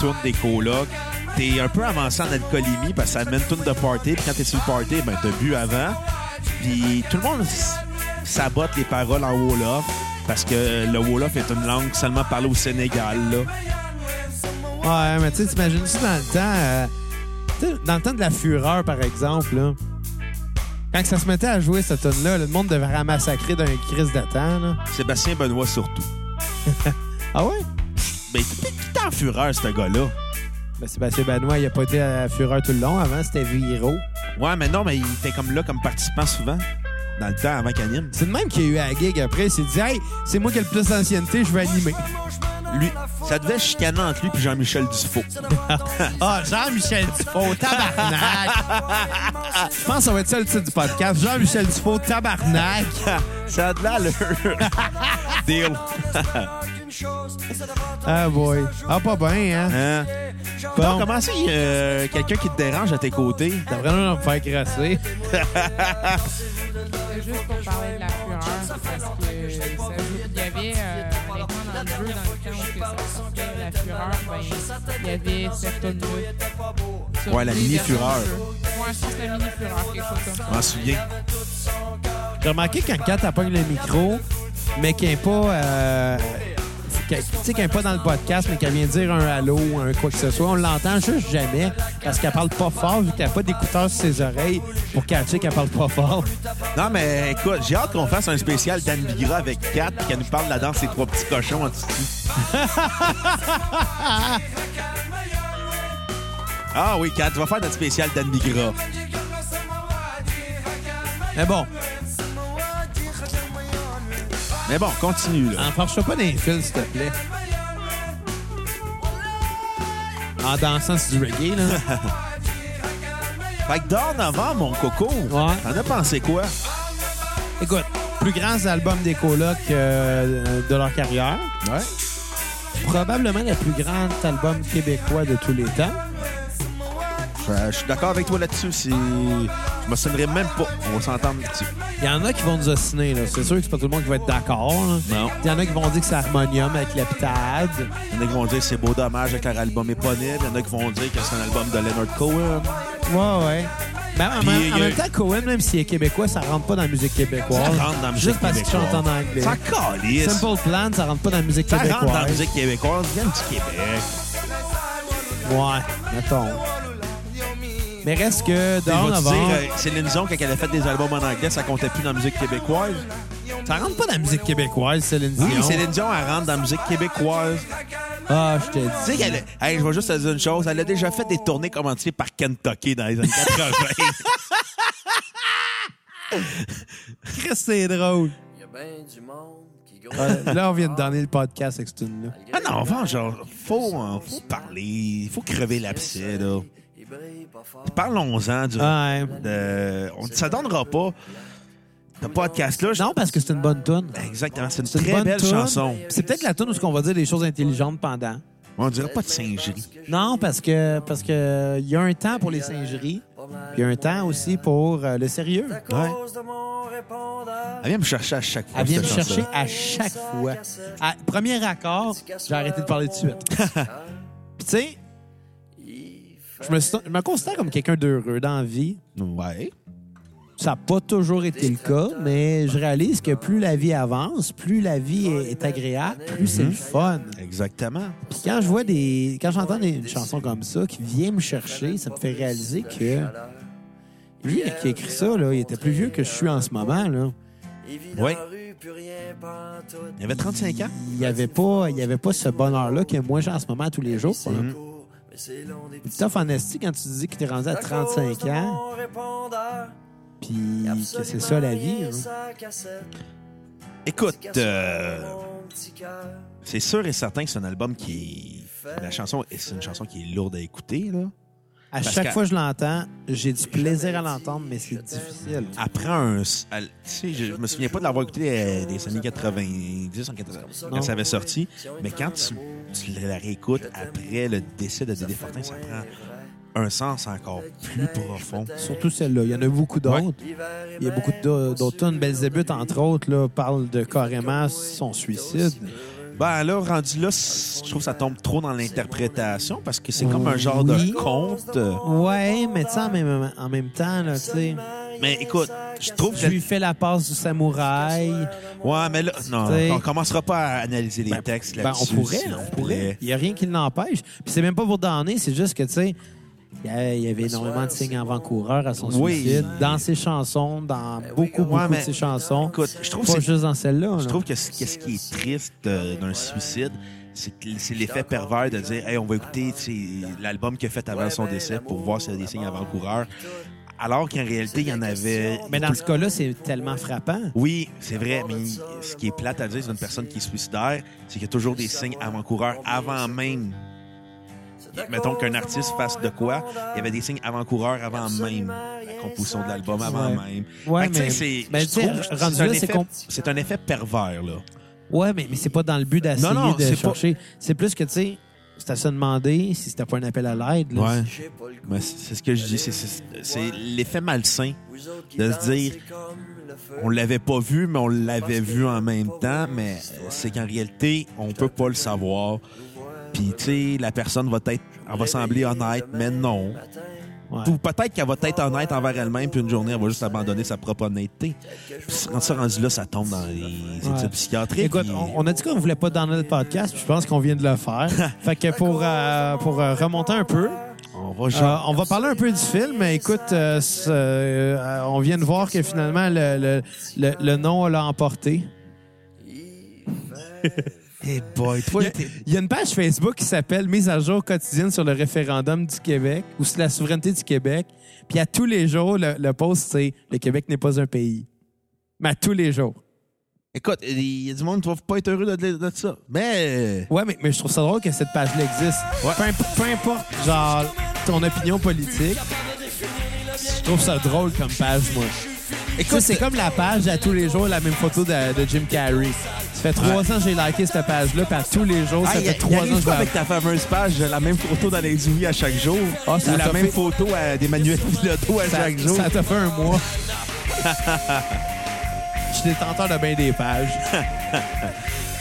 Speaker 3: tune des colocs, t'es un peu avancé en alcoolémie parce que ça mène une tune de party. Puis quand t'es sur le party, ben, t'as bu avant. Puis tout le monde s- sabote les paroles en Wolof parce que le Wolof est une langue seulement parlée au Sénégal. Là.
Speaker 1: Ouais, mais tu sais, t'imagines-tu dans le temps... euh, tu sais, dans le temps de la fureur, par exemple, là, quand que ça se mettait à jouer, cette tune-là, le monde devait la massacrer d'un crise de temps, là.
Speaker 3: Sébastien Benoît surtout.
Speaker 1: Ah ouais?
Speaker 3: Ben, il était en fureur, ce gars-là.
Speaker 1: Ben, Sébastien Benoît, il a pas été à la fureur tout le long. Avant, c'était Viro.
Speaker 3: Ouais, mais non, mais il était comme là, comme participant souvent, dans le temps, avant qu'il anime.
Speaker 1: C'est le même qui a eu à la gig après. Il s'est dit, hey, c'est moi qui ai le plus d'ancienneté, je vais animer.
Speaker 3: Lui, ça devait chicaner entre lui puis Jean-Michel Dufault.
Speaker 1: Ah, Jean-Michel Dufault, tabarnak! *laughs* je pense que ça va être ça le titre du podcast. Jean-Michel Dufault, tabarnak!
Speaker 3: ça a de l'allure. *laughs* Deal.
Speaker 1: Ah, boy. Ah, pas bien, hein?
Speaker 3: Hein?
Speaker 1: Bon,
Speaker 3: Comment ça, il y a, euh, quelqu'un qui te dérange à tes côtés?
Speaker 1: t'as vraiment me faire crasser.
Speaker 5: C'est juste pour parler de la fureur, parce que ça, il y avait, euh, honnêtement, dans le jeu, dans le temps où que ça sortait de la fureur, ben, il y avait certaines luttes.
Speaker 3: Ouais, la mini-fureur. Ah,
Speaker 5: Ouais, je pense que la mini-fureur, quelque chose comme ça.
Speaker 3: Je m'en souviens.
Speaker 1: J'ai remarqué quand Kat appogne le micro, mais qui n'est pas. euh, qui- tu sais, qui n'est pas dans le podcast, mais qui vient dire un allô, un quoi que ce soit. On l'entend juste jamais parce qu'elle parle pas fort, vu qu'elle n'a pas d'écouteurs sur ses oreilles pour catcher qu'elle parle pas fort.
Speaker 3: Non, mais écoute, j'ai hâte qu'on fasse un spécial Dan Bigra avec Kat puis qu'elle nous parle de la danse des trois petits cochons en dessous. *laughs* ah oui, Kat, tu vas faire notre spécial Dan Bigra.
Speaker 1: Mais bon,
Speaker 3: Mais bon, continue, là.
Speaker 1: enfarche pas dans les fils, s'il te plaît. En dansant, c'est du reggae, là.
Speaker 3: Fait que dors avant, mon coco.
Speaker 1: Ouais.
Speaker 3: T'en as pensé quoi?
Speaker 1: Écoute, plus grands albums des colocs euh, de leur carrière.
Speaker 3: Ouais.
Speaker 1: Probablement le plus grand album québécois de tous les temps.
Speaker 3: Je suis d'accord avec toi là-dessus. c'est- Je m'assumerai même pas. On va s'entendre là-dessus.
Speaker 1: Il y en a qui vont nous ostiner, là. C'est sûr que c'est pas tout le monde qui va être d'accord. là.
Speaker 3: Non.
Speaker 1: Il y en a qui vont dire que c'est harmonium avec la pitade.
Speaker 3: Il y en a qui vont dire que c'est beau dommage avec leur album éponyme. Il y en a qui vont dire que c'est un album de Leonard Cohen.
Speaker 1: Ouais, ouais. Ben, en,
Speaker 3: Puis,
Speaker 1: même-
Speaker 3: il y a-
Speaker 1: en même temps, Cohen, même s'il est québécois, ça rentre pas dans la musique québécoise.
Speaker 3: Ça rentre dans la musique
Speaker 1: Juste parce qu'il
Speaker 3: québécoise.
Speaker 1: chante en anglais.
Speaker 3: Ça calisse.
Speaker 1: Simple Plan, ça rentre pas dans la musique
Speaker 3: Ça
Speaker 1: québécoise.
Speaker 3: rentre dans la musique québécoise. Viens du Québec.
Speaker 1: Ouais, mettons. Mais reste que
Speaker 3: Il
Speaker 1: dans
Speaker 3: va te dire,
Speaker 1: novembre...
Speaker 3: euh, Céline Dion, quand elle a fait des albums en anglais, ça comptait plus dans la musique québécoise.
Speaker 1: Ça rentre pas dans la musique québécoise, Céline Dion.
Speaker 3: Oui, Céline Dion, elle rentre dans la musique québécoise.
Speaker 1: Ah, je te dis.
Speaker 3: Tu sais qu'elle a- hey, je vais juste te dire une chose. Elle a déjà fait des tournées commentées par Kentucky dans les années 80.
Speaker 1: *laughs* Chris, c'est drôle.
Speaker 2: Il y a ben du monde qui gros.
Speaker 1: Là, on vient de donner le podcast avec cette tune-là.
Speaker 3: ah non, enfin, genre, faut, hein, faut parler. Faut crever l'abcès, là.
Speaker 2: Il brille pas fort.
Speaker 3: Parlons-en du.
Speaker 1: Ouais.
Speaker 3: de- on ça donnera pas. Ce podcast-là, je-
Speaker 1: Non, parce que c'est une bonne tune.
Speaker 3: Ben, exactement, c'est une
Speaker 1: C'est une
Speaker 3: très
Speaker 1: bonne
Speaker 3: belle
Speaker 1: tune.
Speaker 3: chanson.
Speaker 1: C'est peut-être la tune où on va dire des choses intelligentes pendant.
Speaker 3: On dirait pas de singerie.
Speaker 1: Non, parce que parce que il y a un temps pour les singeries, il y a un temps aussi pour euh, le sérieux.
Speaker 3: Ouais.
Speaker 2: Cause de mon répondeur.
Speaker 3: Elle vient me chercher à chaque fois.
Speaker 1: Elle vient me
Speaker 3: cette chanson.
Speaker 1: chercher à chaque fois. À- premier accord, j'ai arrêté de parler de suite. *laughs* Puis tu sais, je me, sens- je me considère comme quelqu'un d'heureux dans la vie.
Speaker 3: Ouais.
Speaker 1: Ça n'a pas toujours été le cas, mais je réalise que plus la vie avance, plus la vie est, est agréable, plus c'est le fun.
Speaker 3: Exactement.
Speaker 1: Puis quand je vois des. Quand j'entends des- une chanson comme ça qui vient me chercher, ça me fait réaliser que. Lui qui a écrit ça, là, il était plus vieux que je suis en ce moment. Là.
Speaker 2: Il vit
Speaker 3: Ouais.
Speaker 2: dans la rue, plus rien, pas en tout.
Speaker 3: Il avait 35 ans.
Speaker 1: Il n'y avait, pas- il y avait pas ce bonheur-là que moi j'ai en ce moment tous les jours.
Speaker 2: C'est court, mais c'est long des
Speaker 1: C'est tough en esti quand tu te dis que t'es rendu à
Speaker 2: À cause
Speaker 1: 35
Speaker 2: de
Speaker 1: ans,
Speaker 2: mon répondeur,
Speaker 1: puis que c'est
Speaker 2: absolument
Speaker 1: ça la vie.
Speaker 2: rien,
Speaker 1: hein.
Speaker 2: ça cassette,
Speaker 3: Écoute,
Speaker 2: cassette,
Speaker 3: euh,
Speaker 2: mon petit cœur.
Speaker 3: c'est sûr et certain que c'est un album qui. La chanson, c'est une chanson qui est lourde à écouter, là.
Speaker 1: À
Speaker 3: Parce
Speaker 1: chaque
Speaker 3: que-
Speaker 1: fois que je l'entends, j'ai du plaisir à l'entendre, mais c'est difficile. Ah,
Speaker 3: Après un. elle- tu sais, je, je me souviens pas de l'avoir écouté euh, des années 90, en 80, quand
Speaker 1: Non.
Speaker 3: ça avait sorti. Mais quand tu, tu la réécoutes après le décès de Dédé Fortin, ça prend un sens encore plus profond.
Speaker 1: Surtout celle-là. Il y en a beaucoup d'autres. Il y a beaucoup d'au- d'autres tunes. Belzébuth, entre autres, là, parle de carrément son suicide.
Speaker 3: Ben là, rendu là, c- je trouve que ça tombe trop dans l'interprétation parce que c'est comme un genre
Speaker 1: Oui.
Speaker 3: de conte.
Speaker 1: Ouais, mais tu sais, en même, en même temps, là, tu sais,
Speaker 3: Mais écoute, je trouve
Speaker 1: je
Speaker 3: que.
Speaker 1: lui fais la passe du samouraï.
Speaker 3: Ouais, mais là, non,
Speaker 1: T'sais-
Speaker 3: on commencera pas à analyser les textes
Speaker 1: Ben, on
Speaker 3: là-dessus.
Speaker 1: pourrait,
Speaker 3: s'il
Speaker 1: on
Speaker 3: vous
Speaker 1: pourrait.
Speaker 3: plaît.
Speaker 1: Il n'y a rien qui l'empêche. Puis c'est même pas pour donner, c'est juste que, tu sais, il y a- il y avait énormément de signes avant-coureurs à son
Speaker 3: Oui.
Speaker 1: suicide. Dans ses chansons, dans beaucoup, beaucoup
Speaker 3: mais-
Speaker 1: de ses chansons.
Speaker 3: Écoute, je trouve que
Speaker 1: pas
Speaker 3: c'est-
Speaker 1: juste dans celle-là.
Speaker 3: Je
Speaker 1: là.
Speaker 3: trouve que ce, qu'est-ce qui est triste euh, d'un suicide, c'est que c'est l'effet pervers de dire Hey, on va écouter tu sais, l'album qu'il a fait avant son décès pour voir s'il y a des signes avant-coureurs. Alors qu'en réalité, il y en avait.
Speaker 1: Mais dans ce cas-là, c'est tellement frappant.
Speaker 3: Oui, c'est vrai, mais ce qui est plate à dire d'une personne qui est suicidaire, c'est qu'il y a toujours des signes avant-coureurs avant même. Mettons qu'un artiste fasse de quoi, il y avait des signes avant-coureurs avant même la composition de l'album, avant
Speaker 1: Ouais.
Speaker 3: même.
Speaker 1: Ouais,
Speaker 3: Fait que, tu sais,
Speaker 1: mais-
Speaker 3: c'est-
Speaker 1: mais ben,
Speaker 3: je
Speaker 1: tu sais,
Speaker 3: trouve que
Speaker 1: rendu
Speaker 3: c'est un
Speaker 1: là, c'est
Speaker 3: effet-
Speaker 1: com-
Speaker 3: C'est un effet pervers, là.
Speaker 1: Ouais, mais, mais c'est pas dans le but d'essayer
Speaker 3: Non, non,
Speaker 1: de
Speaker 3: c'est pas-
Speaker 1: chercher. C'est plus que, tu sais, c'est à se demander si c'était pas un appel à l'aide. là.
Speaker 3: Ouais.
Speaker 2: J'ai pas le goût.
Speaker 3: Mais c'est c'est ce que je dis, c'est- c'est c'est l'effet malsain.
Speaker 2: Vous autres qui
Speaker 3: de se
Speaker 2: dansez
Speaker 3: dire,
Speaker 2: comme le feu.
Speaker 3: On l'avait pas vu, mais on l'avait vu en même temps, mais euh, c'est qu'en réalité, on peut pas le savoir. Puis, tu sais, la personne va être, elle va sembler honnête, mais non.
Speaker 1: Ouais.
Speaker 3: honnête, ou peut-être qu'elle va être honnête envers elle-même, puis une journée, elle va juste abandonner sa propre honnêteté. Puis quand ça rendu là, ça tombe dans les études
Speaker 1: Ouais.
Speaker 3: psychiatriques.
Speaker 1: Écoute,
Speaker 3: puis-
Speaker 1: on, on a dit qu'on voulait pas dans notre podcast, puis je pense qu'on vient de le faire. fait que pour, euh, pour euh, remonter un peu,
Speaker 3: on va
Speaker 1: euh,
Speaker 3: genre...
Speaker 1: on va parler un peu du film. Mais écoute, euh, ce- euh, on vient de voir que finalement, le, le, le, le nom l'a emporté.
Speaker 3: Hey boy, toi,
Speaker 1: Ah. Il y, a,
Speaker 3: t'es-
Speaker 1: il y a une page Facebook qui s'appelle Mise à jour quotidienne sur le référendum du Québec ou sur la souveraineté du Québec. Puis à tous les jours, le, le post, c'est Le Québec n'est pas un pays. Mais à tous les jours.
Speaker 3: Écoute, il y a du monde qui va pas être heureux de, de- de ça. Mais...
Speaker 1: Ouais, mais, mais je trouve ça drôle que cette page-là existe. Peu, imp- peu importe, genre, ton opinion politique, je trouve ça drôle comme page, moi. Écoute, c'est comme la page à tous les jours, la même photo de, de Jim Carrey. Ça fait trois ans que j'ai liké cette page-là, puis à tous les jours, ça
Speaker 3: Ah, il-
Speaker 1: fait
Speaker 3: il
Speaker 1: trois ans
Speaker 3: arrive
Speaker 1: que je
Speaker 3: pas
Speaker 1: la
Speaker 3: avec ta fameuse page, la même photo dans les à chaque jour,
Speaker 1: Ah, ça
Speaker 3: ou la
Speaker 1: t'a
Speaker 3: même
Speaker 1: fait-
Speaker 3: photo à- d'Emmanuel Piloto à chaque
Speaker 1: Ça-
Speaker 3: jour.
Speaker 1: Ça t'a fait un *laughs* mois. Je suis détenteur de bien des pages.
Speaker 3: Ouais,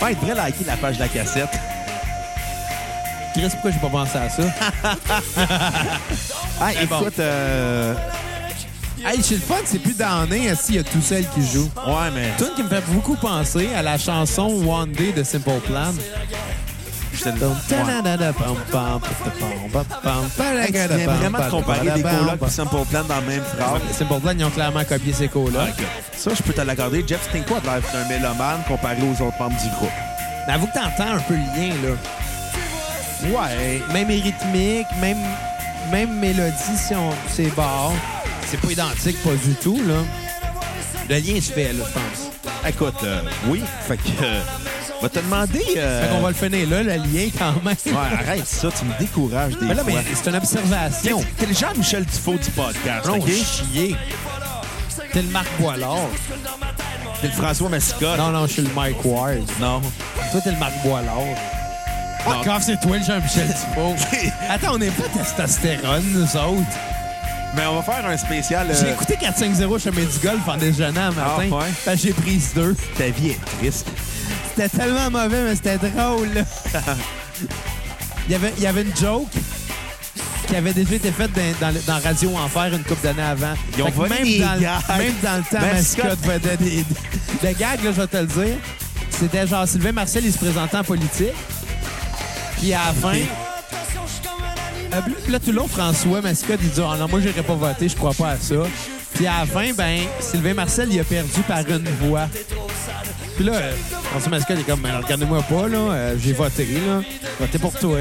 Speaker 3: Ah, il devrait liker la page de la cassette.
Speaker 1: Chris, pourquoi j'ai pas pensé à ça?
Speaker 3: Ah,
Speaker 1: Mais bon.
Speaker 3: écoute, euh,
Speaker 1: hey, chez le fun, c'est plus damné s'il y a tout seul qui joue.
Speaker 3: ouais, mais
Speaker 1: Tune qui me fait beaucoup penser à la chanson One Day de Simple Plan.
Speaker 3: je te-
Speaker 1: Donc,
Speaker 3: ouais.
Speaker 1: ta-da-da-da, pam, pam, pam, pam, pam, pam,
Speaker 3: Hey, Tu viens
Speaker 1: pam,
Speaker 3: vraiment de
Speaker 1: pam,
Speaker 3: comparer
Speaker 1: pam,
Speaker 3: des
Speaker 1: pam,
Speaker 3: colocs
Speaker 1: pam.
Speaker 3: et Simple Plan dans la même phrase.
Speaker 1: Simple Plan, ils ont clairement copié ces
Speaker 3: Ah,
Speaker 1: colocs.
Speaker 3: ok. Ça, je peux te l'accorder. Jeff Stinkwa a l'air d'un mélomane comparé aux autres membres du groupe.
Speaker 1: Mais avoue que t'entends un peu le lien, là.
Speaker 3: Ouais.
Speaker 1: Même rythmique, même, même mélodie, si on c'est barre. C'est pas identique, pas du tout, là. Le lien se fait, là, je pense.
Speaker 3: Écoute, euh, oui. Fait que, euh, va te demander. euh,
Speaker 1: Fait qu'on va le finir là, le lien, quand même.
Speaker 3: Ouais, arrête ça, tu me décourages des
Speaker 1: *laughs* Mais là, mais
Speaker 3: fois.
Speaker 1: c'est une observation.
Speaker 3: T'es- T'es le Jean-Michel Dufault du podcast,
Speaker 1: Non,
Speaker 3: OK?
Speaker 1: chier. T'es le Marc Boilard.
Speaker 3: T'es le François Mascotte.
Speaker 1: Non, non, je suis le Mike Ward.
Speaker 3: Non.
Speaker 1: Toi, t'es le Marc Boilard. Ah, grave, c'est toi le Jean-Michel
Speaker 3: Oh.
Speaker 1: Dufault. Attends, on n'est pas testostérone, nous autres.
Speaker 3: *laughs* Mais on va faire un spécial. euh,
Speaker 1: J'ai écouté 4-5-0 chemin du golf en déjeunant le matin.
Speaker 3: Ah, ouais?
Speaker 1: Fait que j'ai pris deux.
Speaker 3: Ta vie est triste.
Speaker 1: C'était tellement mauvais, mais c'était drôle.
Speaker 3: *laughs*
Speaker 1: là. il, y avait, il y avait une joke qui avait déjà été faite dans, dans le- dans Radio Enfer une couple d'années avant.
Speaker 3: Ils ont
Speaker 1: Fait que
Speaker 3: volé
Speaker 1: même,
Speaker 3: des
Speaker 1: dans, le-
Speaker 3: gags.
Speaker 1: même dans le temps,
Speaker 3: Mascotte.
Speaker 1: Mascotte faisait des... des- Le gag, là, je vais te le dire, c'était genre Sylvain Marcel, il se présentait en politique. Puis à la fin... Euh, puis là- puis là, tout le long, François Mascotte, il dit Ah non, moi, j'irai pas voter, je crois pas à ça. Puis à la fin, ben, Sylvain Marcel, il a perdu par une voix. Puis là, euh, François Mascotte, il est comme Mais Regardez-moi pas, là, euh, j'ai voté, là. Voté pour toi.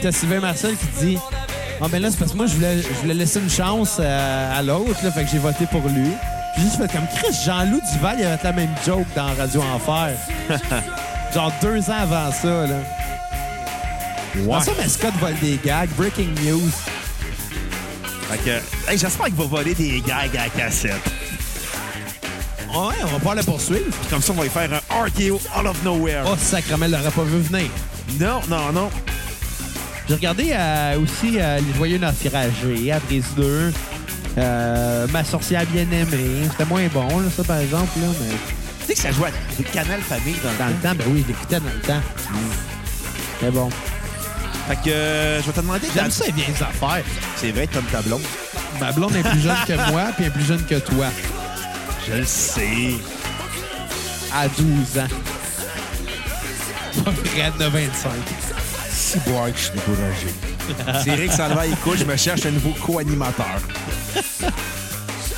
Speaker 1: T'as Sylvain Marcel qui dit Ah, ben là, c'est parce que moi, je voulais, je voulais laisser une chance euh, à l'autre, là, fait que j'ai voté pour lui. Puis juste fait comme Chris, Jean-Loup Duval, il avait la même joke dans Radio Enfer. Genre deux ans avant ça, là.
Speaker 3: Ouais.
Speaker 1: François Mascotte vole des gags, breaking news.
Speaker 3: Fait que, hey, j'espère qu'il va voler des gags à la cassette.
Speaker 1: Ah Ouais, on va pas le poursuivre.
Speaker 3: Puis comme ça, on va lui faire un RKO out of nowhere.
Speaker 1: Oh, sacrement, elle l'aurait pas vu venir.
Speaker 3: Non, non, non.
Speaker 1: J'ai regardé euh, aussi euh, Les Joyeux Naufragés, Abris 2, euh, Ma sorcière bien-aimée. C'était moins bon, là, ça, par exemple. Là, mais
Speaker 3: Tu sais que ça joue à des Canal Famille dans le
Speaker 1: dans le temps, Mm. ben oui, je l'écoutais dans le temps. Mais bon.
Speaker 3: Fait que euh, je vais te demander.
Speaker 1: J'aime ça, les vieilles affaires.
Speaker 3: C'est vrai, comme ta blonde.
Speaker 1: Ma blonde est plus jeune *laughs* que moi, puis elle est plus jeune que toi,
Speaker 3: Je le sais.
Speaker 1: à 12 ans. Pas près de 25.
Speaker 3: Si boire que je suis découragé. C'est Rick Salva écoute, je me cherche un nouveau co-animateur.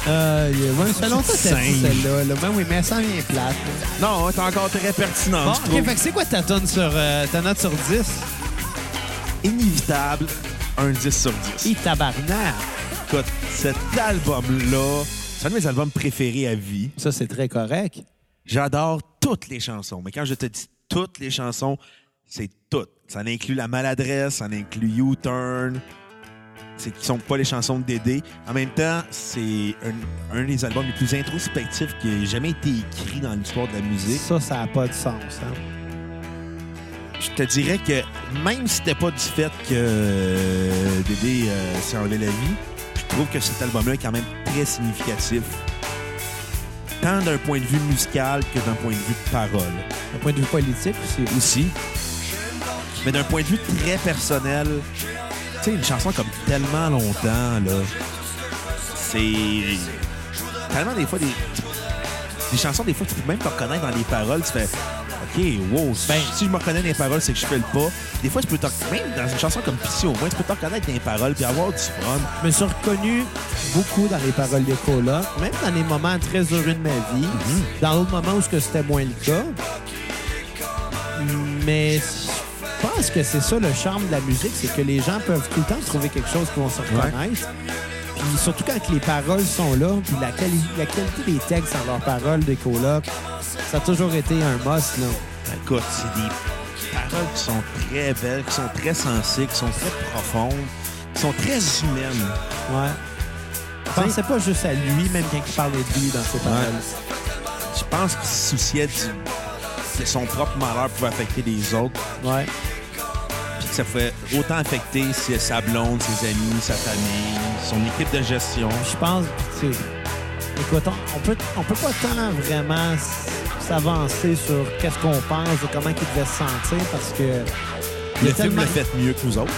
Speaker 1: Euh, yeah. ouais, ça fait longtemps que t'as dit
Speaker 3: Singe.
Speaker 1: celle-là. Là. Ben oui, mais elle s'en vient plate. là.
Speaker 3: Non, t'es encore très pertinent,
Speaker 1: Bon,
Speaker 3: je
Speaker 1: Ah, ok,
Speaker 3: trouve.
Speaker 1: fait que c'est quoi ta tonne sur euh, ta note sur 10?
Speaker 3: Inévitable, un 10 sur 10.
Speaker 1: Et tabarnak!
Speaker 3: Écoute, cet album-là, c'est un de mes albums préférés à vie.
Speaker 1: Ça, c'est très correct.
Speaker 3: J'adore toutes les chansons, mais quand je te dis toutes les chansons, c'est toutes. Ça en inclut La Maladresse, ça en inclut U-Turn, c'est- qui sont pas les chansons de Dédé. En même temps, c'est un, un des albums les plus introspectifs qui a jamais été écrit dans l'histoire de la musique.
Speaker 1: Ça, ça n'a pas de sens. hein.
Speaker 3: Je te dirais que même si c'était pas du fait que euh, Dédé euh, s'est enlevé la vie, je trouve que cet album-là est quand même très significatif, tant d'un point de vue musical que d'un point de vue de parole.
Speaker 1: D'un point de vue politique aussi.
Speaker 3: aussi. Mais d'un point de vue très personnel, tu sais, une chanson comme tellement longtemps, là, c'est. Tellement des fois, des. Des chansons, des fois, tu peux même te reconnaître dans les paroles. Tu fais, OK, wow, ben, si je me reconnais dans les paroles, c'est que je fais le pas. Des fois, tu peux te rec- même dans une chanson comme Pissy, au moins, tu peux te reconnaître dans les paroles puis avoir du fun.
Speaker 1: Je me suis reconnu beaucoup dans les paroles de Cola, même dans les moments très heureux de ma vie, dans d'autres moments où ce que c'était moins le cas. Mais je pense que c'est ça le charme de la musique, c'est que les gens peuvent tout le temps trouver quelque chose qu'ils vont se reconnaître. Puis surtout quand les paroles sont là, puis la, quali- la qualité des textes dans leurs paroles de Cola, ça a toujours été un must. Là.
Speaker 3: Ben, Écoute, c'est des paroles qui sont très belles, qui sont très sensées, qui sont très profondes, qui sont très humaines.
Speaker 1: Ouais. Pensez pas juste à lui, même quand il parlait de lui dans ses paroles.
Speaker 3: Je pense qu'il se souciait du- que son propre malheur pouvait affecter les autres,
Speaker 1: Ouais.
Speaker 3: puis que ça pouvait autant affecter ses- sa blonde, ses amis, sa famille, son équipe de gestion.
Speaker 1: Je pense, tu sais, écoute, on, on peut, on peut pas tant vraiment s- s'avancer sur qu'est-ce qu'on pense ou comment qu'il devait se sentir parce que. il y
Speaker 3: Le
Speaker 1: a
Speaker 3: film
Speaker 1: tellement-
Speaker 3: l'a fait mieux que nous autres.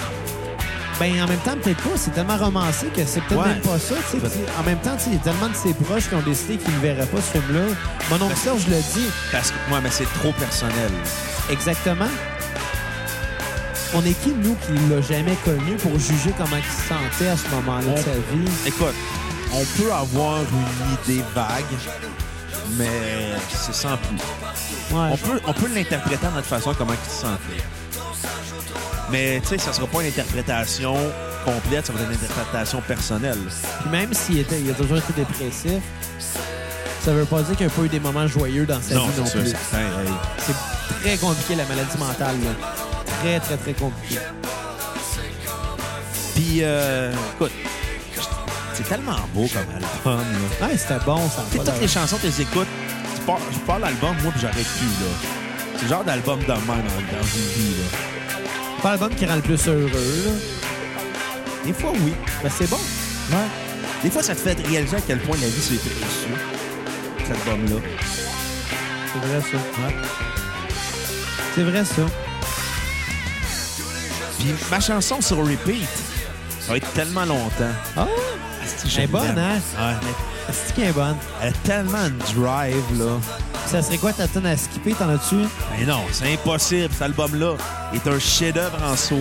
Speaker 1: Ben, en même temps, peut-être pas. C'est tellement romancé que c'est peut-être
Speaker 3: Ouais.
Speaker 1: même pas ça. tu sais.
Speaker 3: Peut-
Speaker 1: Puis, En même temps, tu sais, il y a tellement de ses proches qui ont décidé qu'ils ne verraient pas ce film-là. Mon oncle Serge le dit.
Speaker 3: Parce que moi, mais c'est trop personnel.
Speaker 1: Exactement. On est qui, nous, qui l'a jamais connu pour juger comment il se sentait à ce moment-là de
Speaker 3: On-
Speaker 1: sa vie?
Speaker 3: Écoute, on peut avoir une idée vague, mais c'est sans plus.
Speaker 1: Ouais.
Speaker 3: On peut, on peut l'interpréter à notre façon, comment il se sentait. Mais, tu sais, ça sera pas une interprétation complète, ça va être une interprétation personnelle.
Speaker 1: Puis même s'il était, il a toujours été dépressif, ça veut pas dire qu'il n'y a pas eu des moments joyeux dans sa vie non
Speaker 3: c'est
Speaker 1: plus.
Speaker 3: sûr, certain, hey.
Speaker 1: C'est très compliqué, la maladie mentale. là. Très, très, très compliqué.
Speaker 3: Puis, euh, écoute, c'est tellement beau comme album, là.
Speaker 1: Ouais, c'était bon, ça. a
Speaker 3: Tu
Speaker 1: pas
Speaker 3: sais, toutes les
Speaker 1: d'allure.
Speaker 3: chansons, tu les écoutes, tu pars, je pars l'album, moi, puis j'arrête plus, là. C'est le genre d'album de même dans, dans une vie, là.
Speaker 1: Pas l'album qui rend le plus heureux. là.
Speaker 3: Des fois, oui.
Speaker 1: Ben, c'est bon. Ouais.
Speaker 3: Des fois, ça te fait réaliser à quel point la vie, c'est précieux, cet album-là.
Speaker 1: C'est vrai, ça. C'est vrai, ça.
Speaker 3: Puis ma chanson sur repeat, ça va être tellement longtemps.
Speaker 1: Ah,
Speaker 3: Asti,
Speaker 1: elle est
Speaker 3: j'aime
Speaker 1: bonne,
Speaker 3: bien.
Speaker 1: hein?
Speaker 3: Ouais, mais
Speaker 1: C'est qui est bonne.
Speaker 3: elle a tellement de drive, là.
Speaker 1: Ça serait quoi ta tonne à skipper? T'en as-tu?
Speaker 3: Mais Ben non, c'est impossible. Cet album-là est un chef-d'œuvre en soi.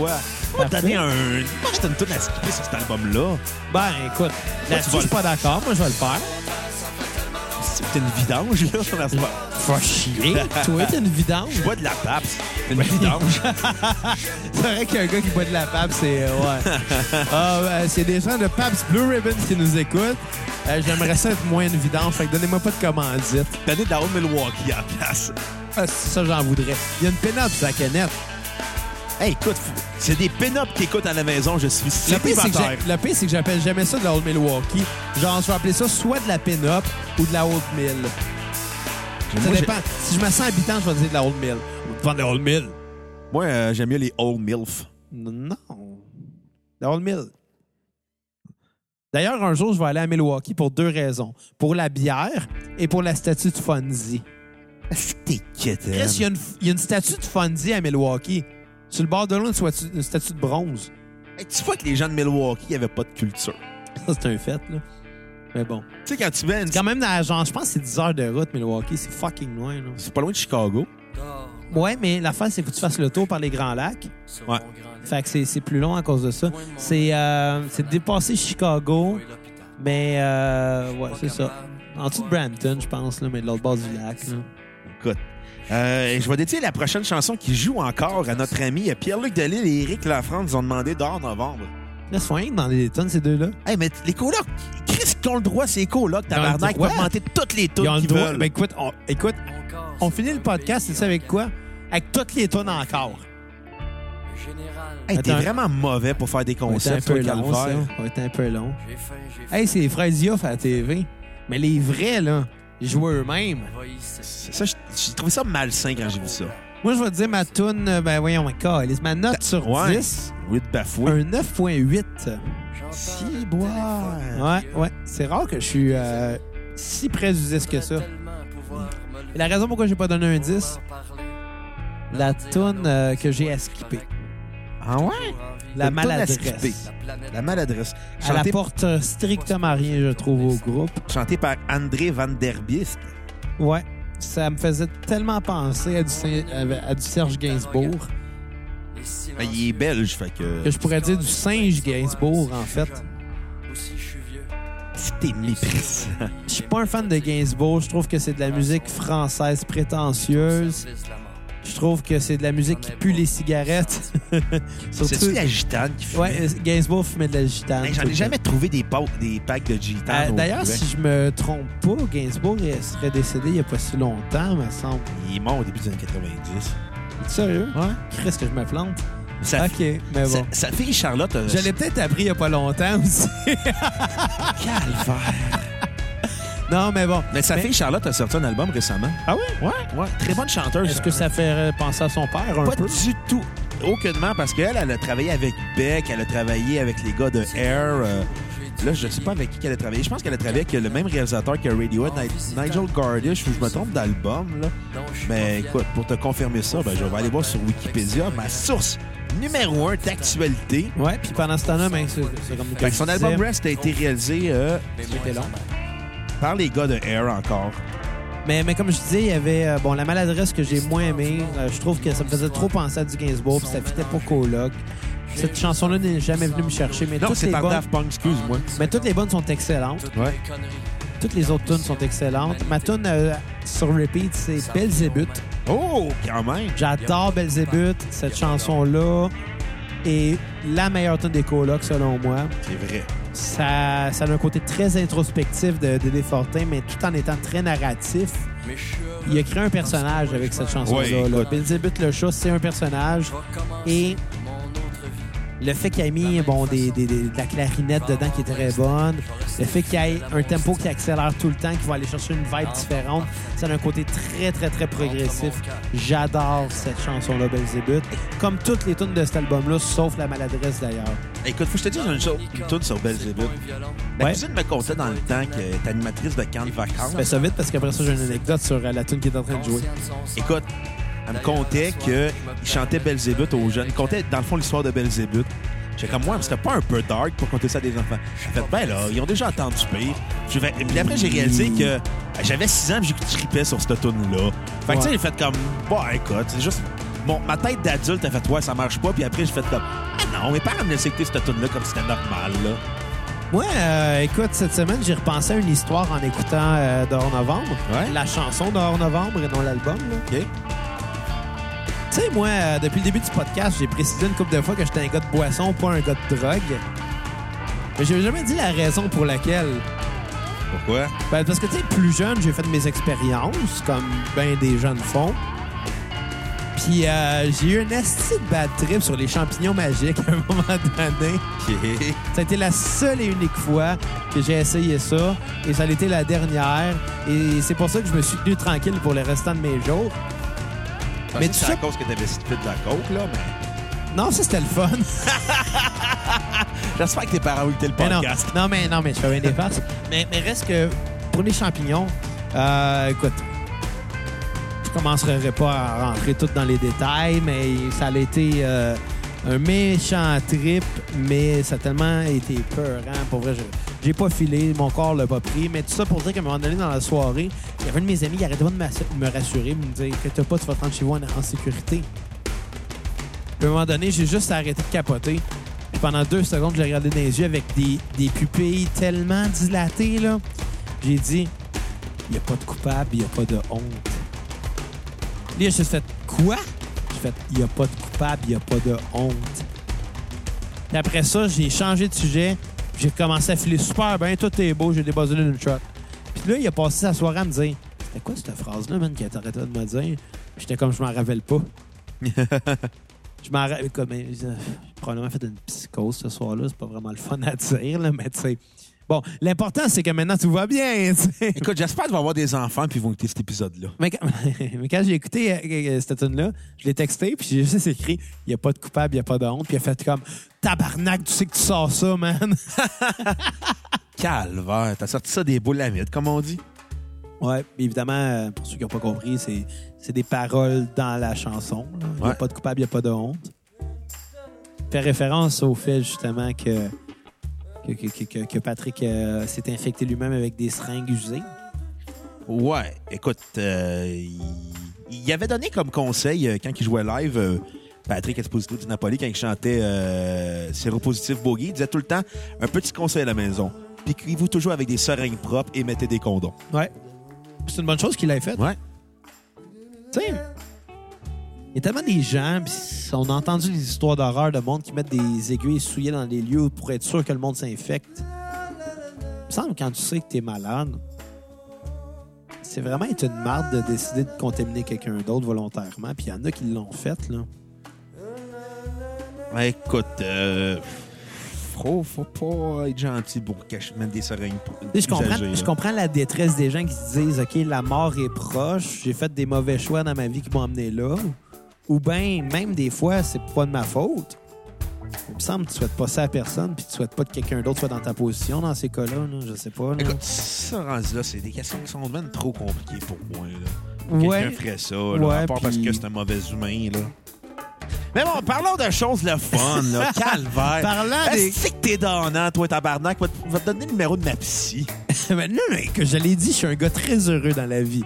Speaker 3: Moi,
Speaker 1: Parfait.
Speaker 3: donner un. Moi, je donne tout à skipper sur cet album-là.
Speaker 1: Ben, écoute, là-dessus,
Speaker 3: vas
Speaker 1: je suis pas d'accord. Moi, je vais le faire.
Speaker 3: C'est une vidange, là. *laughs* sur la-
Speaker 1: Faut chier. Toi, t'es une vidange.
Speaker 3: Je bois de la pape. C'est une vidange.
Speaker 1: C'est vrai qu'un gars qui boit de la pape, c'est. euh, *laughs* ouais. Ah, ben, c'est des gens de Pabst Blue Ribbon qui nous écoutent. Euh, J'aimerais ça être moins une vidange, fait que donnez-moi pas de commandite.
Speaker 3: Donner de la haute Milwaukee à la place.
Speaker 1: Ah, c'est ça, j'en voudrais. Il y a une pénale sur la canette.
Speaker 3: Hey, écoute, fou- c'est des pin-up qui écoutent à la maison. Je suis
Speaker 1: Le pire, c'est que
Speaker 3: célibataire.
Speaker 1: j'ai- le pire, c'est que j'appelle jamais ça de la Old Milwaukee. Genre, je vais appeler ça soit de la pin-up ou de la Old Mill. Ça
Speaker 3: Moi, j'ai-
Speaker 1: dépend. Si je me sens habitant, je vais dire de la Old Mill. Ou de la Old Mill.
Speaker 3: Moi, euh, j'aime mieux les Old Milf.
Speaker 1: Non. La Old Mill. D'ailleurs, un jour, je vais aller à Milwaukee pour deux raisons. Pour la bière et pour la statue de Fonzie.
Speaker 3: T'es
Speaker 1: Chris, il y, a une- il y a une statue de Fonzie à Milwaukee. Sur le bord de l'eau, une soitu- une statue de bronze. *laughs*
Speaker 3: Tu vois que les gens de Milwaukee n'avaient pas de culture.
Speaker 1: Ça, c'est un fait, là. Mais bon.
Speaker 3: Tu sais, quand tu vas à une-
Speaker 1: Quand même, dans la- genre, je pense que c'est 10 heures de route, Milwaukee. C'est fucking loin, là.
Speaker 3: C'est pas loin de Chicago.
Speaker 1: Ouais, mais l'affaire, c'est que tu fasses le tour par les Grands Lacs.
Speaker 3: Ouais.
Speaker 1: Fait que c'est- c'est plus long à cause de ça. C'est euh, c'est dépasser Chicago, mais euh, ouais, c'est ça. En dessous de Brampton, je pense, là, mais de l'autre bord du lac. là.
Speaker 3: Écoute. euh, et je vais dédier la prochaine chanson qui joue encore à notre ami Pierre-Luc Delisle et Éric Lafrance. Ils ont demandé dehors novembre.
Speaker 1: Là, c'est rien que dans les tonnes, ces deux-là.
Speaker 3: Hey, mais t- les colocs, Chris, qui ont le droit, ces colocs,
Speaker 1: Ils ont le
Speaker 3: tabarnak, ils
Speaker 1: droit.
Speaker 3: peuvent monter toutes les
Speaker 1: Ils ont
Speaker 3: tunes
Speaker 1: le
Speaker 3: qu'ils
Speaker 1: droit.
Speaker 3: veulent.
Speaker 1: Ben, écoute, on, écoute, on finit le podcast, c'est ça avec quoi? Avec toutes les tonnes encore.
Speaker 4: Général,
Speaker 3: Hey, t'es
Speaker 1: Attends.
Speaker 3: vraiment mauvais pour faire des
Speaker 1: On
Speaker 3: concepts,
Speaker 1: un
Speaker 3: toi,
Speaker 1: peu long, ça.
Speaker 3: calvaire.
Speaker 1: On va être un peu long.
Speaker 4: j'ai faim, j'ai faim.
Speaker 1: Hey, c'est les frères Diouf à la TV. Mais les vrais, là, ils jouaient eux-mêmes.
Speaker 4: Va ici.
Speaker 3: Ça, je- j'ai trouvé ça malsain quand j'ai vu ça.
Speaker 1: Moi, je vais te dire ma toune, euh, ben voyons, my God, ma note sur
Speaker 3: Ben, Ouais.
Speaker 1: 10,
Speaker 3: Oui, de bafouer.
Speaker 1: un 9.8.
Speaker 4: J'entends
Speaker 3: Si, boire.
Speaker 1: Ouais, ouais. C'est rare que je suis euh, si près du 10 que ça.
Speaker 4: tellement pouvoir me lever,
Speaker 1: Et la raison pourquoi j'ai pas donné un 10,
Speaker 4: pouvoir parler,
Speaker 1: la toune euh, que j'ai à skipper.
Speaker 3: Ah ouais?
Speaker 4: toujours envie
Speaker 1: La
Speaker 3: Une toune à
Speaker 1: maladresse.
Speaker 3: skipper. La maladresse.
Speaker 1: Elle
Speaker 3: Chantée,
Speaker 1: apporte euh, strictement rien, je trouve, au groupe.
Speaker 3: chantée par André Van Der Biest.
Speaker 1: Ouais. Ça me faisait tellement penser à du, Saint- euh, à- à du Serge Gainsbourg
Speaker 3: Ben, il est belge, fait
Speaker 1: que
Speaker 3: que...
Speaker 1: je pourrais dire du singe Gainsbourg, en fait.
Speaker 3: C'était méprisant.
Speaker 1: Je suis pas un fan de Gainsbourg. Je trouve que c'est de la musique française prétentieuse. Je trouve que c'est de la musique qui pue les cigarettes. *laughs* *laughs*
Speaker 3: C'est-tu
Speaker 1: Surtout.
Speaker 3: la gitane qui fumait?
Speaker 1: Ouais, euh, Gainsbourg fumait de la gitane.
Speaker 3: Hey, J'en
Speaker 1: tout
Speaker 3: ai
Speaker 1: le
Speaker 3: jamais trouvé des, pa- des packs de
Speaker 1: temps.
Speaker 3: gitane.
Speaker 1: Euh,
Speaker 3: au
Speaker 1: D'ailleurs,
Speaker 3: Québec.
Speaker 1: si je me trompe pas, Gainsbourg il serait décédé il n'y a pas si longtemps, me semble.
Speaker 3: Il est mort au début des années 90.
Speaker 1: Es-tu Sérieux? Ouais. Qu'est-ce que je me plante?
Speaker 3: Sa,
Speaker 1: OK, mais bon.
Speaker 3: sa- sa fille Charlotte... euh,
Speaker 1: Je l'ai peut-être appris il n'y a pas longtemps aussi. *laughs*
Speaker 3: Calvaire.
Speaker 1: non, mais bon.
Speaker 3: Mais sa fille Charlotte a sorti un album récemment.
Speaker 1: Ah oui? Ouais.
Speaker 3: Ouais, très bonne chanteuse.
Speaker 1: Est-ce que ça fait penser à son père un
Speaker 3: Pas
Speaker 1: peu?
Speaker 3: du tout. Aucunement, parce qu'elle, elle a travaillé avec Beck, elle a travaillé avec les gars de Air. euh, là, je sais pas avec qui qu'elle a travaillé. Je pense qu'elle a travaillé avec le même réalisateur que Radiohead, Ni- Nigel Gardish, ou je me trompe d'album. là. Mais écoute, pour te confirmer ça, ben, je vais aller voir sur Wikipédia ma source numéro un d'actualité.
Speaker 1: Ouais, puis pendant ce temps-là, ben, c'est c'est comme
Speaker 3: Fait que son
Speaker 1: je
Speaker 3: album
Speaker 1: disais.
Speaker 3: Rest a été réalisé euh,
Speaker 1: C'était long.
Speaker 3: par les gars de Air encore.
Speaker 1: Mais, mais comme je disais, il y avait euh, bon, la maladresse que j'ai moins aimée. Euh, je trouve que ça me faisait trop penser à du Gainsbourg, puis ça fitait pas coloc. Cette chanson-là n'est jamais venue me chercher, mais,
Speaker 3: Non,
Speaker 1: toutes
Speaker 3: c'est
Speaker 1: les
Speaker 3: par
Speaker 1: bonnes,
Speaker 3: Daft Punk, excuse-moi.
Speaker 1: mais toutes les bonnes sont excellentes.
Speaker 3: Ouais.
Speaker 1: Toutes les autres tunes sont excellentes. Ma tune euh, sur repeat, c'est Belzébuth.
Speaker 3: Oh, quand même.
Speaker 1: J'adore Belzébuth, cette chanson-là. est la meilleure tune des colocs, selon moi.
Speaker 3: C'est vrai.
Speaker 1: Ça, ça a un côté très introspectif de Dédé Fortin, mais tout en étant très narratif. Il a créé un personnage avec cette chanson-là.
Speaker 3: Ouais,
Speaker 1: là.
Speaker 3: écoute.
Speaker 1: Belzébuth le chat, c'est un personnage. Et le fait qu'il ait mis bon, des, des- des- de la clarinette dedans qui est très bonne, le fait qu'il ait un tempo qui accélère tout le temps, qui va aller chercher une vibe différente, ça a un côté très, très, très progressif. J'adore cette chanson-là, Belzébuth. Comme toutes les tunes de cet album-là, sauf La Maladresse d'ailleurs.
Speaker 3: Écoute, faut que je te dise une chose, une toune sur Belzébuth. La
Speaker 1: Ouais.
Speaker 3: cousine me contait dans le temps qu'elle est animatrice de camp de vacances.
Speaker 1: Fais ça vite parce qu'après ça, j'ai une anecdote sur euh, la tune qui est en train de jouer.
Speaker 3: Écoute, elle me contait qu'il chantait Belzébuth aux jeunes. Il contait, dans le fond, l'histoire de Belzébuth. J'étais comme, moi, c'était pas un peu dark pour conter ça à des enfants. J'ai fait, ben là, ils ont déjà entendu pire. Je vais- Puis après, j'ai réalisé que euh, j'avais 6 ans et je tripais sur cette tune-là. Fait que tu sais,
Speaker 1: Ouais.
Speaker 3: j'ai fait comme, bon, écoute, c'est juste. Bon, ma tête d'adulte a fait, ouais, ça marche pas. Puis après, j'ai fait comme, ah non, mes parents me laissaient écouter cette tune-là comme si c'était normal, là.
Speaker 1: Moi, euh, écoute, cette semaine, j'ai repensé à une histoire en écoutant euh, Dehors Novembre.
Speaker 3: Ouais.
Speaker 1: La chanson Dehors Novembre et non l'album. là.
Speaker 3: OK?
Speaker 1: Tu sais, moi, euh, depuis le début du podcast, j'ai précisé une couple de fois que j'étais un gars de boisson, pas un gars de drogue. Mais j'ai jamais dit la raison pour laquelle.
Speaker 3: Pourquoi?
Speaker 1: Ben, parce que, tu sais, plus jeune, j'ai fait mes expériences, comme ben des jeunes font. Puis euh, j'ai eu un esti de bad trip sur les champignons magiques *laughs* à un moment donné.
Speaker 3: OK.
Speaker 1: Ça a été la seule et unique fois que j'ai essayé ça. Et ça a été la dernière. Et c'est pour ça que je me suis tenu tranquille pour le restant de mes jours.
Speaker 3: Mais
Speaker 1: Mais
Speaker 3: tu
Speaker 1: tu
Speaker 3: sais,
Speaker 1: sais-
Speaker 3: à cause que t'avais si peu de la coke, là, mais.
Speaker 1: Non, ça, c'était le fun. *laughs*
Speaker 3: J'espère que tes parents ont écouté le
Speaker 1: Mais non,
Speaker 3: podcast.
Speaker 1: non, mais, non, mais je fais bien des farces. mais, mais reste que pour les champignons, euh, écoute, je commencerai pas à rentrer tout dans les détails, mais ça a été euh, un méchant trip, mais ça a tellement été peur. hein. Pour vrai, je- j'ai pas filé, mon corps l'a pas pris, mais tout ça pour dire qu'à un moment donné dans la soirée, il y avait un de mes amis qui arrêtait pas de m'ass- me rassurer, me dire que t'as pas, tu vas te rendre chez vous en, en sécurité. Puis à un moment donné, j'ai juste arrêté de capoter. Puis pendant deux secondes, j'ai regardé dans les yeux avec des, des pupilles tellement dilatées, là. J'ai dit, il n'y a pas de coupable, il n'y a pas de honte. Là, j'ai juste fait, quoi? J'ai fait, il n'y a pas de coupable, il n'y a pas de honte. Puis après ça, j'ai changé de sujet. puis J'ai commencé à filer super bien, tout est beau, j'ai débuzzé d'une truck. Puis là, il a passé sa soirée à me dire, c'était quoi cette phrase-là, man, qu'il t'arrêtait de me dire? Puis J'étais comme, je m'en rappelle pas. Je m'en rappelle. comme, euh, J'ai probablement fait une psychose ce soir-là. C'est pas vraiment le fun à dire, là, mais tu sais. Bon, l'important, c'est que maintenant, tout va bien, tu sais.
Speaker 3: Écoute, j'espère que tu vas avoir des enfants puis ils vont écouter cet épisode-là.
Speaker 1: Mais quand, *laughs* mais quand j'ai écouté euh, euh, cette tune-là, je l'ai texté, puis j'ai juste écrit « Il n'y a pas de coupable, il n'y a pas de honte », puis il a fait comme « Tabarnak, tu sais que tu sors ça, man! *laughs*
Speaker 3: Calvaire, t'as sorti ça des boules à vide, comme on dit. »
Speaker 1: Ouais, puis évidemment, euh, pour ceux qui n'ont pas compris, c'est c'est des paroles dans la chanson. là. Il n'y a
Speaker 3: Ouais.
Speaker 1: pas de coupable, il n'y a pas de honte. fait référence au fait justement que, que, que- que- que Patrick euh, s'est infecté lui-même avec des seringues usées.
Speaker 3: Ouais, écoute, euh, il, il avait donné comme conseil euh, quand il jouait live. euh, Patrick Esposito du Napoli, quand il chantait euh, Séropositif Bogey, il disait tout le temps un petit conseil à la maison. Piquez-vous toujours avec des seringues propres et mettez des condoms.
Speaker 1: Ouais. C'est une bonne chose qu'il ait faite.
Speaker 3: Ouais.
Speaker 1: Tu sais, il y a tellement des gens, pis on a entendu les histoires d'horreur de monde qui mettent des aiguilles souillées dans les lieux pour être sûr que le monde s'infecte. Il me semble que quand tu sais que t'es malade, c'est vraiment être une marde de décider de contaminer quelqu'un d'autre volontairement. Puis il y en a qui l'ont fait, là.
Speaker 3: Ouais, écoute, euh, faut, faut pas être gentil pour cacher même des seringues propres.
Speaker 1: Tu sais, Je comprends,
Speaker 3: usagées, là.
Speaker 1: je comprends la détresse des gens qui se disent OK, la mort est proche, j'ai fait des mauvais choix dans ma vie qui m'ont amené là. Ou bien, même des fois, c'est pas de ma faute. Il me semble que tu souhaites pas ça à personne, puis tu souhaites pas que quelqu'un d'autre soit dans ta position dans ces cas-là. là. Je sais pas. là.
Speaker 3: Écoute, ça, rendu là, c'est des questions qui sont même trop compliquées pour moi. Là.
Speaker 1: Ouais.
Speaker 3: Quelqu'un ferait ça, là,
Speaker 1: Ouais,
Speaker 3: à part parce
Speaker 1: puis-
Speaker 3: que c'est un mauvais humain. Là. Mais bon, parlons de choses le fun, *laughs* là. calvaire.
Speaker 1: Parlant des-
Speaker 3: Est-ce que t'es donnant, toi, tabarnak? Va te, va te donner le numéro de ma psy.
Speaker 1: *laughs* Mais non, mais que je l'ai dit, je suis un gars très heureux dans la vie.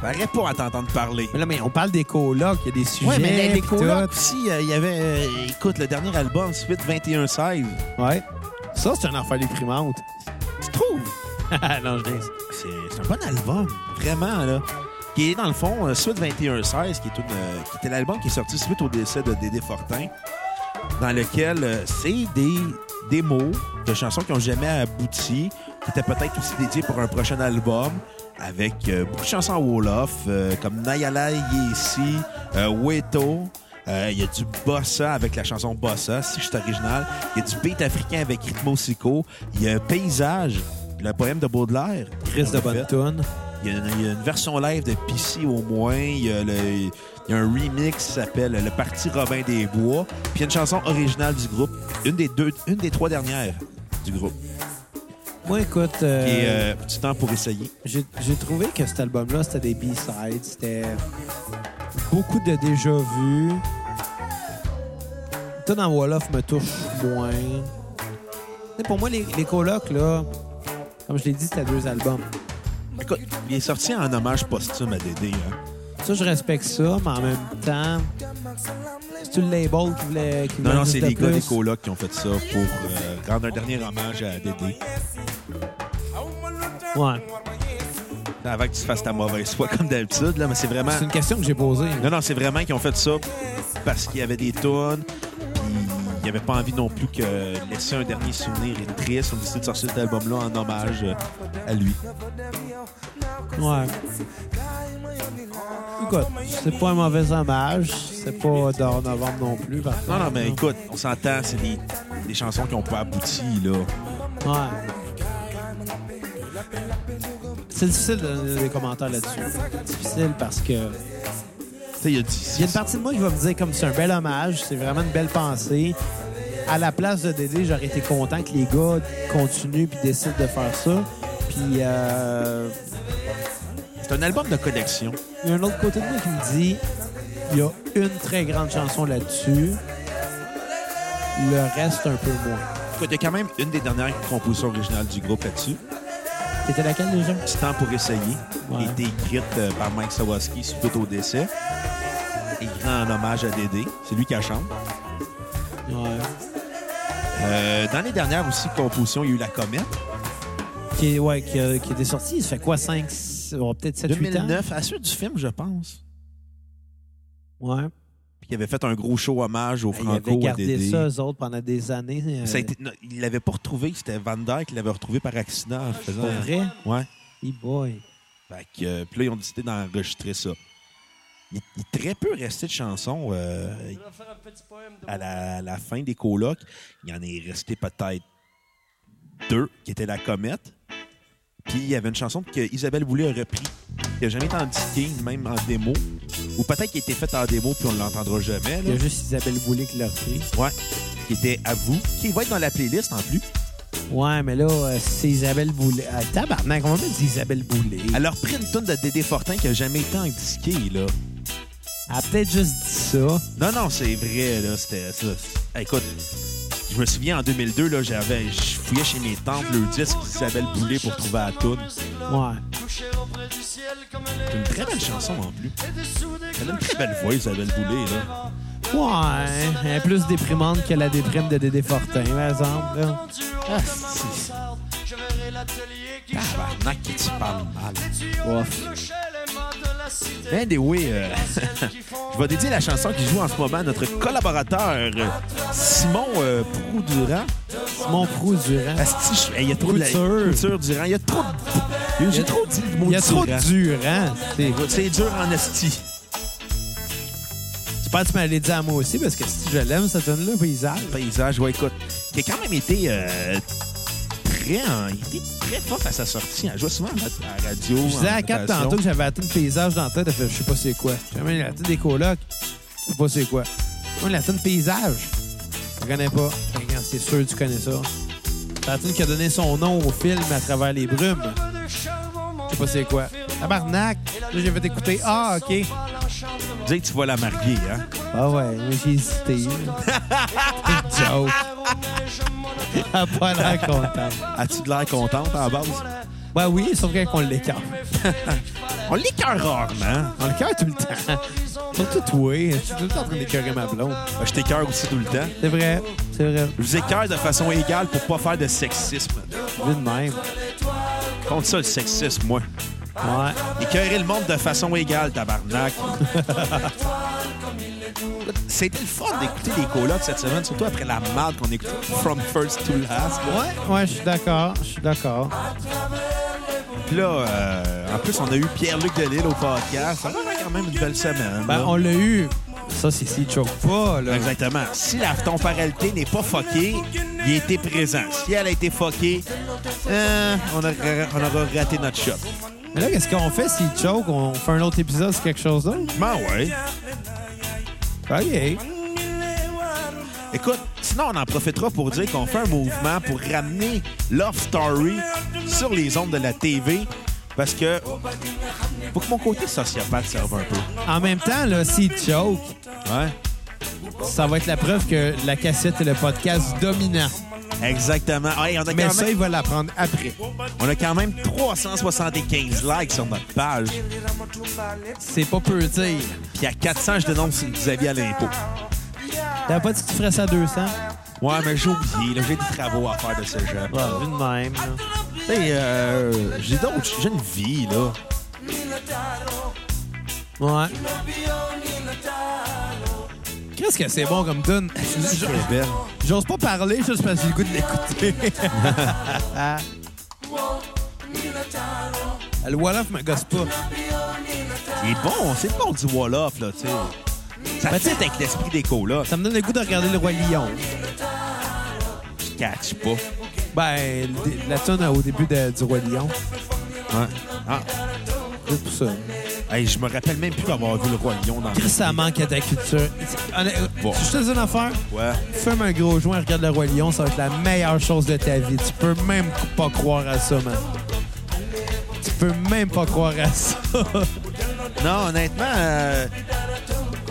Speaker 3: J'arrête pas à t'entendre parler.
Speaker 1: Mais là, mais on parle des colocs, il y a des sujets.
Speaker 3: Ouais, mais
Speaker 1: puis
Speaker 3: les colocs aussi, euh, il y avait... euh, écoute, le dernier album, Suite 21-16,
Speaker 1: tout. Ouais. Ça, c'est une affaire déprimante. *laughs*
Speaker 3: tu trouves?
Speaker 1: non, je dis.
Speaker 3: C'est c'est un bon album, vraiment, là. Qui est, dans le fond, euh, Suite 2116, qui, est une, euh, qui était l'album qui est sorti suite au décès de Dédé Fortin, dans lequel euh, c'est des démos de chansons qui n'ont jamais abouti, qui étaient peut-être aussi dédiées pour un prochain album, avec euh, beaucoup de chansons en Wolof, euh, comme Nayala Yesi, euh, Weto. Euh, Il y a du bossa avec la chanson Bossa, si je suis original. Il y a du beat africain avec Ritmo Siko. Il y a Paysage, le poème de Baudelaire.
Speaker 1: Chris de
Speaker 3: Ah, En fait.
Speaker 1: bonne toune.
Speaker 3: Il y, a une, il y a une version live de PC au moins. Il y a, le- il y a un remix qui s'appelle Le Parti Robin des Bois. Puis il y a une chanson originale du groupe, une des deux, une des trois dernières du groupe.
Speaker 1: Moi, écoute.
Speaker 3: Et
Speaker 1: euh,
Speaker 3: euh, petit temps pour essayer.
Speaker 1: J'ai j'ai trouvé que cet album-là, c'était des B-sides. C'était beaucoup de déjà-vu. Tout en Wolof me touche moins. Tu sais, pour moi, les, les colocs, là, comme je l'ai dit, c'était deux albums.
Speaker 3: Écoute, il est sorti en hommage posthume à Dédé. hein.
Speaker 1: Ça, je respecte ça, mais en même temps, c'est-tu le label qui voulait. qui
Speaker 3: Non,
Speaker 1: voulait
Speaker 3: non,
Speaker 1: juste
Speaker 3: c'est
Speaker 1: de
Speaker 3: les gars
Speaker 1: plus?
Speaker 3: des colocs qui ont fait ça pour euh, rendre un dernier hommage à Dédé.
Speaker 1: Ouais.
Speaker 3: Avant que tu fasses ta mauvaise foi comme d'habitude, là, mais c'est vraiment.
Speaker 1: C'est une question que j'ai posée.
Speaker 3: Non, non, c'est vraiment qu'ils ont fait ça parce qu'il y avait des tonnes. Puis il n'y avait pas envie non plus que laisser un dernier souvenir et triste. On a décidé de sortir cet album-là en hommage euh, à lui.
Speaker 1: Ouais. Écoute, c'est pas un mauvais hommage. C'est pas d'or novembre non plus. par
Speaker 3: Non, non,
Speaker 1: contre,
Speaker 3: mais
Speaker 1: là.
Speaker 3: écoute, on s'entend, c'est des, des chansons qui n'ont pas abouti, là.
Speaker 1: Ouais. C'est difficile de donner des commentaires là-dessus. C'est difficile parce que il
Speaker 3: Tu sais, il y a du.
Speaker 1: y a une partie de moi qui va me dire comme c'est un bel hommage, c'est vraiment une belle pensée. À la place de Dédé, j'aurais été content que les gars continuent puis décident de faire ça. Puis euh,
Speaker 3: C'est un album de collection.
Speaker 1: il y a un autre côté de moi qui me dit il y a une très grande chanson là-dessus, le reste un peu moins.
Speaker 3: Écoute, il y a quand même une des dernières compositions originales du groupe là-dessus.
Speaker 1: C'était laquelle déjà
Speaker 3: Petit temps pour essayer.
Speaker 1: Ouais.
Speaker 3: qui a été écrite euh, par Mike Sawaski suite au décès. Écrit en hommage à Dédé. C'est lui qui la chante.
Speaker 1: Ouais.
Speaker 3: Euh, dans les dernières aussi compositions, il y a eu La Comète.
Speaker 1: Qui, est- ouais, qui, a- qui était sorti, ça fait quoi, 5, peut-être 7, 8 ans?
Speaker 3: 2009, à la suite du film, je pense.
Speaker 1: Ouais.
Speaker 3: Puis il avait fait un gros show hommage au
Speaker 1: Ils avaient
Speaker 3: Franco à
Speaker 1: Ah, gardé
Speaker 3: Dédé.
Speaker 1: ça, euh, eux autres, pendant des années. euh,
Speaker 3: Ça a été- non, il l'avait pas retrouvé, c'était Van Dyke qui l'avait retrouvé par accident en faisant.
Speaker 1: Pour vrai?
Speaker 3: Ouais.
Speaker 1: Hey boy.
Speaker 3: Fait que, euh, puis là, ils ont décidé d'enregistrer ça. Il, il est très peu resté de chansons euh, à la, à la fin des colocs. Il en est resté peut-être deux, qui étaient La Comète. Puis il y avait une chanson que Isabelle Boulay a repris, qui n'a jamais été indiquée, même en démo. Ou peut-être qui a été faite en démo, puis on ne l'entendra jamais.
Speaker 1: Il y
Speaker 3: là.
Speaker 1: a juste Isabelle Boulay qui l'a repris.
Speaker 3: Ouais. Qui était à vous, qui va être dans la playlist en plus.
Speaker 1: Ouais, mais là, euh, c'est Isabelle Boulay. Ah, tabarnak, on va mettre Isabelle Boulay.
Speaker 3: Elle a repris une tonne de Dédé Fortin qui n'a jamais été indiquée, là.
Speaker 1: Elle, Elle a peut-être juste dit ça.
Speaker 3: Non, non, c'est vrai, là, c'était ça. Hey, Écoute, je me souviens, en 2002, là, j'avais, je fouillais chez mes tantes le disque d'Isabelle Boulay pour trouver la toune.
Speaker 1: Ouais.
Speaker 3: C'est une très belle chanson, en plus. Elle a une très belle voix, Isabelle Boulay, là.
Speaker 1: Ouais. Elle est plus déprimante que la déprime de Dédé Fortin, par exemple. là.
Speaker 3: Ah, c'est... Tabarnak, que tu parles mal.
Speaker 1: Ouf.
Speaker 3: Ben, anyway, euh, *laughs* je vais dédier la chanson qui joue en ce moment à notre collaborateur, euh, Simon euh, Proudurand.
Speaker 1: Simon Proux durant.
Speaker 3: Asti, je- hey, il y a trop de la-
Speaker 1: Couture.
Speaker 3: Couture Durand. Il y a trop de... J'ai trop dit le mot hein.
Speaker 1: Il y a trop
Speaker 3: Durand.
Speaker 1: de hein. durant. C'est-
Speaker 3: C'est dur en esti.
Speaker 1: Je pense que tu m'allais dire à moi aussi, parce que si je l'aime, cette tune-là, paysage.
Speaker 3: paysage. Ouais, écoute, qui a quand même été euh, très, en- il était très fort à sa sortie. Elle jouait souvent à la- à la radio.
Speaker 1: Je disais
Speaker 3: en
Speaker 1: à Cap
Speaker 3: rotation.
Speaker 1: tantôt que j'avais atteint le paysage dans la tête. elle fait, Je sais pas c'est quoi. J'avais la tune des colocs. Je sais pas c'est quoi. Moi, la tune paysage. Je connais pas. Fait que, C'est sûr que tu connais ça. C'est La tune qui a donné son nom au film à travers les brumes. Je sais pas c'est quoi. Tabarnak. Là, j'ai fait écouter. Ah, OK.
Speaker 3: Tu disais que tu vas la marier, hein?
Speaker 1: Ah ouais, mais j'ai hésité. *laughs* C'est une joke. *laughs* Elle a pas l'air contente.
Speaker 3: As-tu de l'air contente à la base?
Speaker 1: Ben oui, sauf quand on l'écarte.
Speaker 3: On l'écœure rarement.
Speaker 1: On l'écarte tout le temps. Surtout toi. Je suis tout le temps en train d'écœurer ma blonde.
Speaker 3: Ah, Je t'écœure aussi tout le temps.
Speaker 1: C'est vrai, c'est vrai.
Speaker 3: Je vous écœure de façon égale pour pas faire de sexisme.
Speaker 1: Vu de même.
Speaker 3: Contre ça, le sexisme, moi.
Speaker 1: Ouais.
Speaker 3: Écœurer le monde de façon égale, tabarnak. *laughs* C'était le fun d'écouter les colocs cette semaine, surtout après la merde qu'on écoute From First to Last. là.
Speaker 1: Ouais, ouais, je suis d'accord, je suis d'accord.
Speaker 3: Puis là, euh, en plus, on a eu Pierre-Luc Delisle au podcast. Ça va être quand même une belle semaine.
Speaker 1: Ben,
Speaker 3: là.
Speaker 1: on l'a eu. Ça, c'est s'il choke pas, là.
Speaker 3: Exactement. Si la temporalité n'est pas fuckée, il a été présent. Si elle a été fuckée, euh, on, aura, on aura raté notre shot.
Speaker 1: Mais là, qu'est-ce qu'on fait s'il choke? On fait un autre épisode sur quelque chose d'autre?
Speaker 3: Ben ouais.
Speaker 1: OK.
Speaker 3: Écoute, sinon, on en profitera pour dire qu'on fait un mouvement pour ramener Love Story sur les ondes de la TV parce que pour que mon côté sociopathe serve un peu.
Speaker 1: En même temps, là, s'il choke,
Speaker 3: Ouais.
Speaker 1: ça va être la preuve que la cassette est le podcast dominant.
Speaker 3: Exactement. Hey, on a
Speaker 1: Mais
Speaker 3: quand
Speaker 1: ça,
Speaker 3: même-
Speaker 1: il va l'apprendre après.
Speaker 3: On a quand même 375 likes sur notre page.
Speaker 1: C'est pas peu dire.
Speaker 3: Puis à 400, je dénonce Xavier à l'impôt.
Speaker 1: T'avais pas dit que tu ferais ça à 200?
Speaker 3: Ouais, mais j'ai oublié. là, J'ai des travaux à faire de ce genre.
Speaker 1: Ouais, vu de même, là.
Speaker 3: euh, j'ai d'autres. J'ai une vie, là.
Speaker 1: Ouais. Qu'est-ce que c'est bon comme tune?
Speaker 3: Très belle.
Speaker 1: J'ose pas parler juste parce que j'ai le goût de l'écouter. le Wolof me gosse pas.
Speaker 3: Il est bon. C'est bon du Wolof, là, tu sais. Ça
Speaker 1: Ben,
Speaker 3: fit avec l'esprit des là.
Speaker 1: Ça me donne le goût de regarder le Roi Lion.
Speaker 3: Je catch pas.
Speaker 1: Ben, le dé- la tune au début de- du Roi Lion.
Speaker 3: Ouais. Ah.
Speaker 1: Juste pour ça.
Speaker 3: Hey, je me rappelle même plus d'avoir vu le Roi Lion dans
Speaker 1: Chris, ça manque à ta culture. Honnêt-
Speaker 3: Bon.
Speaker 1: Je te dis une affaire.
Speaker 3: Ouais.
Speaker 1: Fume un gros joint, regarde le Roi Lion, ça va être la meilleure chose de ta vie. Tu peux même pas croire à ça, man. Tu peux même pas croire à ça. *laughs*
Speaker 3: Non, honnêtement, euh,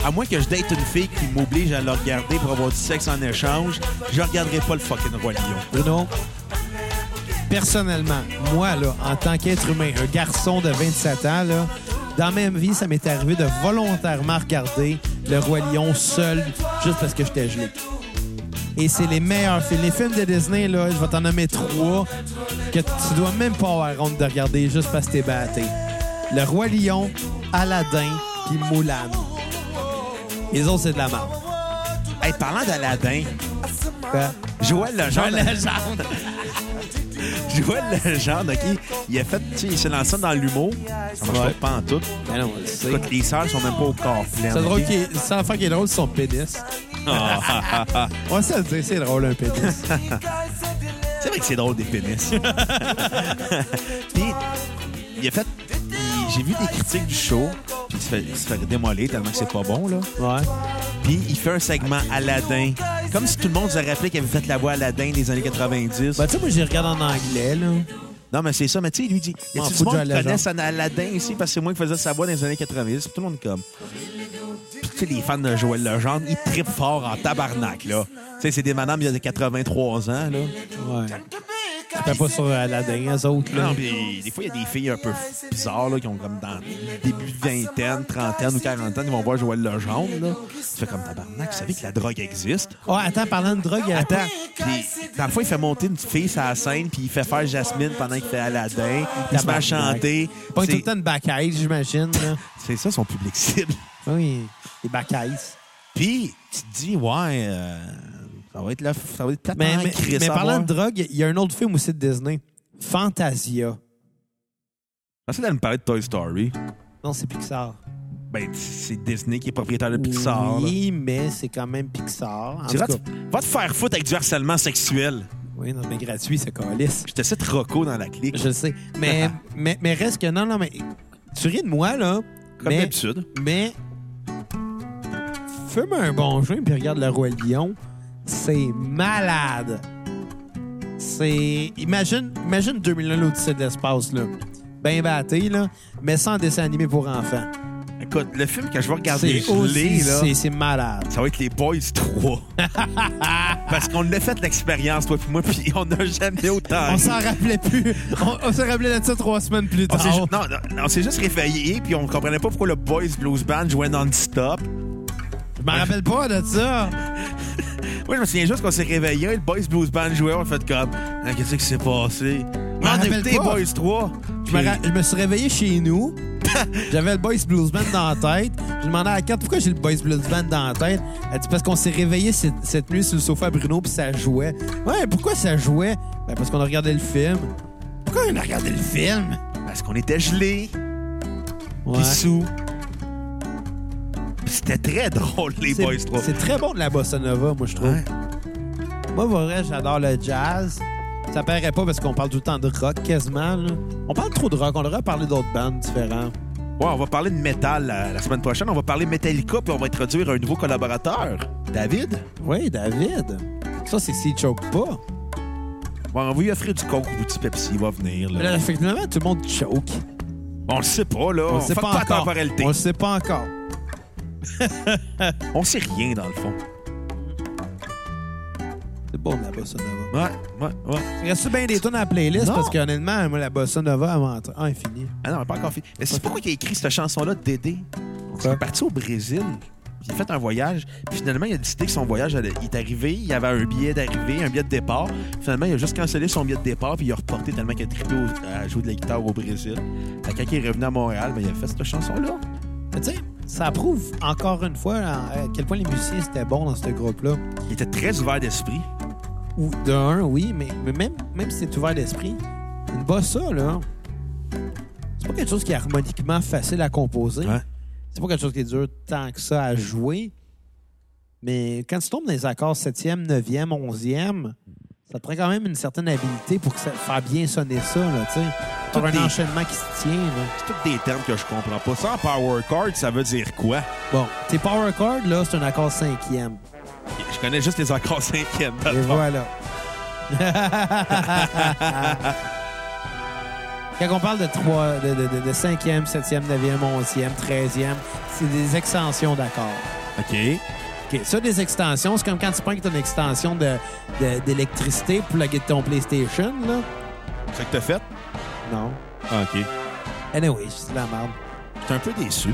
Speaker 3: à moins que je date une fille qui m'oblige à la regarder pour avoir du sexe en échange, je regarderai pas le fucking Roi Lion.
Speaker 1: Bruno, personnellement, moi, là, en tant qu'être humain, un garçon de 27 ans, là, dans ma vie, ça m'est arrivé de volontairement regarder le Roi Lion seul, juste parce que j'étais gelé. Et c'est les meilleurs films. Les films de Disney, là, je vais t'en nommer trois, que tu dois même pas avoir honte de regarder juste parce que t'es batté. Le Roi Lion, Aladdin, puis Moulin. Les autres, c'est de la merde.
Speaker 3: Hey, parlant d'Aladin,
Speaker 1: Quoi?
Speaker 3: Joël Legendre.
Speaker 1: Joël Legendre.
Speaker 3: *laughs* Joël Legendre, OK? Il a fait, tu sais, il s'est lancé dans l'humour. Ça marche
Speaker 1: Ouais.
Speaker 3: pas en tout.
Speaker 1: Ben non, on le sait.
Speaker 3: Écoute, les sœurs sont même pas au corps plein.
Speaker 1: C'est drôle
Speaker 3: OK? Ah,
Speaker 1: qu'il est... Sans l'affaire qui est drôle, c'est son pénis. On va se le dire, c'est drôle un pénis.
Speaker 3: C'est vrai que c'est drôle
Speaker 1: *laughs*
Speaker 3: des pénis. Puis, il a fait. il- J'ai vu des critiques du show, puis il se fait, il se fait démolir tellement que c'est pas bon, là.
Speaker 1: Ouais.
Speaker 3: Puis, il fait un segment Aladdin. Comme si tout le monde se rappelait qu'il avait fait la voix Aladdin des années 90.
Speaker 1: Ben, tu sais, moi, j'y regarde en anglais, là.
Speaker 3: Non, mais c'est ça. Mais tu sais, il lui dit, y
Speaker 1: M'en
Speaker 3: a-tu
Speaker 1: fous
Speaker 3: du
Speaker 1: de
Speaker 3: monde
Speaker 1: la
Speaker 3: qui
Speaker 1: légende.
Speaker 3: connaît San- Aladdin ici? Parce que c'est moi qui faisais sa voix dans les années 90. Puis tout le monde est comme... Puis tu sais, les fans de Joël Legendre, ils trippent fort en tabarnak, là. Tu sais, c'est des madames, il y a 83 ans, là.
Speaker 1: Ouais. C'était pas sur euh, Aladdin, les autres. Là.
Speaker 3: Non, puis des fois, il y a des filles un peu bizarres là, qui ont comme dans le début de vingtaine, trentaine ou quarantaine, qui vont voir Joël Legendre. Là. Tu fais comme tabarnak, vous savez que la drogue existe.
Speaker 1: Oh, attends, parlant de drogue, il y a-
Speaker 3: Attends, puis, dans le fond, il fait monter une fille sur la scène, puis il fait faire Jasmine pendant qu'il fait Aladdin. Il se met à
Speaker 1: Tabarnak.
Speaker 3: chanter.
Speaker 1: Pas tout
Speaker 3: C'est-
Speaker 1: le temps de back-eyes, j'imagine. là.
Speaker 3: C'est ça son public cible.
Speaker 1: Oui, les back-eyes.
Speaker 3: Puis tu te dis, ouais, euh, ça va être la, ça va être plate
Speaker 1: Mais,
Speaker 3: en
Speaker 1: mais,
Speaker 3: Christ,
Speaker 1: mais
Speaker 3: à
Speaker 1: parlant
Speaker 3: voir.
Speaker 1: de drogue, il y a un autre film aussi de Disney. Fantasia.
Speaker 3: Je pensais d'aller me parler de Toy Story.
Speaker 1: Non, c'est Pixar.
Speaker 3: Ben, c'est Disney qui est propriétaire de Pixar. là.
Speaker 1: Oui, mais c'est quand même Pixar. En
Speaker 3: Tu
Speaker 1: tout
Speaker 3: vas,
Speaker 1: cas,
Speaker 3: te- va te faire foutre avec du harcèlement sexuel.
Speaker 1: oui, non, mais gratuit, c'est calice.
Speaker 3: J'étais cette Rocco dans la clique.
Speaker 1: Je le sais.
Speaker 3: *laughs*
Speaker 1: Mais, mais, mais reste que non, non, mais tu ris de moi, là.
Speaker 3: Comme
Speaker 1: mais,
Speaker 3: d'habitude.
Speaker 1: mais fume un bon joint puis regarde le Roi Lion. C'est malade. C'est. Imagine, imagine 2001 l'Odyssée de l'espace, là. Bien batté, là, mais sans dessin animé pour enfants.
Speaker 3: Écoute, le film que je vais regarder,
Speaker 1: C'est
Speaker 3: je l'ai,
Speaker 1: aussi-
Speaker 3: là,
Speaker 1: c'est- c'est malade.
Speaker 3: ça va être les Boys
Speaker 1: *laughs*
Speaker 3: 3. Parce qu'on a fait l'expérience, toi puis moi, puis on n'a jamais autant.
Speaker 1: On
Speaker 3: ri.
Speaker 1: s'en rappelait plus. *laughs* On, on se rappelait de ça trois semaines plus
Speaker 3: On
Speaker 1: tard.
Speaker 3: s'est ju- non, non, on s'est juste réveillés, puis on comprenait pas pourquoi le Boys Blues Band jouait non-stop.
Speaker 1: Je m'en rappelle pas de ça.
Speaker 3: Moi, je me souviens juste qu'on s'est réveillés, le Boys Blues Band jouait, on a fait comme, Ah, qu'est-ce qui s'est passé?
Speaker 1: m'en
Speaker 3: Non,
Speaker 1: rappelle
Speaker 3: écoutez,
Speaker 1: pas.
Speaker 3: Boys 3.
Speaker 1: Je me, ra- je me suis réveillé chez nous. *laughs* J'avais le Boys Blues Band dans la tête. Je demandais à la carte pourquoi j'ai le Boys Blues Band dans la tête. Elle dit parce qu'on s'est réveillé cette, cette nuit sur le sofa à Bruno puis ça jouait. Ouais, pourquoi ça jouait? Ben parce qu'on a regardé le film. Pourquoi on a regardé le film?
Speaker 3: Parce qu'on était gelés, puis sous. C'était très drôle, les
Speaker 1: C'est-
Speaker 3: Boys 3.
Speaker 1: C'est très bon de la bossa nova, moi, je trouve.
Speaker 3: Ouais.
Speaker 1: Moi, pour vrai, j'adore le jazz. Ça paraît pas parce qu'on parle tout le temps de rock quasiment. là. On parle trop de rock. On devrait parler d'autres bandes différentes.
Speaker 3: Ouais, on va parler de métal euh, la, la semaine prochaine. On va parler Metallica, puis on va introduire un nouveau collaborateur. David?
Speaker 1: Oui, David. Ça, c'est s'il choke pas.
Speaker 3: Ouais, on va lui offrir du coke ou du Pepsi. Il va venir,
Speaker 1: Mais
Speaker 3: là.
Speaker 1: là, finalement, tout le monde choke.
Speaker 3: On le sait pas, là.
Speaker 1: On le sait
Speaker 3: fuck
Speaker 1: pas,
Speaker 3: la
Speaker 1: encore.
Speaker 3: temporalité.
Speaker 1: On le sait pas encore.
Speaker 3: On sait rien, dans le fond.
Speaker 1: C'est bon, la bossa nova.
Speaker 3: Ouais, ouais, ouais.
Speaker 1: Reste bien des tonnes à la playlist
Speaker 3: Non.
Speaker 1: parce qu'honnêtement, moi, la bossa nova, elle m'entre. Ah, infinie.
Speaker 3: Ah non, on est pas encore fini. Mais c'est pourquoi il a écrit cette chanson-là, Dédé? Il est parti au Brésil. puis Il a fait un voyage. Puis finalement, il a décidé que son voyage allait- il est arrivé. Il y avait un billet d'arrivée, un billet de départ. Finalement, il a juste cancellé son billet de départ. Puis il a reporté tellement qu'il a trippé au- à jouer de la guitare au Brésil. Fait que quand il est revenu à Montréal, ben, il a fait cette chanson-là.
Speaker 1: Mais tu sais, ça prouve encore une fois hein, à à quel point les musiciens c'était bons dans ce groupe-là.
Speaker 3: Il était très ouvert d'esprit.
Speaker 1: Ou de un, oui, mais, mais même, même si c'est ouvert d'esprit, une bossa, là, c'est pas quelque chose qui est harmoniquement facile à composer.
Speaker 3: Ouais.
Speaker 1: C'est pas quelque chose qui est dur tant que ça à jouer. Mais quand tu tombes dans les accords 7e, 9e, 11e, ça te prend quand même une certaine habileté pour que ça, faire bien sonner ça, là, tu sais. Pour un
Speaker 3: des-
Speaker 1: enchaînement qui se tient, là.
Speaker 3: C'est tous des termes que je comprends pas. Sans power chord, ça veut dire quoi?
Speaker 1: Bon, tes power chords, là, c'est un accord 5e.
Speaker 3: Je connais juste les accords cinquièmes.
Speaker 1: Et voilà. Quand on parle de, trois, de, de, de, de 5e, 7e, 9e, 11e, 13e, c'est des extensions d'accords.
Speaker 3: OK.
Speaker 1: OK, ça, des extensions, c'est comme quand tu prends ton extension de- de- d'électricité pour la ton PlayStation, là.
Speaker 3: C'est ça que t'as fait?
Speaker 1: Non.
Speaker 3: Ah, OK.
Speaker 1: Anyway, c'est de la merde.
Speaker 3: J'étais un peu déçu.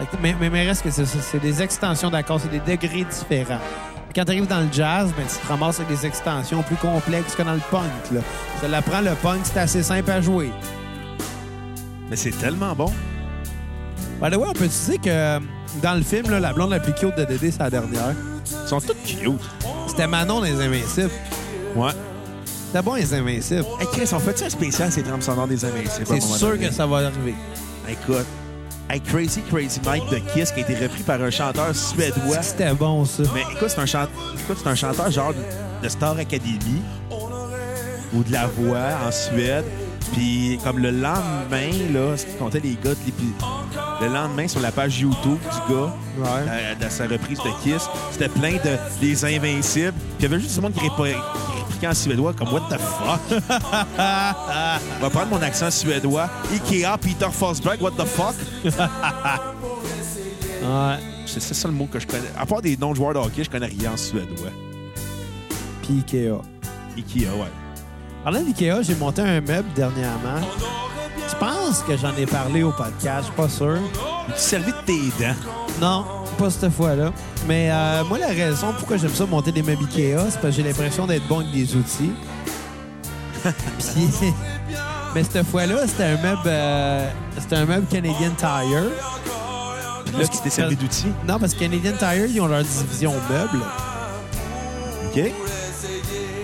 Speaker 1: Fait que- Mais, mais, mais reste que c'est ça, c'est des extensions d'accords, c'est des degrés différents. Puis Quand tu arrives dans le jazz, ben, tu te ramasses avec des extensions plus complexes que dans le punk. Là. Ça l'apprend, le punk, c'est assez simple à jouer.
Speaker 3: Mais c'est tellement bon.
Speaker 1: By the way, on peut te dire que euh, dans le film, là, la blonde la plus cute de Dédé, c'est la dernière.
Speaker 3: Ils sont tous cute.
Speaker 1: C'était Manon dans Les Invincibles.
Speaker 3: Ouais.
Speaker 1: C'était bon, Les Invincibles.
Speaker 3: Hey Chris, on fait-tu un spécial ces trames sonores des Invincibles? à un
Speaker 1: C'est
Speaker 3: moment
Speaker 1: sûr
Speaker 3: donné?
Speaker 1: que ça va arriver.
Speaker 3: Écoute. Hey, Crazy Crazy Mike de Kiss qui a été repris par un chanteur suédois.
Speaker 1: C'était bon, ça.
Speaker 3: Mais écoute, c'est un, chante- écoute, c'est un chanteur genre de Star Academy ou de la voix en Suède. Puis comme le lendemain, là, ce qui comptait les gars de l'épi- Le lendemain, sur la page YouTube du gars,
Speaker 1: Ouais.
Speaker 3: euh, de sa reprise de Kiss, c'était plein de Les Invincibles. Puis il y avait juste du monde qui, répo- qui en suédois, comme what the fuck. *laughs* On va prendre mon accent suédois. Ikea, Peter Forsberg, what the fuck.
Speaker 1: *laughs* Ouais.
Speaker 3: C'est c'est ça le mot que je connais. À part des noms de joueurs de hockey, je connais rien en suédois.
Speaker 1: Puis Ikea.
Speaker 3: Ikea, ouais.
Speaker 1: Parlant d'Ikea, j'ai monté un meuble dernièrement. Je pense que j'en ai parlé au podcast, je suis pas sûr.
Speaker 3: Tu te servis de tes dents.
Speaker 1: Non, pas cette fois-là. Mais euh, moi, la raison pourquoi j'aime ça monter des meubles Ikea, c'est parce que j'ai l'impression d'être bon avec des outils. *laughs* Puis- Mais cette fois-là, c'était un meuble, euh, c'était un meuble Canadian Tire.
Speaker 3: Puis là, tu t'es servi d'outils.
Speaker 1: Non, parce que Canadian Tire, ils ont leur division meubles.
Speaker 3: OK? Mais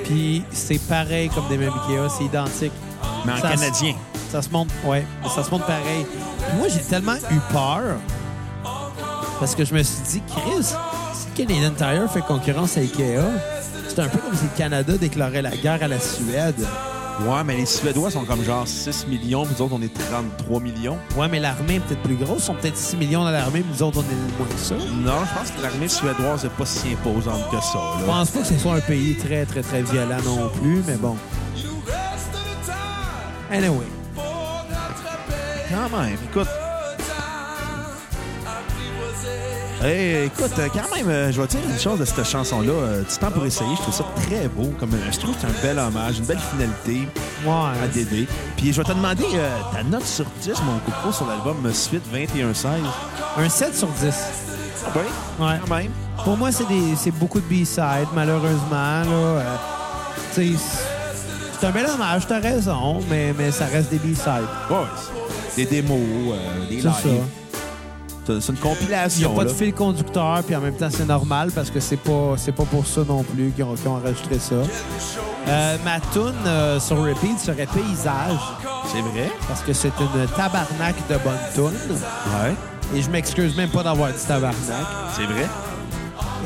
Speaker 1: Puis c'est pareil comme des meubles Ikea, c'est identique. Ça
Speaker 3: en
Speaker 1: se-
Speaker 3: canadien.
Speaker 1: Ça se monte, ouais, mais ça se monte pareil. Puis moi, j'ai tellement eu peur parce que je me suis dit, Chris, si le Canadian Tire fait concurrence à Ikea, c'est un peu comme si le Canada déclarait la guerre à la Suède.
Speaker 3: Ouais, mais les Suédois sont comme genre 6 millions, puis nous autres, on est 33 millions.
Speaker 1: Ouais, mais l'armée est peut-être plus grosse. Ils sont peut-être 6 millions dans l'armée, mais nous autres, on est moins que ça.
Speaker 3: Non, je pense que l'armée suédoise n'est pas si imposante que ça.
Speaker 1: Je
Speaker 3: Là.
Speaker 1: pense pas que ce soit un pays très, très, très violent non plus, mais bon. Anyway.
Speaker 3: Quand même, écoute. Eh, écoute, euh, quand même, euh, je vais te dire une chose de cette chanson-là. Euh, du temps pour essayer, je trouve ça très beau. Comme, euh, je trouve que c'est un bel hommage, une belle finalité à
Speaker 1: Ouais.
Speaker 3: DD. Puis je vais te demander euh, ta note sur 10, mon coco, sur l'album Suite 21-16.
Speaker 1: Un 7 sur 10.
Speaker 3: Oui,
Speaker 1: Ouais.
Speaker 3: quand même.
Speaker 1: Pour moi, c'est des- c'est beaucoup de B-side, malheureusement. là. Euh, tu sais, c'est un bel hommage, t'as raison, mais, mais ça reste des B-sides.
Speaker 3: Ouais, c'est des démos, euh, des
Speaker 1: C'est
Speaker 3: lives.
Speaker 1: ça.
Speaker 3: C'est c'est une
Speaker 1: Il n'y
Speaker 3: compilation.
Speaker 1: a pas de
Speaker 3: là.
Speaker 1: fil conducteur, puis en même temps, c'est normal parce que c'est pas c'est pas pour ça non plus qu'ils ont, qu'ils ont enregistré ça. Euh, ma tune euh, sur repeat serait Paysage
Speaker 3: C'est vrai?
Speaker 1: parce que c'est une tabarnak de bonne tune
Speaker 3: Ouais.
Speaker 1: et je m'excuse même pas d'avoir dit tabarnak.
Speaker 3: C'est vrai?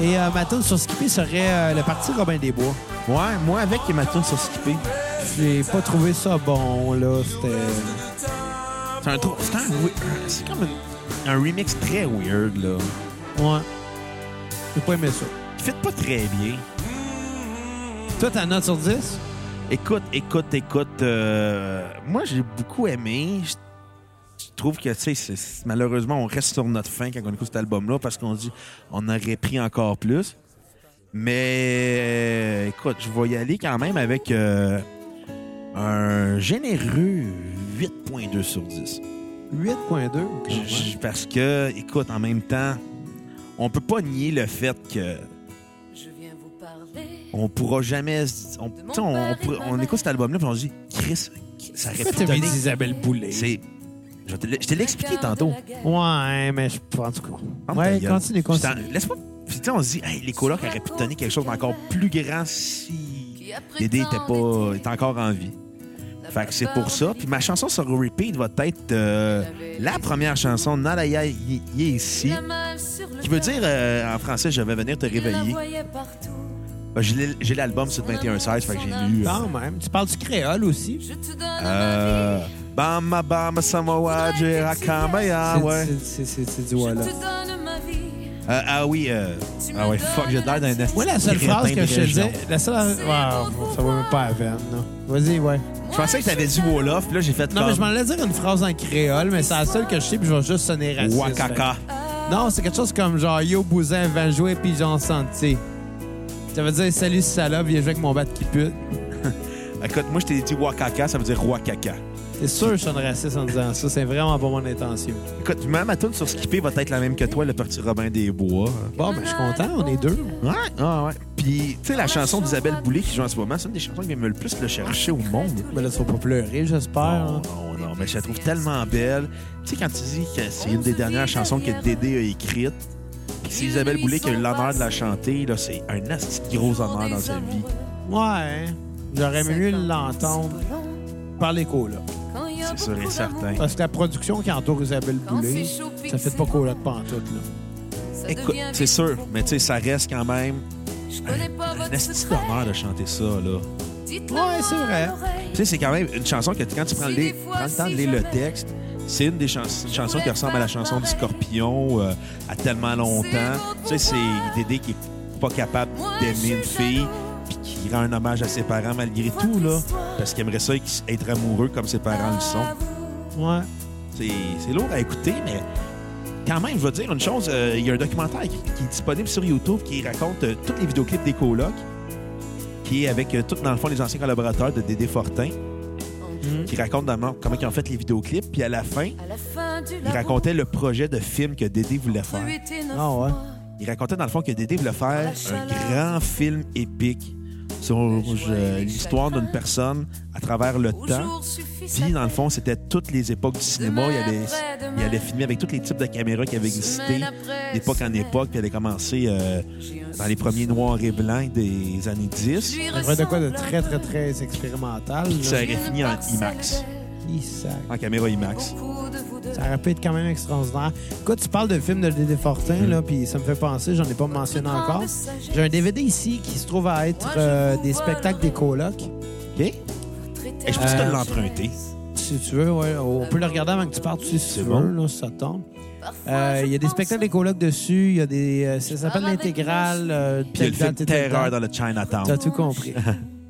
Speaker 1: Et euh, ma tune sur Skippy serait euh, le parti Robin des Bois.
Speaker 3: Ouais, moi avec et ma tune sur Skippy.
Speaker 1: J'ai pas trouvé ça bon là, c'était
Speaker 3: C'est un trop. C'est un we- C'est comme une- un remix très weird, là.
Speaker 1: Ouais. J'ai pas aimé ça.
Speaker 3: Qui fait pas très bien.
Speaker 1: Toi, ta note sur 10?
Speaker 3: Écoute, écoute, écoute. euh, moi, j'ai beaucoup aimé. Je je trouve que, tu sais, c'est- c'est- malheureusement, on reste sur notre fin quand on écoute cet album-là parce qu'on dit on aurait pris encore plus. Mais, euh, écoute, je vais y aller quand même avec euh, un généreux 8.2 sur 10.
Speaker 1: 8.2.
Speaker 3: J- j- Parce que, écoute, en même temps, on peut pas nier le fait que
Speaker 4: Je viens vous parler.
Speaker 3: on pourra jamais. se- On, tu sais, on, on pourra- on écoute cet album-là puis on se dit, Chris, ça aurait pu donner.
Speaker 1: Isabelle Boulay.
Speaker 3: C'est. Je vais te l'ai- je te l'ai expliqué tantôt. Oh,
Speaker 1: Ouais, mais je pense tout cas.
Speaker 3: Ferme
Speaker 1: Ouais,
Speaker 3: ta gueule.
Speaker 1: continue,
Speaker 3: Je t'en-
Speaker 1: continue.
Speaker 3: Laisse-moi. Puis, tu sais, on se dit, hey, les colocs auraient pu te donner quelque chose d'encore plus grand si Dédé était, pas, était encore en vie. Fait que c'est pour ça. Puis ma chanson sur repeat va être euh, la première chanson, Nalaya y, y est ici, qui veut dire euh, en français, je vais venir te réveiller. Ben, j'ai l'ai- J'ai l'album sur le 21-16, fait que j'ai lu. euh,
Speaker 1: Quand même. Tu parles du créole aussi.
Speaker 3: Euh, Bama Bama Samoa Jerakamaya,
Speaker 1: C'est-
Speaker 3: Ah, ouais.
Speaker 1: c'est- C'est c'est du voilà.
Speaker 3: Euh, ah oui, euh, ah ouais, fuck, j'ai l'air d'un
Speaker 1: Moi, la seule
Speaker 3: crétin
Speaker 1: phrase que
Speaker 3: de
Speaker 1: je te
Speaker 3: région.
Speaker 1: disais, la seule. Ouais, ça va même pas à peine, là. Vas-y, ouais.
Speaker 3: Je pensais que t'avais dit Wolof, puis là j'ai fait
Speaker 1: Non, mais je m'en
Speaker 3: comme
Speaker 1: allais dire une phrase en créole, mais c'est la seule que je sais, puis je vais juste sonner raciste.
Speaker 3: Wakaka.
Speaker 1: Non, c'est quelque chose comme genre Yo Bousin, va jouer puis j'en senti. Ça veut dire Salut salope, viens jouer avec mon bat qui pute.
Speaker 3: Écoute, moi je t'ai dit Wakaka, ça veut dire roi caca.
Speaker 1: C'est sûr que je suis un raciste en disant ça, c'est vraiment pas mon intention.
Speaker 3: Écoute, même ma tune sur Skippy va être la même que toi, le petit Robin des Bois.
Speaker 1: Bon, ben je suis content, on est deux.
Speaker 3: Ouais, ah ouais. Puis, tu sais, la chanson d'Isabelle Boulay qui joue en ce moment, c'est une des chansons qui me le plus le chercher au monde.
Speaker 1: Ben là, tu vas pas pleurer, j'espère. hein.
Speaker 3: Non, non, non, mais je la trouve tellement belle. Tu sais, quand tu dis que c'est une des dernières chansons que Dédé a écrite, puis c'est Isabelle Boulay qui a eu l'honneur de la chanter, là, c'est un asti de gros honneur dans sa vie.
Speaker 1: Ouais, j'aurais mieux l'entendre par les là.
Speaker 4: C'est
Speaker 3: C'est sûr et certain.
Speaker 1: Parce que la production qui entoure Isabelle Boulay, ça fait pas cola de pantoute, là.
Speaker 3: Ah, Écoute, c'est sûr, mais tu sais, ça reste quand même un asti d'honneur de chanter ça, là.
Speaker 1: Ouais, c'est vrai.
Speaker 3: Tu sais, hein. c'est quand même une chanson que quand tu prends, les- prends le temps de lire le texte, c'est une des chans- une chanson qui ressemble à la chanson du Scorpion euh, à tellement longtemps. Tu sais, c'est Dédé qui est pas capable d'aimer une fille, puis qui rend un hommage à ses parents malgré tout, là. Parce qu'il aimerait ça être amoureux comme ses parents le sont.
Speaker 1: Ouais.
Speaker 3: C'est c'est lourd à écouter, mais quand même, je vais te dire une chose. euh, Il y a un documentaire qui, qui est disponible sur YouTube qui raconte euh, tous les vidéoclips des colocs, qui est avec euh, tout, dans le fond, les anciens collaborateurs de Dédé Fortin, qui raconte dans- comment ils ont fait les vidéoclips. Puis à la fin,
Speaker 4: À la fin du
Speaker 3: il racontait le projet de film que Dédé voulait faire.
Speaker 1: Ah ouais.
Speaker 3: Il racontait dans le fond que Dédé voulait faire un grand film épique sur euh, l'histoire d'une personne à travers le temps. Puis, dans le fond, c'était toutes les époques du cinéma. Il allait, il allait filmer avec tous les types de caméras qui avaient existé d'époque en époque. Puis, il allait commencer euh, dans les premiers noirs et blancs des années 10.
Speaker 1: C'est vrai de quoi de très, très, très expérimental. là.
Speaker 3: Ça aurait fini en IMAX,
Speaker 1: Qui sac.
Speaker 3: en caméra IMAX.
Speaker 1: Ça aurait pu être quand même extraordinaire. Écoute, tu parles de films de Dédé Fortin,
Speaker 3: Mhm.
Speaker 1: là, puis ça me fait penser, j'en ai pas mentionné encore. J'ai un DVD ici qui se trouve à être euh, des spectacles des colocs.
Speaker 3: OK? Et je peux te
Speaker 1: Euh,
Speaker 3: l'emprunter.
Speaker 1: Si tu veux, ouais, on peut le regarder avant que tu partes dessus, si
Speaker 3: C'est
Speaker 1: tu
Speaker 3: bon.
Speaker 1: veux, là, si ça tombe. Euh, Il y a des spectacles des colocs dessus, il y a des. euh, ça s'appelle l'intégrale. euh,
Speaker 3: Puis, il y a le film
Speaker 1: Tête-Tête-Tête-Tête.
Speaker 3: Terreur dans le
Speaker 1: T'as
Speaker 3: Chinatown.
Speaker 1: tout
Speaker 3: *laughs*
Speaker 1: compris.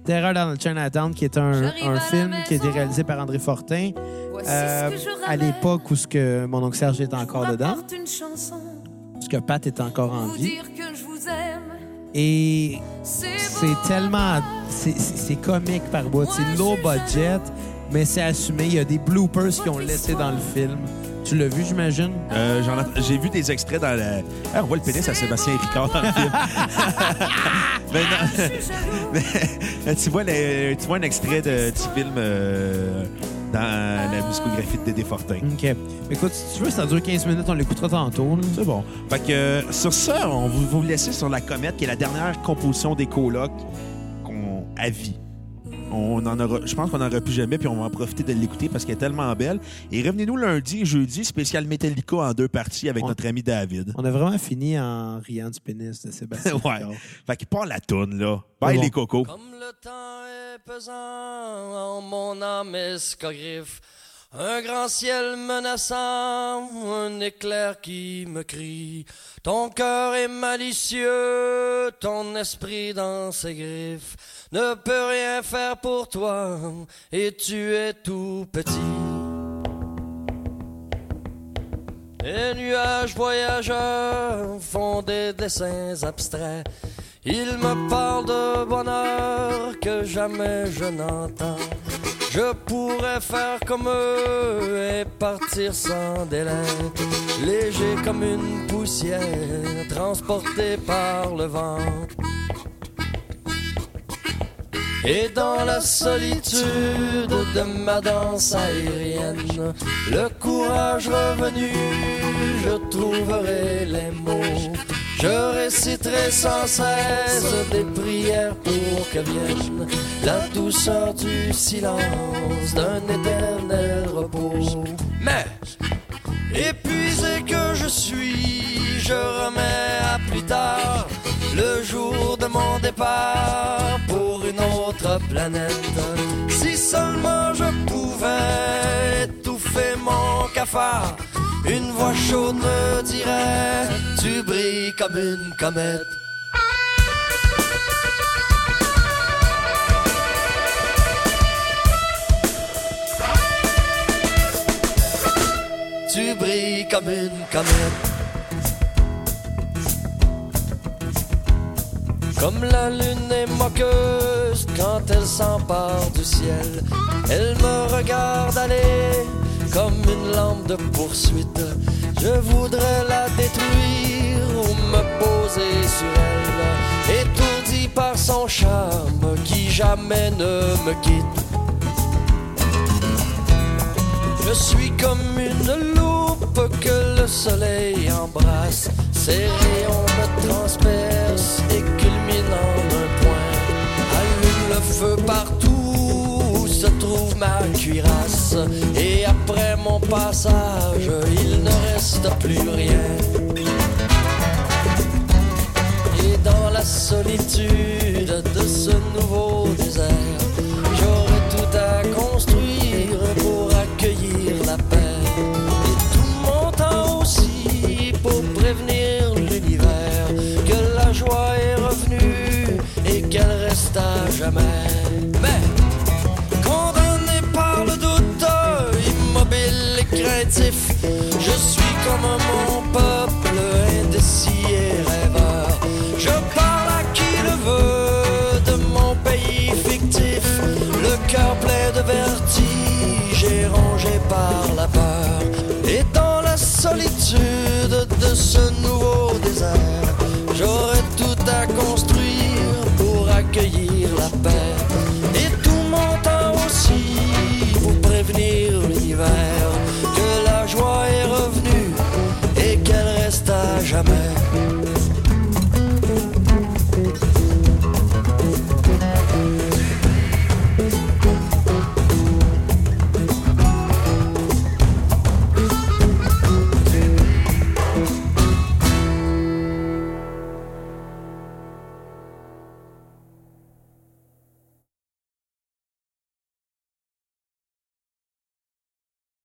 Speaker 1: Terreur dans le Chinatown, qui est un,
Speaker 4: J'arrive
Speaker 1: un
Speaker 4: à la
Speaker 1: film qui a été
Speaker 4: maison.
Speaker 1: réalisé par André Fortin
Speaker 4: Voici
Speaker 1: euh,
Speaker 4: ce que je
Speaker 1: à l'époque où ce que mon oncle Serge est encore dedans,
Speaker 4: M'apporte une chanson,
Speaker 1: parce que Pat est encore en
Speaker 4: vous
Speaker 1: vie.
Speaker 4: dire que je vous aime.
Speaker 1: Et
Speaker 4: beau
Speaker 1: c'est tellement... C'est c'est- c'est comique par bout. C'est low budget, mais c'est assumé. Il y a des bloopers qui ont laissé dans le film. Tu l'as vu, j'imagine?
Speaker 3: Euh, j'en ai- J'ai vu des extraits dans la... Ah, on voit le pénis à Sébastien Ricard dans le film. *laughs* Mais non.
Speaker 4: Je suis jaloux.
Speaker 3: Euh, tu, vois le- tu vois un extrait de, du film euh, dans la musicographie de Dédé Fortin.
Speaker 1: OK. Écoute, si tu veux, ça dure 15 minutes. On l'écoutera tantôt. là.
Speaker 3: C'est bon. Fait que euh, sur ça, on va vous laisser sur La Comète, qui est la dernière composition des colocs qu'on à vie. On en aura, je pense qu'on n'en aura plus jamais, puis on va en profiter de l'écouter parce qu'elle est tellement belle. Et revenez-nous lundi et jeudi, spécial Metallica en deux parties avec
Speaker 1: Ouais.
Speaker 3: notre ami David.
Speaker 1: On a vraiment fini en riant du pénis de
Speaker 3: *laughs*
Speaker 1: Sébastien.
Speaker 3: ouais.
Speaker 1: Picard.
Speaker 3: Fait que pas la toune, là. Bye
Speaker 1: C'est bon.
Speaker 3: les cocos.
Speaker 2: Comme le temps est pesant, en mon âme escogriffe. Un grand ciel menaçant, un éclair qui me crie. Ton cœur est malicieux, ton esprit dans ses griffes ne peut rien faire pour toi, et tu es tout petit. Les nuages voyageurs font des dessins abstraits. Ils me parlent de bonheur que jamais je n'entends. Je pourrais faire comme eux et partir sans délai, léger comme une poussière, transporté par le vent. Et dans la solitude de ma danse aérienne, le courage revenu, je trouverai les mots. Je réciterai sans cesse des prières pour que vienne la douceur du silence d'un éternel repos. Mais Épuisé que je suis, je remets à plus tard le jour de mon départ pour une autre planète. Si seulement je pouvais étouffer mon cafard, une voix chaude me dirait, tu brilles comme une comète. tu brilles comme une comète. Comme la lune est moqueuse quand elle s'empare du ciel, elle me regarde aller comme une lampe de poursuite. Je voudrais la détruire ou me poser sur elle, étourdi par son charme qui jamais ne me quitte. Je suis comme une loupe que le soleil embrasse. Ses rayons me transpercent et culminent en un point. Allume le feu partout où se trouve ma cuirasse. Et après mon passage, il ne reste plus rien. Et dans la solitude de ce nouveau désert, j'aurai tout à construire pour accueillir la paix. Et tout mon temps aussi pour prévenir l'univers que la joie est revenue et qu'elle reste natif. Je suis comme mon peuple indécis et rêveur. Je parle à qui le veut de mon pays fictif. Le cœur plein de vertige et rongé par la peur. Et dans la solitude de ce nouveau désert, j'aurais tout à construire pour accueillir la paix.